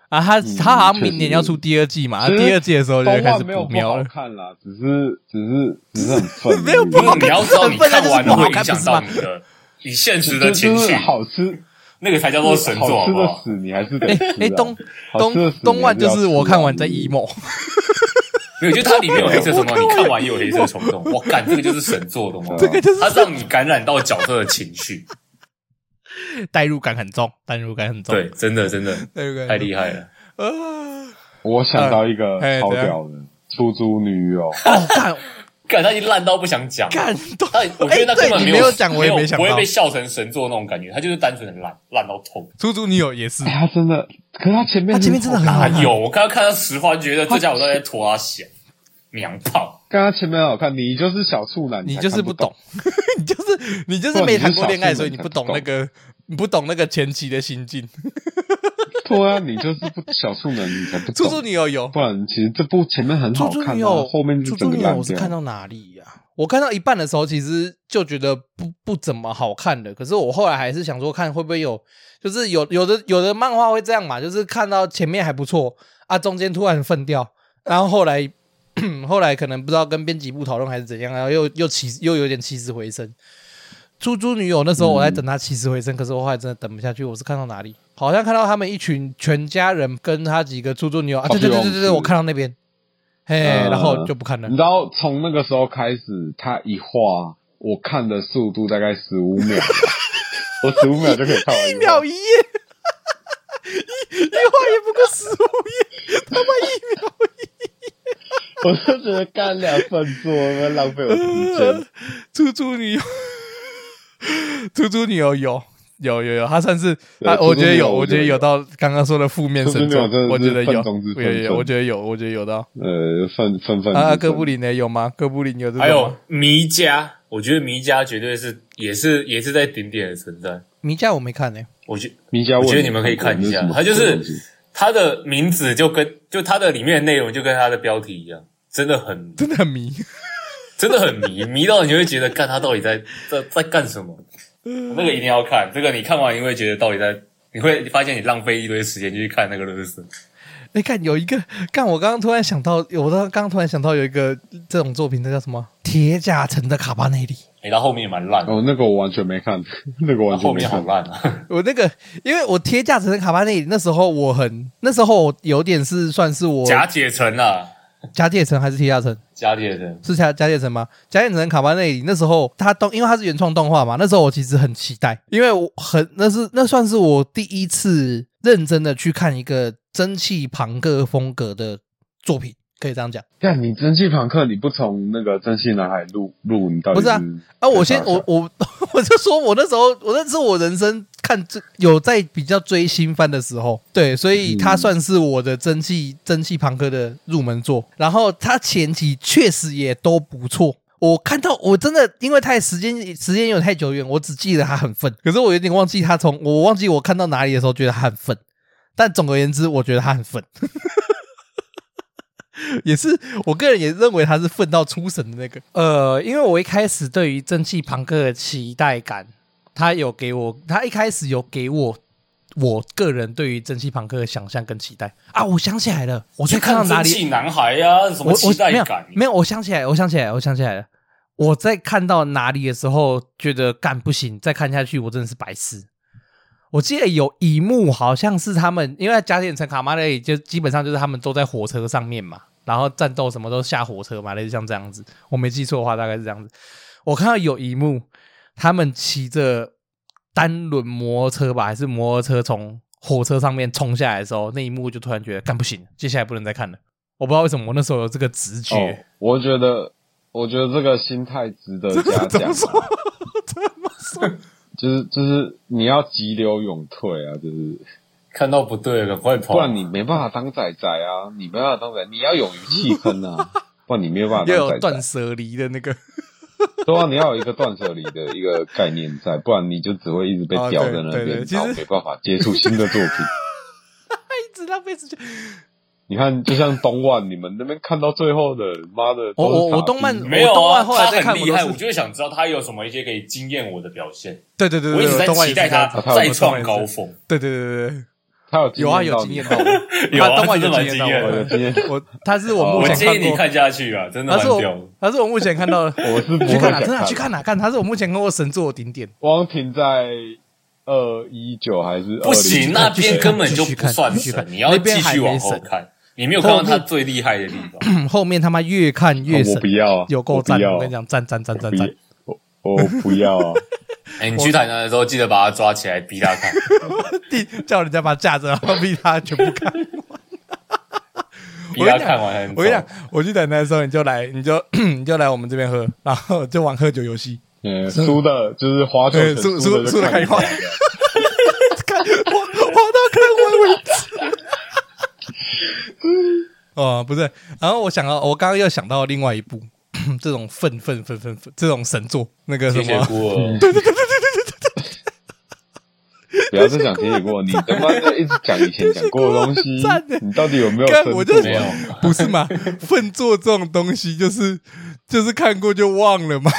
Speaker 1: 啊，它
Speaker 4: 嗯
Speaker 1: 它好像
Speaker 4: 确实
Speaker 1: 明年要出第二季嘛，啊
Speaker 4: 其实
Speaker 1: 第二季的时候就会
Speaker 4: 动
Speaker 1: 开
Speaker 4: 画
Speaker 1: 始
Speaker 4: 没有
Speaker 1: 不
Speaker 4: 不
Speaker 1: 瞄
Speaker 4: 好
Speaker 1: 了。
Speaker 4: 看啦，只是只是只 是很愤怒，
Speaker 1: 没有不
Speaker 3: 不
Speaker 1: 好
Speaker 3: 是你要知道，你看完了会影响到你的你现实的
Speaker 4: 就
Speaker 3: 情
Speaker 4: 就是
Speaker 3: 绪，
Speaker 4: 好吃，
Speaker 3: 那个才叫做神作，
Speaker 4: 嗯好
Speaker 3: 好
Speaker 4: 吃
Speaker 3: 不
Speaker 4: 的
Speaker 3: 好？
Speaker 4: 屎你还是得
Speaker 1: 哎
Speaker 4: 吃啊。
Speaker 1: 哎，东
Speaker 4: 好吃
Speaker 1: 东
Speaker 4: 的屎你
Speaker 1: 东万
Speaker 4: 还是
Speaker 1: 就
Speaker 4: 要
Speaker 1: 是我
Speaker 4: 吃啊
Speaker 1: 看完在 emo，
Speaker 3: 没有，就它里面有黑色冲动，你看完也有黑色冲动，我干，这个就是神作，懂吗？
Speaker 4: 这个
Speaker 3: 它让你感染到角色的情绪，
Speaker 1: 代入感很重，代入感很重，
Speaker 3: 对，真的真的
Speaker 1: 代入感
Speaker 3: 太厉害了。
Speaker 1: 害啊！
Speaker 4: 我想到一个
Speaker 1: 哎
Speaker 4: 超
Speaker 1: 怎样
Speaker 4: 屌的出租女友，
Speaker 1: 哦，干
Speaker 3: 干，他已经烂到不想讲了，
Speaker 1: 干动，
Speaker 3: 他我觉得那
Speaker 1: 哎
Speaker 3: 根
Speaker 1: 对
Speaker 3: 本
Speaker 1: 你
Speaker 3: 有
Speaker 1: 有讲，我也
Speaker 3: 没
Speaker 1: 没
Speaker 3: 有
Speaker 1: 想
Speaker 3: 不会
Speaker 1: 到
Speaker 3: 被。笑成神作那种感觉，他就是单纯的烂，烂到痛。
Speaker 1: 出租女友也是
Speaker 4: 哎，，他真的，可是他前面
Speaker 1: 他前面真的很
Speaker 4: 好
Speaker 1: 好
Speaker 4: 看
Speaker 1: 看
Speaker 3: 哎，呦，我刚刚看到实话，觉得这家伙都在拖他想娘炮，
Speaker 4: 刚刚前面很好看，你就是小处男，
Speaker 1: 你
Speaker 4: 才
Speaker 1: 就是
Speaker 4: 看
Speaker 1: 不
Speaker 4: 不
Speaker 1: 懂，， 你就是你就是
Speaker 4: 哇
Speaker 1: 没
Speaker 4: 你是
Speaker 1: 谈过
Speaker 4: 少
Speaker 1: 恋爱，
Speaker 4: 数
Speaker 1: 所以
Speaker 4: 人
Speaker 1: 你
Speaker 4: 才
Speaker 1: 不
Speaker 4: 不
Speaker 1: 懂那
Speaker 4: 懂
Speaker 1: 个，你不懂那个前期的心境。
Speaker 4: 对啊，你就是不小处男，你才不
Speaker 1: 处处
Speaker 4: 懂。
Speaker 1: 女友有，
Speaker 4: 不然其实这部前面很好
Speaker 1: 猪猪
Speaker 4: 看、
Speaker 1: 女
Speaker 4: 啊，
Speaker 1: 友
Speaker 4: 后面就
Speaker 1: 猪
Speaker 4: 整
Speaker 1: 猪
Speaker 4: 个
Speaker 1: 女友，
Speaker 4: 烂
Speaker 1: 我是看
Speaker 4: 掉。
Speaker 1: 到哪里呀、我看到一半的时候，其实就觉得不不怎么好看的。可是我后来还是想说，看会不会有，就是有有的有的漫画会这样嘛，就是看到前面还不错啊，中间突然分掉，然后后来 后来可能不知道跟编辑部讨论还是怎样，然后又又起又有点起死回生。猪猪女友那时候我在等她起死回生，可是我后来真的等不下去。我是看到哪里？好像看到他们一群全家人跟他几个猪猪女友啊，
Speaker 4: 哦
Speaker 1: 对对对对对，我看到那边，嘿，
Speaker 4: 呃
Speaker 1: 然后就不看了
Speaker 4: 你。知道从那个时候开始，他一画，我看的速度大概十五 秒，我十五秒就可以看完
Speaker 1: 一
Speaker 4: 画
Speaker 1: 秒一页，一一画也不过十五页，他妈一秒
Speaker 4: 我就觉得干两份做，那浪费我时
Speaker 1: 呃
Speaker 4: 间。
Speaker 1: 猪猪女友，猪猪女友有有有有，他算是
Speaker 4: 对
Speaker 1: 他，
Speaker 4: 猪猪
Speaker 1: 我觉得
Speaker 4: 女
Speaker 1: 有，
Speaker 4: 友
Speaker 1: 我
Speaker 4: 我
Speaker 1: 觉
Speaker 4: 觉
Speaker 1: 得
Speaker 4: 得
Speaker 1: 有
Speaker 4: 有
Speaker 1: 到刚刚说的负面
Speaker 4: 猪猪
Speaker 1: 神
Speaker 4: 女友
Speaker 1: 作
Speaker 4: 真的，是
Speaker 1: 我觉得有，
Speaker 4: 分中之
Speaker 1: 有有有，
Speaker 4: 分
Speaker 1: 我觉得有，我觉得有到。
Speaker 4: 呃，份份份
Speaker 1: 啊，
Speaker 4: 之
Speaker 1: 哥
Speaker 4: 分
Speaker 1: 布林呢有吗？哥布林有这种吗？
Speaker 3: 还有迷家，我觉得迷家绝对是也是也是在顶点的存在。
Speaker 1: 迷家我没看呢、
Speaker 3: 我觉
Speaker 4: 名家问，
Speaker 3: 我觉得你们可以看一下
Speaker 4: 那什么
Speaker 3: 它就是
Speaker 4: 东西
Speaker 3: 它的名字就跟就它的里面的内容就跟它的标题一样，真的很
Speaker 1: 真的很迷。
Speaker 3: 真的很迷， 迷到你会觉得，干他到底在在在干什么？
Speaker 1: 嗯
Speaker 3: 那个一定要看，这个你看完你会觉得到底在，你会发现你浪费一堆时间去看那个乐事。
Speaker 1: 哎、看有一个，看我刚刚突然想到，我刚刚突然想到有一个这种作品，那叫什么？铁甲城的卡巴内里。
Speaker 3: 诶、哎到后面也蛮烂的，
Speaker 4: 哦，那个我完全没看， 那个我完
Speaker 3: 后
Speaker 4: 全没
Speaker 3: 面好
Speaker 4: 看。
Speaker 3: 烂啊！
Speaker 1: 我那个，因为我贴价值的卡巴内里，那时候我很，那时候我有点是算是我
Speaker 3: 假铁城啊，
Speaker 1: 加界城还是贴价城？
Speaker 3: 假铁城，
Speaker 1: 是加加界城吗？加界城卡巴内里那时候他动，因为他是原创动画嘛，那时候我其实很期待，因为我很那是那算是我第一次认真的去看一个蒸汽朋克风格的作品，可以这样讲。
Speaker 4: 但你蒸汽朋克，你不从那个蒸汽男孩录录，你到底
Speaker 1: 不是啊啊！我先我我 我就说我那时候我那是我人生看最有在比较追新番的时候，对，所以它算是我的蒸汽蒸汽朋克的入门作。然后它前期确实也都不错。我看到我真的因为太时间时间有点太久远，我只记得它很愤，可是我有点忘记它从我忘记我看到哪里的时候觉得它很愤，但总而言之，我觉得它很愤。 也是我个人也认为他是愤到出神的那个。呃，因为我一开始对于蒸汽朋克的期待感，他有给我，他一开始有给我我个人对于蒸汽朋克的想象跟期待啊。我想起来了，我在看到哪
Speaker 3: 蒸汽
Speaker 1: 里？
Speaker 3: 男孩啊，什
Speaker 1: 我
Speaker 3: 么
Speaker 1: 我
Speaker 3: 期待
Speaker 1: 没有
Speaker 3: 感？
Speaker 1: 没有，我想起来，我想起来，我想起来了。我在看到哪里的时候，觉得干不行，再看下去我真的是白痴。我记得有一幕好像是他们，因为加点城卡马雷就基本上就是他们都在火车上面嘛，然后战斗什么都下火车嘛，类似像这样子。我没记错的话，大概是这样子。我看到有一幕，他们骑着单轮摩托车吧，还是摩托车从火车上面冲下来的时候，那一幕我就突然觉得干不行，接下来不能再看了。我不知道为什么我那时候有这个直觉，
Speaker 4: 哦，我觉得我觉得这个心态值得嘉
Speaker 1: 怎么
Speaker 4: 奖、
Speaker 1: 说
Speaker 4: 啊。？ 就是就是你要急流勇退啊，就是
Speaker 3: 看到不对了，赶快跑！
Speaker 4: 不然你没办法当仔仔啊，你没办法当仔，你要勇于弃坑 啊，不然你没有办法
Speaker 1: 要
Speaker 4: 当
Speaker 1: 有
Speaker 4: 仔
Speaker 1: 断
Speaker 4: 仔。
Speaker 1: 舍离的那个。
Speaker 4: 对啊，你要有一个断舍离的一个概念在，不然你就只会一直被
Speaker 1: 哦
Speaker 4: 吊
Speaker 1: 对
Speaker 4: 在那
Speaker 1: 对对
Speaker 4: 边，
Speaker 1: 其实
Speaker 4: 然后没办法接触新 的作品。
Speaker 1: 一直浪费时间。
Speaker 4: 你看，就像东万，你们那边看到最后的，妈的，
Speaker 1: 我
Speaker 4: 都是
Speaker 1: 我我
Speaker 4: 傻
Speaker 1: 动漫
Speaker 4: 逼
Speaker 3: 没有
Speaker 1: 我动
Speaker 3: 啊，
Speaker 1: 漫后来再
Speaker 3: 他
Speaker 1: 看
Speaker 3: 很厉害，
Speaker 1: 我
Speaker 3: 我
Speaker 1: 都是
Speaker 3: 就想知道他有什么一些可以惊艳我的表现。
Speaker 1: 对对对，
Speaker 3: 我一直在期待他
Speaker 4: 他有
Speaker 3: 再创高峰，
Speaker 1: 对对对对，
Speaker 4: 他有
Speaker 1: 有啊有经
Speaker 4: 验
Speaker 1: 验
Speaker 4: 到
Speaker 1: 到
Speaker 4: 你吗，
Speaker 1: 我，
Speaker 3: 有啊
Speaker 1: 动漫
Speaker 3: 真的蛮
Speaker 1: 经验到
Speaker 3: 惊艳
Speaker 4: 我
Speaker 3: 的
Speaker 4: 有经验。
Speaker 1: 我。我他是我目
Speaker 3: 我
Speaker 1: 前
Speaker 3: 建议
Speaker 1: 看
Speaker 3: 你
Speaker 1: 过，
Speaker 3: 看下去啊，真的
Speaker 1: 他
Speaker 3: 蛮
Speaker 1: 是
Speaker 3: 屌的
Speaker 1: 我。他是我目前看到的。
Speaker 4: 哦 我是不
Speaker 1: 你去
Speaker 4: 会
Speaker 1: 看啊哪？
Speaker 4: 想
Speaker 1: 真的
Speaker 4: 看
Speaker 1: 去看哪？看他是我目前看过神作的顶点。
Speaker 4: 我好像停在二一九哦还是
Speaker 1: 哦
Speaker 3: 不行，
Speaker 4: 2019
Speaker 3: 那边根本就
Speaker 1: 继续
Speaker 3: 不
Speaker 1: 看
Speaker 3: 算
Speaker 1: 继续
Speaker 3: 神
Speaker 1: 看，
Speaker 3: 你要
Speaker 1: 那边
Speaker 3: 继
Speaker 1: 还
Speaker 3: 续
Speaker 1: 没
Speaker 3: 往后
Speaker 1: 神
Speaker 3: 看。你没有看到
Speaker 1: 后
Speaker 3: 他
Speaker 1: 面
Speaker 3: 最厉害的地方，
Speaker 1: 嗯后面他妈越看越
Speaker 4: 哦
Speaker 1: 神
Speaker 4: 我不，要啊，
Speaker 1: 有够
Speaker 4: 我不
Speaker 1: 赞！
Speaker 4: 要啊
Speaker 1: 我跟你，讲，赞赞赞赞
Speaker 4: 不要
Speaker 1: 赞！
Speaker 4: 我我不要 啊！
Speaker 3: 哎，你去台南的时候记得把他抓起来逼他看。
Speaker 1: 弟叫人家把他架着，然后逼他全部 看。
Speaker 3: 逼他看完很
Speaker 1: 我跟你讲，我去等待的时候，你就来，你就 你就来我们这边喝，然后就玩喝酒游戏。
Speaker 4: 嗯，输的就是花球
Speaker 1: 对，
Speaker 4: 拳，
Speaker 1: 输
Speaker 4: 输
Speaker 1: 输
Speaker 4: 的
Speaker 1: 输
Speaker 4: 就
Speaker 1: 的
Speaker 4: 看
Speaker 1: 开
Speaker 4: 一
Speaker 1: 花
Speaker 4: 花。，
Speaker 1: 看花花到看完为止。 哦，不是，然后我想到，我刚刚又想到另外一部， 这种愤愤愤愤愤这种神作，那个什
Speaker 3: 铁血
Speaker 1: 么嗯
Speaker 3: 孤儿，
Speaker 4: 不要再讲铁血过，你他妈在一直讲以前讲过的 东西
Speaker 1: 铁血过很赞欸，
Speaker 4: 你到底有没有
Speaker 1: 干
Speaker 4: 深
Speaker 1: 我
Speaker 4: 度
Speaker 1: 就
Speaker 3: 没有
Speaker 4: 啊？
Speaker 1: 不是嘛？ 粪作这种东西就是就是看过就忘了嘛。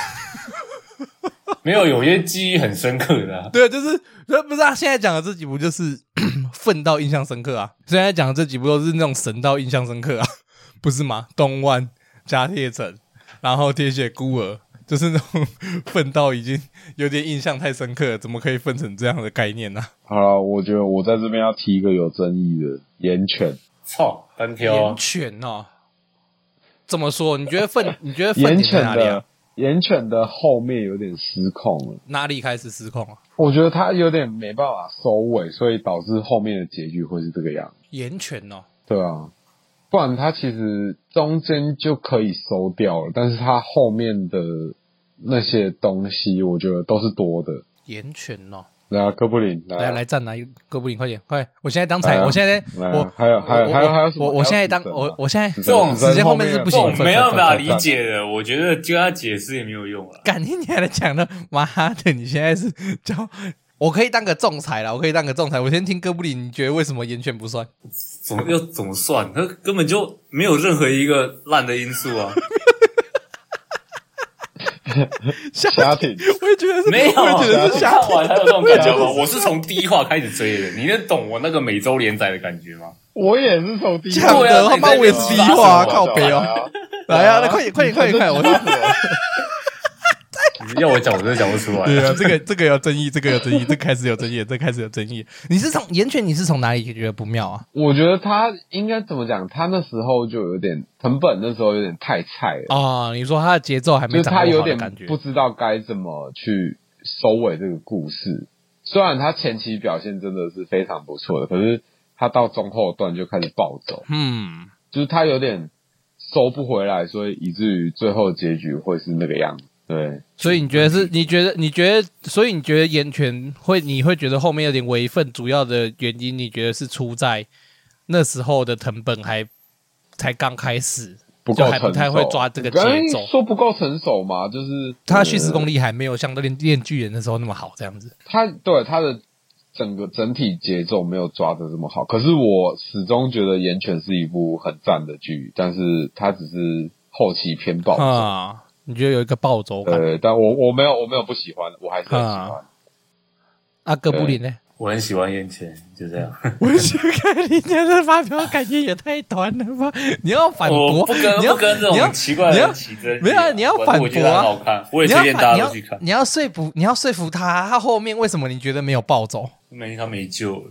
Speaker 3: 没有，有些记忆很深刻的啊、
Speaker 1: 对，就是呃不是啊？现在讲的这几部就是 粪到印象深刻啊，现在讲的这几部都是那种神到印象深刻啊，不是吗？东万加铁城，然后铁血孤儿，就是那种 粪到已经有点印象太深刻了，怎么可以粪成这样的概念呢、
Speaker 4: 好了，我觉得我在这边要提一个有争议的言犬，
Speaker 3: 操，单挑啊、
Speaker 1: 岩犬哦，怎么说？你觉得粪？ 你觉得粪
Speaker 4: 言
Speaker 1: 点在
Speaker 4: 犬
Speaker 1: 哪里啊
Speaker 4: 的？言犬的后面有点失控了。
Speaker 1: 哪里开始失控啊？
Speaker 4: 我觉得他有点没办法收尾，所以导致后面的结局会是这个样子。
Speaker 1: 岩犬哦，
Speaker 4: 对啊，不然他其实中间就可以收掉了，但是他后面的那些东西，我觉得都是多的。
Speaker 1: 岩犬哦，
Speaker 4: 来啊，哥布林，来啊
Speaker 1: 来来站来，哥布林，快点快！我现在当彩，
Speaker 4: 来啊
Speaker 1: 我现在
Speaker 4: 来啊
Speaker 1: 我
Speaker 4: 还有
Speaker 1: 我
Speaker 4: 还有
Speaker 1: 我
Speaker 4: 还有还有什么
Speaker 1: 我我现在当
Speaker 4: 还有
Speaker 1: 我我现在
Speaker 4: 这
Speaker 3: 这种
Speaker 1: 直接
Speaker 4: 后
Speaker 1: 后面是不
Speaker 4: 面
Speaker 3: 这
Speaker 1: 行
Speaker 3: 种，没办法
Speaker 1: 分
Speaker 3: 理解的，我觉得跟他解释也没有用了。
Speaker 1: 干你娘的讲的，妈的！你现在是叫我可以当个仲裁了，我可以当个仲裁。我先听哥布林，你觉得为什么岩犬不算？
Speaker 3: 怎么要怎么算？他根本就没有任何一个烂的因素啊！
Speaker 4: 家庭，
Speaker 1: 我也觉得 是，
Speaker 3: 没有，
Speaker 1: 我也觉得是 瞎
Speaker 3: 看完才有这种感觉吗？我是从第一话开始追的，你能懂我那个每周连载的感觉吗？
Speaker 4: 我也是从第一
Speaker 1: 讲
Speaker 3: 对啊
Speaker 1: 的，他妈
Speaker 3: 你在
Speaker 1: 我也是第一 话啊，靠北
Speaker 4: 来
Speaker 1: 哦！
Speaker 4: 啊
Speaker 1: 来啊，那快 点快点快点快点！我就
Speaker 3: 你要我讲，我真的讲不出来。
Speaker 1: 对啊，这个这个有争议，这个有争议，这开始有争议，这开始有争议。你是从岩泉，你是从哪里觉得不妙啊？
Speaker 4: 我觉得他应该怎么讲？他那时候就有点藤本那时候有点太菜了，
Speaker 1: 哦，你说他的节奏还
Speaker 4: 就
Speaker 1: 没
Speaker 4: 是
Speaker 1: 掌握
Speaker 4: 他
Speaker 1: 好
Speaker 4: 有
Speaker 1: 的
Speaker 4: 点
Speaker 1: 感觉，
Speaker 4: 不知道该怎么去收尾这个故事。虽然他前期表现真的是非常不错的，可是他到中后段就开始暴走，
Speaker 1: 嗯，
Speaker 4: 就是他有点收不回来，所以以至于最后结局会是那个样子。对，
Speaker 1: 所以你觉得是？你觉得？你觉得？所以你觉得岩泉会？你会觉得后面有点违分？主要的原因，你觉得是出在那时候的藤本还才刚开始，
Speaker 4: 不
Speaker 1: 就
Speaker 4: 够
Speaker 1: 还
Speaker 4: 成熟，
Speaker 1: 不太会抓这个节
Speaker 4: 刚刚
Speaker 1: 奏。
Speaker 4: 哎说不够成熟嘛，就是
Speaker 1: 他叙事功
Speaker 4: 力，
Speaker 1: 力还没有像练练巨人的时候那么好，这样子。
Speaker 4: 他对他的整个整体节奏没有抓的这么好。可是我始终觉得《岩泉》是一部很赞的剧，但是他只是后期偏暴走。
Speaker 1: 啊，你觉得有一个暴走
Speaker 3: 呃
Speaker 1: 感？
Speaker 4: 对，但我我没有我没有不喜欢，我还是很喜欢。
Speaker 1: 啊，哥布林呢？
Speaker 3: 我很喜欢燕泉，就这样。
Speaker 1: 我觉得你今天的发表感觉也太短了吧？你要反
Speaker 3: 我
Speaker 1: 驳，
Speaker 3: 不跟
Speaker 1: 你要
Speaker 3: 不跟这
Speaker 1: 你要
Speaker 3: 种奇怪
Speaker 1: 你
Speaker 3: 的
Speaker 1: 要
Speaker 3: 人起争议啊，
Speaker 1: 没有啊你要
Speaker 3: 我
Speaker 1: 反
Speaker 3: 我觉
Speaker 1: 驳
Speaker 3: 得
Speaker 1: 啊
Speaker 3: 很好看，我也
Speaker 1: 你
Speaker 3: 推
Speaker 1: 要
Speaker 3: 荐
Speaker 1: 反
Speaker 3: 大
Speaker 1: 你
Speaker 3: 家
Speaker 1: 要
Speaker 3: 都去看。
Speaker 1: 你要说服你要说服他，他后面为什么你觉得没有暴走？
Speaker 3: 没，他没救了，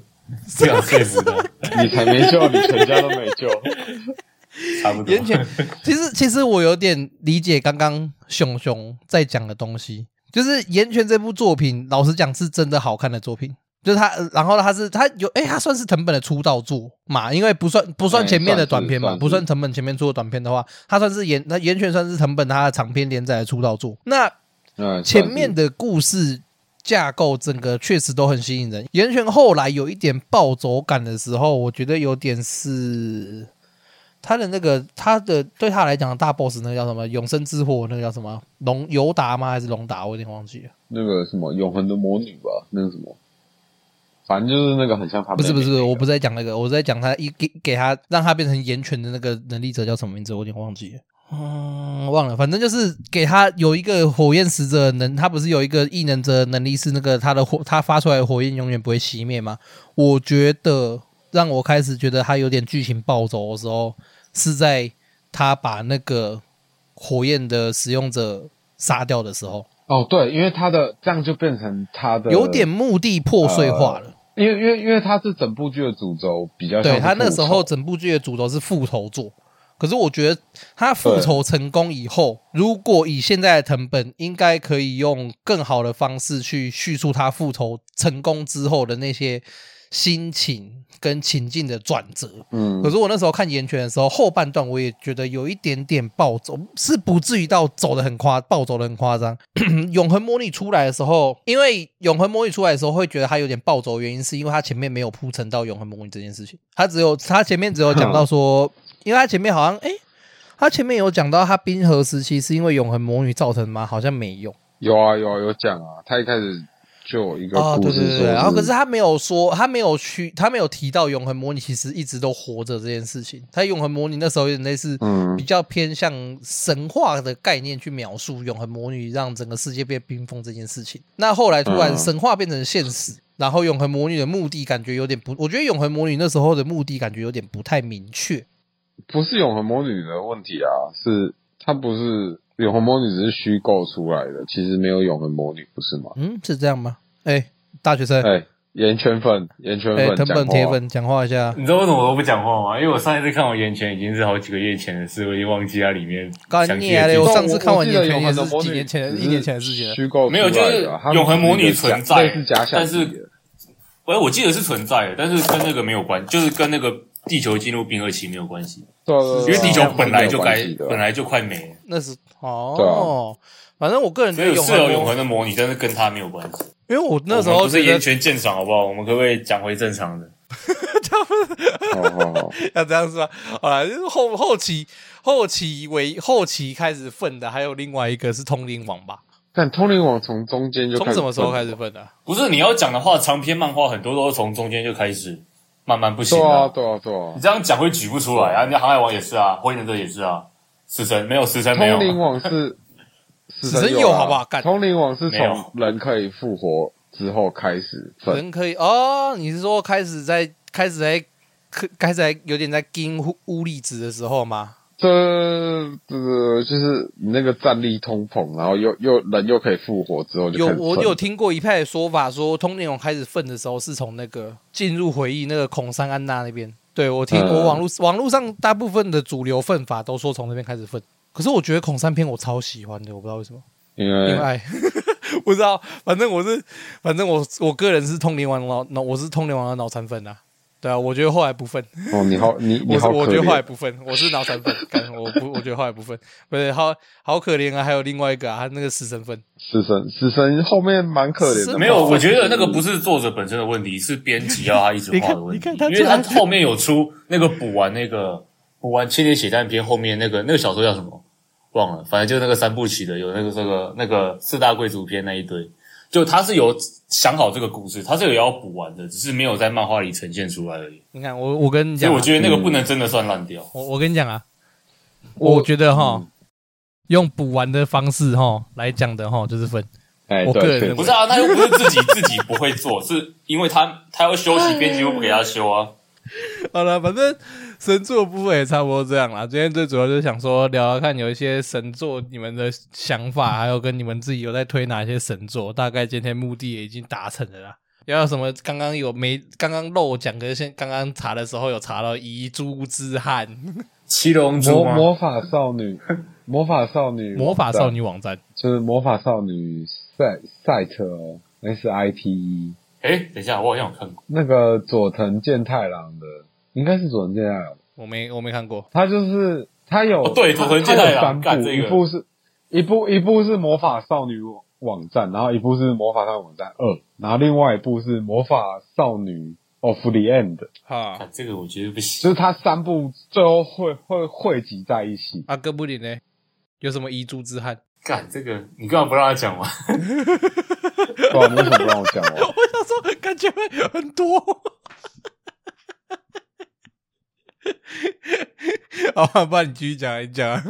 Speaker 3: 不想啊说服 他，
Speaker 4: 你才没救，你全家都没救。
Speaker 3: 差不多。
Speaker 1: 岩泉， 其实其实我有点理解刚刚熊熊在讲的东西，就是《岩泉》这部作品，老实讲是真的好看的作品。就是他，呃然后他是他有哎、他算是藤本的出道作嘛？因为不算不算
Speaker 4: 哎
Speaker 1: 前面的
Speaker 4: 算是
Speaker 1: 短片嘛，
Speaker 4: 算是
Speaker 1: 不算藤本前面出的短片的话，他算是岩那岩泉算是藤本他的长篇连载的出道作。那
Speaker 4: 嗯，
Speaker 1: 前面
Speaker 4: 算
Speaker 1: 的故事架构整个确实都很吸引人。岩泉后来有一点暴走感的时候，我觉得有点是他的那个他的对他来讲的大 boss 那个叫什么永生之火那个叫什么龙尤达吗还是龙达？我有点忘记了。
Speaker 4: 是那个什么永恒的魔女吧，那个什么，反正就是那个很像他
Speaker 1: 不
Speaker 4: 妹妹
Speaker 1: 是
Speaker 4: 那
Speaker 1: 不
Speaker 4: 个。
Speaker 1: 是，我不是在讲那个，我是在讲他一给给他让他变成岩泉的那个能力者叫什么名字？我有点忘记了。嗯，忘了，反正就是给他有一个火焰使者的能，他不是有一个异能者的能力是那个他的火，他发出来的火焰永远不会熄灭吗？我觉得让我开始觉得他有点剧情暴走的时候，是在他把那个火焰的使用者杀掉的时候，
Speaker 4: 哦，对，因为他的这样就变成他的
Speaker 1: 有点，目的破碎化了。
Speaker 4: 因为因为因为他是整部剧的主轴比较像
Speaker 1: 对
Speaker 4: 是
Speaker 1: 他那时
Speaker 4: 复
Speaker 1: 候
Speaker 4: 仇
Speaker 1: 整部剧的主轴是复仇做，可是我觉得他复仇成功以后，如果以现在的藤本，应该可以用更好的方式去叙述他复仇成功之后的那些心情跟情境的转折。
Speaker 4: 嗯
Speaker 1: 可是我那时候看《岩泉》的时候，后半段我也觉得有一点点暴走，是不至于到走的很夸，暴走的很夸张。 永恒魔女出来的时候，因为永恒魔女出来的时候会觉得它有点暴走，的原因是因为它前面没有铺
Speaker 4: 哦
Speaker 1: 陈到永恒魔女这件事情，它只有它前面只有讲到说，因为它前面好像哎。诶他前面有讲到，他冰河时期是因为永恒魔女造成的吗？好像没有
Speaker 4: 有啊有啊有讲啊，他一开始就有一个
Speaker 1: 哦，
Speaker 4: 故
Speaker 1: 对
Speaker 4: 事
Speaker 1: 对对
Speaker 4: 说，
Speaker 1: 对，然后可是他没有说，他没有去，他没有提到永恒魔女其实一直都活着这件事情。他永恒魔女那时候有点类似，
Speaker 4: 嗯
Speaker 1: 比较偏向神话的概念去描述永恒魔女让整个世界变冰封这件事情。那后来突然
Speaker 4: 嗯
Speaker 1: 神话变成现实，然后永恒魔女的目的感觉有点不，我觉得永恒魔女那时候的目的感觉有点不太明确。
Speaker 4: 不是永恒魔女的问题啊，是她不是永恒魔女只是虚构出来的，其实没有永恒魔女，不是吗？
Speaker 1: 嗯，是这样吗？哎，大学生，
Speaker 4: 哎、盐圈粉，盐圈
Speaker 1: 哎，
Speaker 4: 粉，
Speaker 1: 藤
Speaker 4: 讲啊
Speaker 1: 本
Speaker 4: 话
Speaker 1: 铁粉，讲话一下。
Speaker 3: 你知道为什么我都不讲话吗？因为我上一次看我眼前已经是好几个月前的事，我已经忘记它里面
Speaker 1: 干
Speaker 3: 详细
Speaker 1: 你啊嘞
Speaker 3: 的剧
Speaker 1: 我
Speaker 3: 情
Speaker 1: 上次看完
Speaker 4: 我记得
Speaker 1: 眼圈
Speaker 4: 永恒的
Speaker 1: 也是
Speaker 4: 魔女
Speaker 1: 几年前
Speaker 4: 只是
Speaker 1: 一年前的事情了
Speaker 4: 虚构出
Speaker 3: 没有
Speaker 4: 来的
Speaker 3: 就是
Speaker 4: 它
Speaker 3: 永恒魔女
Speaker 4: 那个假
Speaker 3: 存在
Speaker 4: 类似假想
Speaker 3: 但是
Speaker 4: 敌的
Speaker 3: 喂，我记得是存在的，但是跟那个没有关，就是跟那个地球进入冰河期没有关系，
Speaker 4: 对啊，
Speaker 3: 因
Speaker 4: 对啊
Speaker 3: 为地球本来就该
Speaker 4: 没有关系的
Speaker 3: 本来就快没了，
Speaker 1: 那是
Speaker 4: 对啊
Speaker 1: 哦，反正我个人觉
Speaker 3: 所
Speaker 1: 得
Speaker 4: 嗯
Speaker 1: 永恒
Speaker 3: 以是
Speaker 1: 魔
Speaker 3: 有永恒的模拟，但是跟它没有关系。
Speaker 1: 因为我那时
Speaker 3: 我
Speaker 1: 候
Speaker 3: 们不是
Speaker 1: 觉
Speaker 3: 言
Speaker 1: 得
Speaker 3: 权鉴赏，好不好？我们可不可以讲回正常的？
Speaker 4: 好好好，
Speaker 1: 要这样是吧？好啦，就是后后期后期为后期开始分的，还有另外一个是通灵王吧？
Speaker 4: 但通灵王从中间就开
Speaker 1: 从
Speaker 4: 始
Speaker 1: 什么时候
Speaker 4: 分
Speaker 1: 开始分的？啊
Speaker 3: 不是你要讲的话，长篇漫画很多都是从中间就开始慢慢不行
Speaker 4: 对啊，
Speaker 3: 了。
Speaker 4: 对啊，对啊
Speaker 3: 你。这样讲会举不出来啊！人家航海王也是啊，火影忍者也是啊，死神没有死 神没有
Speaker 4: 通灵王是死
Speaker 1: 神
Speaker 4: 有
Speaker 1: 啊有
Speaker 4: 啊
Speaker 1: 好不好干
Speaker 4: 通灵王是
Speaker 3: 没有
Speaker 4: 从人可以复活之后开始分，
Speaker 1: 人可以哦，你是说开始在开始在可开始在有点在盯乌乌粒子的时候吗？
Speaker 4: 这呃就是你那个战力通膨，然后又又人又可以复活之后就
Speaker 1: 有
Speaker 4: 开始
Speaker 1: 我
Speaker 4: 分
Speaker 1: 有听过一派的说法说通灵王开始分的时候是从那个进入回忆那个孔山安娜那边。对我听
Speaker 4: 嗯
Speaker 1: 我网络网络上大部分的主流分法都说从那边开始分，可是我觉得孔山篇我超喜欢的，我不知道为什么。
Speaker 4: 因
Speaker 1: 因为
Speaker 4: 为
Speaker 1: 爱，哎 不知道，反正我是，反正我我个人是通灵王的脑脑，我是通灵王的脑残粉啊。对啊，我觉得后来不分，
Speaker 4: 哦你好你
Speaker 1: 我
Speaker 4: 你
Speaker 1: 是
Speaker 4: 好
Speaker 1: 我
Speaker 4: 可
Speaker 1: 觉得后来
Speaker 4: 怜，
Speaker 1: 不分，我是脑残粉， 干我不我觉得后来不分，不是好好可怜啊，还有另外一个啊，他那个死神分，
Speaker 4: 死神死神后面蛮可怜
Speaker 1: 死
Speaker 4: 的，
Speaker 1: 神
Speaker 3: 没有，我觉得那个不是作者本身的问题，是编辑 要他一直画的问题。
Speaker 1: 你看你看他
Speaker 3: 因为
Speaker 1: 这
Speaker 3: 他
Speaker 1: 样
Speaker 3: 后面有出那个补完那个补完《千年血战篇》后面那个那个小说叫什么忘了，反正就是那个三部曲的，有那个这个那个四大贵族篇那一堆，就他是有想好这个故事，他是有要补完的，只是没有在漫画里呈现出来 而已。
Speaker 1: 你看我我跟你
Speaker 3: 所以
Speaker 1: 讲
Speaker 3: 我
Speaker 1: 啊，
Speaker 3: 觉得那个不能真的算烂掉。
Speaker 1: 我我跟你讲啊，我觉得哈
Speaker 4: 嗯，
Speaker 1: 用补完的方式哈来讲的哈，就是分，
Speaker 4: 哎
Speaker 1: 我个人认
Speaker 4: 对对
Speaker 1: 为
Speaker 3: 不是啊，他又不是自己自己不会做，是因为他他要休
Speaker 1: 啊
Speaker 3: 息，编辑又不给他休啊。
Speaker 1: 好了，反正神作的部分也差不多这样啦。今天最主要就是想说聊聊看有一些神作你们的想法，还有跟你们自己有在推哪些神作。大概今天目的也已经达成了啦。要有什么？刚刚有没？刚刚漏讲，可是现刚刚查的时候有查到遗珠之憾、
Speaker 3: 七龙
Speaker 4: 魔魔法 少女魔法少女
Speaker 1: 魔法少
Speaker 4: 女。
Speaker 1: 女网站。
Speaker 4: 就是魔法少女赛赛特哦，S I T E
Speaker 3: 哎、等一下，我好像有看过。
Speaker 4: 那个佐藤健太郎的，应该是佐藤健太郎，
Speaker 1: 我没我没看过，
Speaker 4: 他就是他有、
Speaker 3: 哦对
Speaker 4: 他
Speaker 3: 佐藤健太郎
Speaker 4: 他有
Speaker 3: 干
Speaker 4: 三部，
Speaker 3: 这个
Speaker 4: 一部是一部一部是魔法少女网站，然后一部是魔法少女网站二，然后另外一部是魔法少女 of the end，
Speaker 1: 哈
Speaker 3: 看这个我觉得不
Speaker 4: 就
Speaker 3: 行。
Speaker 4: 是他三部最后会会汇集在一起。
Speaker 1: 啊，哥布林呢？有什么遗珠之憾？
Speaker 3: 干这个，你干嘛不让他讲完？
Speaker 4: 对啊，你为什么不让我讲完？
Speaker 1: 我想说，感觉会很多。好吧，不然你继续讲，你讲啊。
Speaker 4: 好，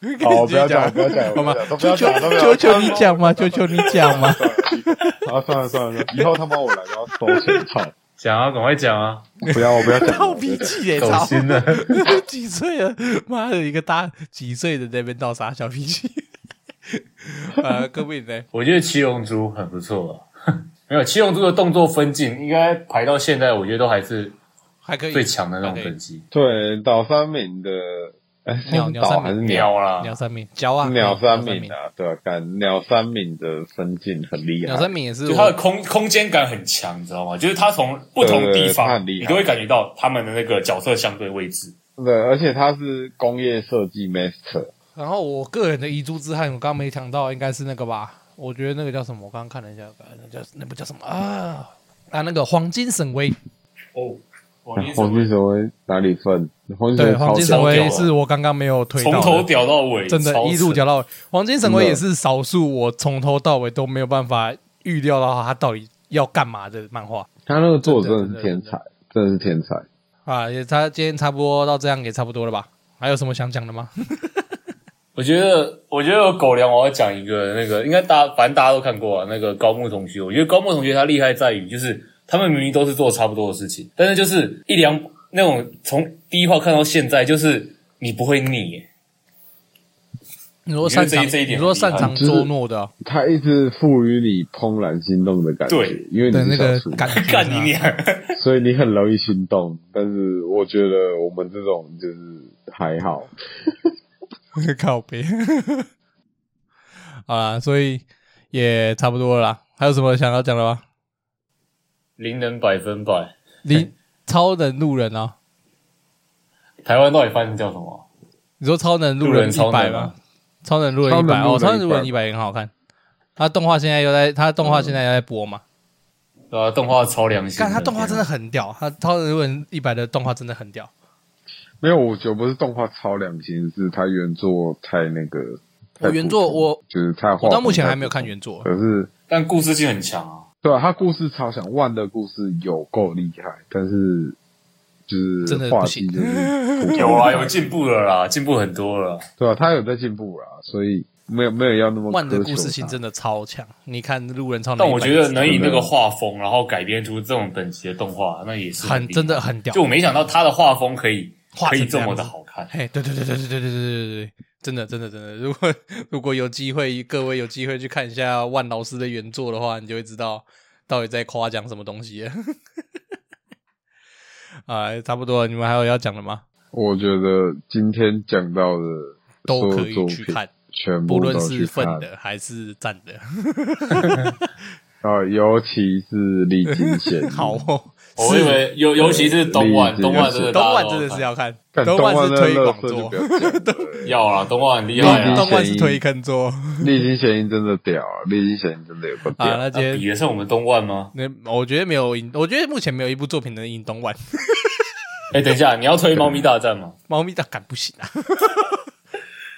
Speaker 1: 你
Speaker 4: 不
Speaker 1: 继续
Speaker 4: 要讲，不要讲，
Speaker 1: 好吗？
Speaker 4: 都不要
Speaker 1: 求
Speaker 4: 讲，都不要
Speaker 1: 求
Speaker 4: 讲
Speaker 1: 求你讲嘛，求求你讲嘛。
Speaker 4: 啊，算了算了，算了，以后他妈我来都要收钱，操！
Speaker 3: 讲啊，赶快讲啊！
Speaker 4: 不要，我不要讲了，
Speaker 1: 闹
Speaker 4: 我不
Speaker 1: 脾
Speaker 4: 要讲了。
Speaker 1: 气耶，
Speaker 3: 走
Speaker 1: 操！
Speaker 3: 心了
Speaker 1: 几岁了？妈的，一个大几岁的在那边闹啥小脾气？ 呃，各位呢？
Speaker 3: 我觉得七龙珠很不错啊。 没有七龙珠的动作分镜，应该排到现在，我觉得都还是
Speaker 1: 还可以
Speaker 3: 最强的那种分镜。
Speaker 4: 对，岛三名的，哎，
Speaker 1: 鸟
Speaker 4: 是
Speaker 1: 鸟
Speaker 4: 岛
Speaker 1: 三
Speaker 4: 还是
Speaker 1: 名
Speaker 3: 鸟啦，
Speaker 1: 鸟三名，交啊，
Speaker 4: 鸟
Speaker 1: 三
Speaker 4: 三名啊，对啊，干鸟三名的分镜很厉
Speaker 1: 鸟
Speaker 4: 害
Speaker 1: 三，名也是
Speaker 3: 就
Speaker 1: 我
Speaker 3: 它的空空间感很强，你知道吗？就是它从不同地
Speaker 4: 对对对它
Speaker 3: 方，
Speaker 4: 很厉害
Speaker 3: 你都会感觉到他们的那个角色相对位置。
Speaker 4: 对，而且他是工业设计 master，
Speaker 1: 然后我个人的遗珠之憾，我刚刚没讲到，应该是那个吧？我觉得那个叫什么？我刚刚看了一下，呃那叫那部叫什么啊？啊，那个黄金神威。
Speaker 3: 哦，黄金
Speaker 4: 黄
Speaker 3: 神
Speaker 4: 金
Speaker 3: 威
Speaker 4: 神威哪里分？黄金神
Speaker 1: 对，
Speaker 4: 威超
Speaker 1: 黄金神
Speaker 3: 屌
Speaker 1: 威
Speaker 3: 啊
Speaker 1: 是我刚刚没有推到的，
Speaker 3: 从头屌到尾，
Speaker 1: 真的，
Speaker 3: 超
Speaker 1: 一路
Speaker 3: 扯
Speaker 1: 讲到尾黄金神威
Speaker 4: 真的
Speaker 1: 也是少数我从头到尾都没有办法预料到他到底要干嘛的漫画
Speaker 4: 他那个作者真的是天才，真的是天才。
Speaker 1: 啊。也他今天差不多到这样也差不多了吧？还有什么想讲的吗？
Speaker 3: 我觉得，我觉得有狗粮，我要讲一个那个，应该大家反正大家都看过啊。那个高木同学，我觉得高木同学他厉害在于，就是他们明明都是做差不多的事情，但是就是一两那种从第一话看到现在，就是你不会腻 耶。
Speaker 1: 你说
Speaker 3: 我觉得
Speaker 1: 擅
Speaker 3: 这
Speaker 1: 长，
Speaker 3: 这一点
Speaker 1: 你说擅长
Speaker 4: 很厉害
Speaker 1: 捉弄的啊
Speaker 4: 他一直赋予你怦然心动的感觉，
Speaker 3: 对
Speaker 4: 因为你
Speaker 1: 的那
Speaker 4: 是
Speaker 1: 个
Speaker 4: 小说，
Speaker 1: 感觉，啊
Speaker 3: 干你娘！
Speaker 4: 所以你很容易心动。但是我觉得我们这种就是还好，
Speaker 1: 脸， 靠背。好啦，所以也差不多了啦。还有什么想要讲的吗？
Speaker 3: 零能百分百，
Speaker 1: 你超能路人啊？
Speaker 3: 台湾到底翻译叫什么？
Speaker 1: 你说超能路
Speaker 3: 路
Speaker 1: 人
Speaker 3: 人超
Speaker 1: 一百
Speaker 3: 能啊
Speaker 1: 吗
Speaker 3: 吗？
Speaker 1: 超能路人一百哦，超
Speaker 4: 超
Speaker 1: 能
Speaker 4: 能
Speaker 1: 路
Speaker 4: 路
Speaker 1: 人
Speaker 4: 人
Speaker 1: 一百也很好看。他动画现在又在，他动
Speaker 3: 嗯
Speaker 1: 画现在又在播嘛？
Speaker 3: 对啊，动画超良心。
Speaker 1: 看他动画真的很屌，他超人文一百的动画真的很屌。
Speaker 4: 没有，我觉得不是动画超良心，是他原作太那个。
Speaker 1: 我原作
Speaker 4: 太普通
Speaker 1: 我
Speaker 4: 就是他画
Speaker 1: 我
Speaker 4: 风
Speaker 1: 到目前
Speaker 4: 太
Speaker 1: 还没有
Speaker 4: 普
Speaker 1: 看
Speaker 4: 通，
Speaker 1: 原
Speaker 3: 呃
Speaker 1: 作，
Speaker 4: 可是
Speaker 3: 但故事性很强啊。
Speaker 4: 对啊，他故事超强，万的故事有够厉害，但是就是
Speaker 1: 真的不
Speaker 4: 画
Speaker 1: 行
Speaker 4: 技 就是
Speaker 1: 嗯
Speaker 4: 普通
Speaker 3: 有啊，有进步了啦，进步很多了。
Speaker 4: 对啊，他有在进步啦，所以没有没有要那么
Speaker 1: 万的
Speaker 4: 苛
Speaker 1: 故
Speaker 4: 求
Speaker 1: 事性
Speaker 4: 他
Speaker 1: 真的超强。你看路人超能，
Speaker 3: 啊但我觉得能以那
Speaker 4: 真的
Speaker 3: 个画风，然后改编出这种等级的动画，那也是
Speaker 1: 很
Speaker 3: 厉害
Speaker 1: 真的很屌
Speaker 3: 就。我没想到他的画风可以
Speaker 1: 画
Speaker 3: 可
Speaker 1: 成
Speaker 3: 以
Speaker 1: 这
Speaker 3: 这
Speaker 1: 样
Speaker 3: 么
Speaker 1: 子
Speaker 3: 的好看。
Speaker 1: 嘿，对对对对对对对对对对，真的真的真的，如果如果有机会，各位有机会去看一下万老师的原作的话，你就会知道到底在夸奖什么东西了。 啊，差不多了，你们还有要讲的吗？
Speaker 4: 我觉得今天讲到的
Speaker 1: 都
Speaker 4: 所
Speaker 1: 可
Speaker 4: 有
Speaker 1: 以
Speaker 4: 作
Speaker 1: 去
Speaker 4: 品
Speaker 1: 看，
Speaker 4: 全
Speaker 1: 不
Speaker 4: 部
Speaker 1: 论
Speaker 4: 都
Speaker 1: 是
Speaker 4: 去看
Speaker 1: 粉的还是赞的，
Speaker 4: 啊、尤其是历经线
Speaker 1: 好哦。
Speaker 3: 我以为尤尤其是东万，
Speaker 4: 理解
Speaker 3: 东万真的
Speaker 4: 是
Speaker 3: 大
Speaker 1: 东
Speaker 3: 家都
Speaker 1: 万真的是要看，东
Speaker 4: 万
Speaker 1: 是推广
Speaker 4: 就
Speaker 1: 作
Speaker 4: 不，要讲 了
Speaker 3: 要啦，东万很厉害
Speaker 1: 东
Speaker 4: 理
Speaker 3: 啊
Speaker 4: 解，
Speaker 1: 东万是推坑作啊
Speaker 4: 历经嫌疑真的屌啊，历经嫌疑真的有个屌。
Speaker 1: 啊。那今
Speaker 3: 那
Speaker 1: 天
Speaker 3: 比得上我们东万吗？
Speaker 1: 那我觉得没有赢，我觉得目前没有一部作品能赢东万。
Speaker 3: 哎，等一下，你要推猫咪大战吗？
Speaker 1: 猫咪大敢不行啊！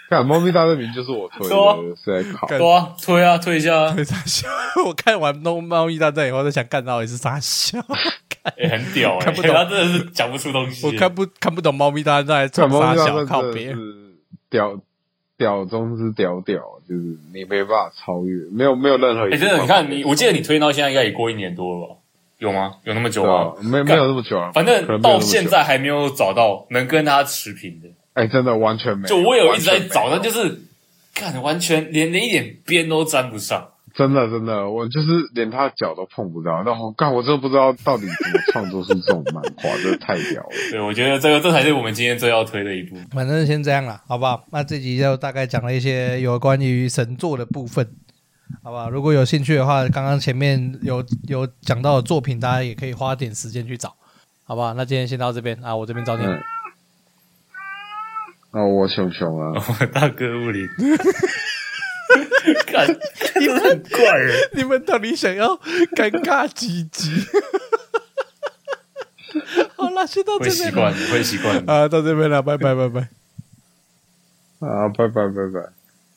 Speaker 4: 看《猫咪大队名》就是我推
Speaker 3: 说
Speaker 4: 的，是在考。
Speaker 1: 干
Speaker 3: 对啊，推啊，推一下啊，
Speaker 1: 对傻笑， 我看完《东猫咪大战》以后，在想干到底是傻 笑，看
Speaker 3: 哎，很屌哎，
Speaker 1: 看不懂
Speaker 3: 他真的是讲不出东西。
Speaker 1: 我看不看不懂《猫咪大战》冲
Speaker 4: 看《猫
Speaker 1: 傻
Speaker 4: 咪大
Speaker 1: 笑，
Speaker 4: 队
Speaker 1: 靠》
Speaker 4: 真的
Speaker 1: 别
Speaker 4: 是屌屌中之屌屌，就是你没办法超越，没有没有任何一
Speaker 3: 哎，
Speaker 4: 个
Speaker 3: 真的，
Speaker 4: 方
Speaker 3: 你
Speaker 4: 法
Speaker 3: 看你，我记得你推到现在应该也过一年多了吧？有吗？有那么久
Speaker 4: 对啊
Speaker 3: 吗？，
Speaker 4: 没没
Speaker 3: 干
Speaker 4: 有那么久啊，
Speaker 3: 反
Speaker 4: 可能
Speaker 3: 正
Speaker 4: 没有那
Speaker 3: 到
Speaker 4: 么久
Speaker 3: 现在还没有找到能跟他持平的。
Speaker 4: 哎，真的完全没，
Speaker 3: 就我有一直在
Speaker 4: 完全没
Speaker 3: 找，但就是看完全连连一点边都沾不上。
Speaker 4: 真的真的，我就是连他的脚都碰不到，然后干我真的不知道到底怎么创作出这种漫画， 真的太屌了。
Speaker 3: 对，我觉得这个这才是我们今天最要推的一 部。
Speaker 1: 反正先这样了，好不好？那这集就大概讲了一些有关于神作的部分，好不好？如果有兴趣的话，刚刚前面有有讲到的作品，大家也可以花点时间去找，好不好？那今天先到这边啊，我这边早点。
Speaker 4: 嗯，那我熊熊啊，
Speaker 3: 大哥物理， 看，你们很怪人。
Speaker 1: 你们到底想要尴尬几集？ 好啦，先到
Speaker 3: 会
Speaker 1: 这
Speaker 3: 习
Speaker 1: 边
Speaker 3: 惯
Speaker 1: 了
Speaker 3: 的，会习惯的。
Speaker 1: 啊，到这边了，拜拜拜拜。
Speaker 4: 啊，拜拜拜拜。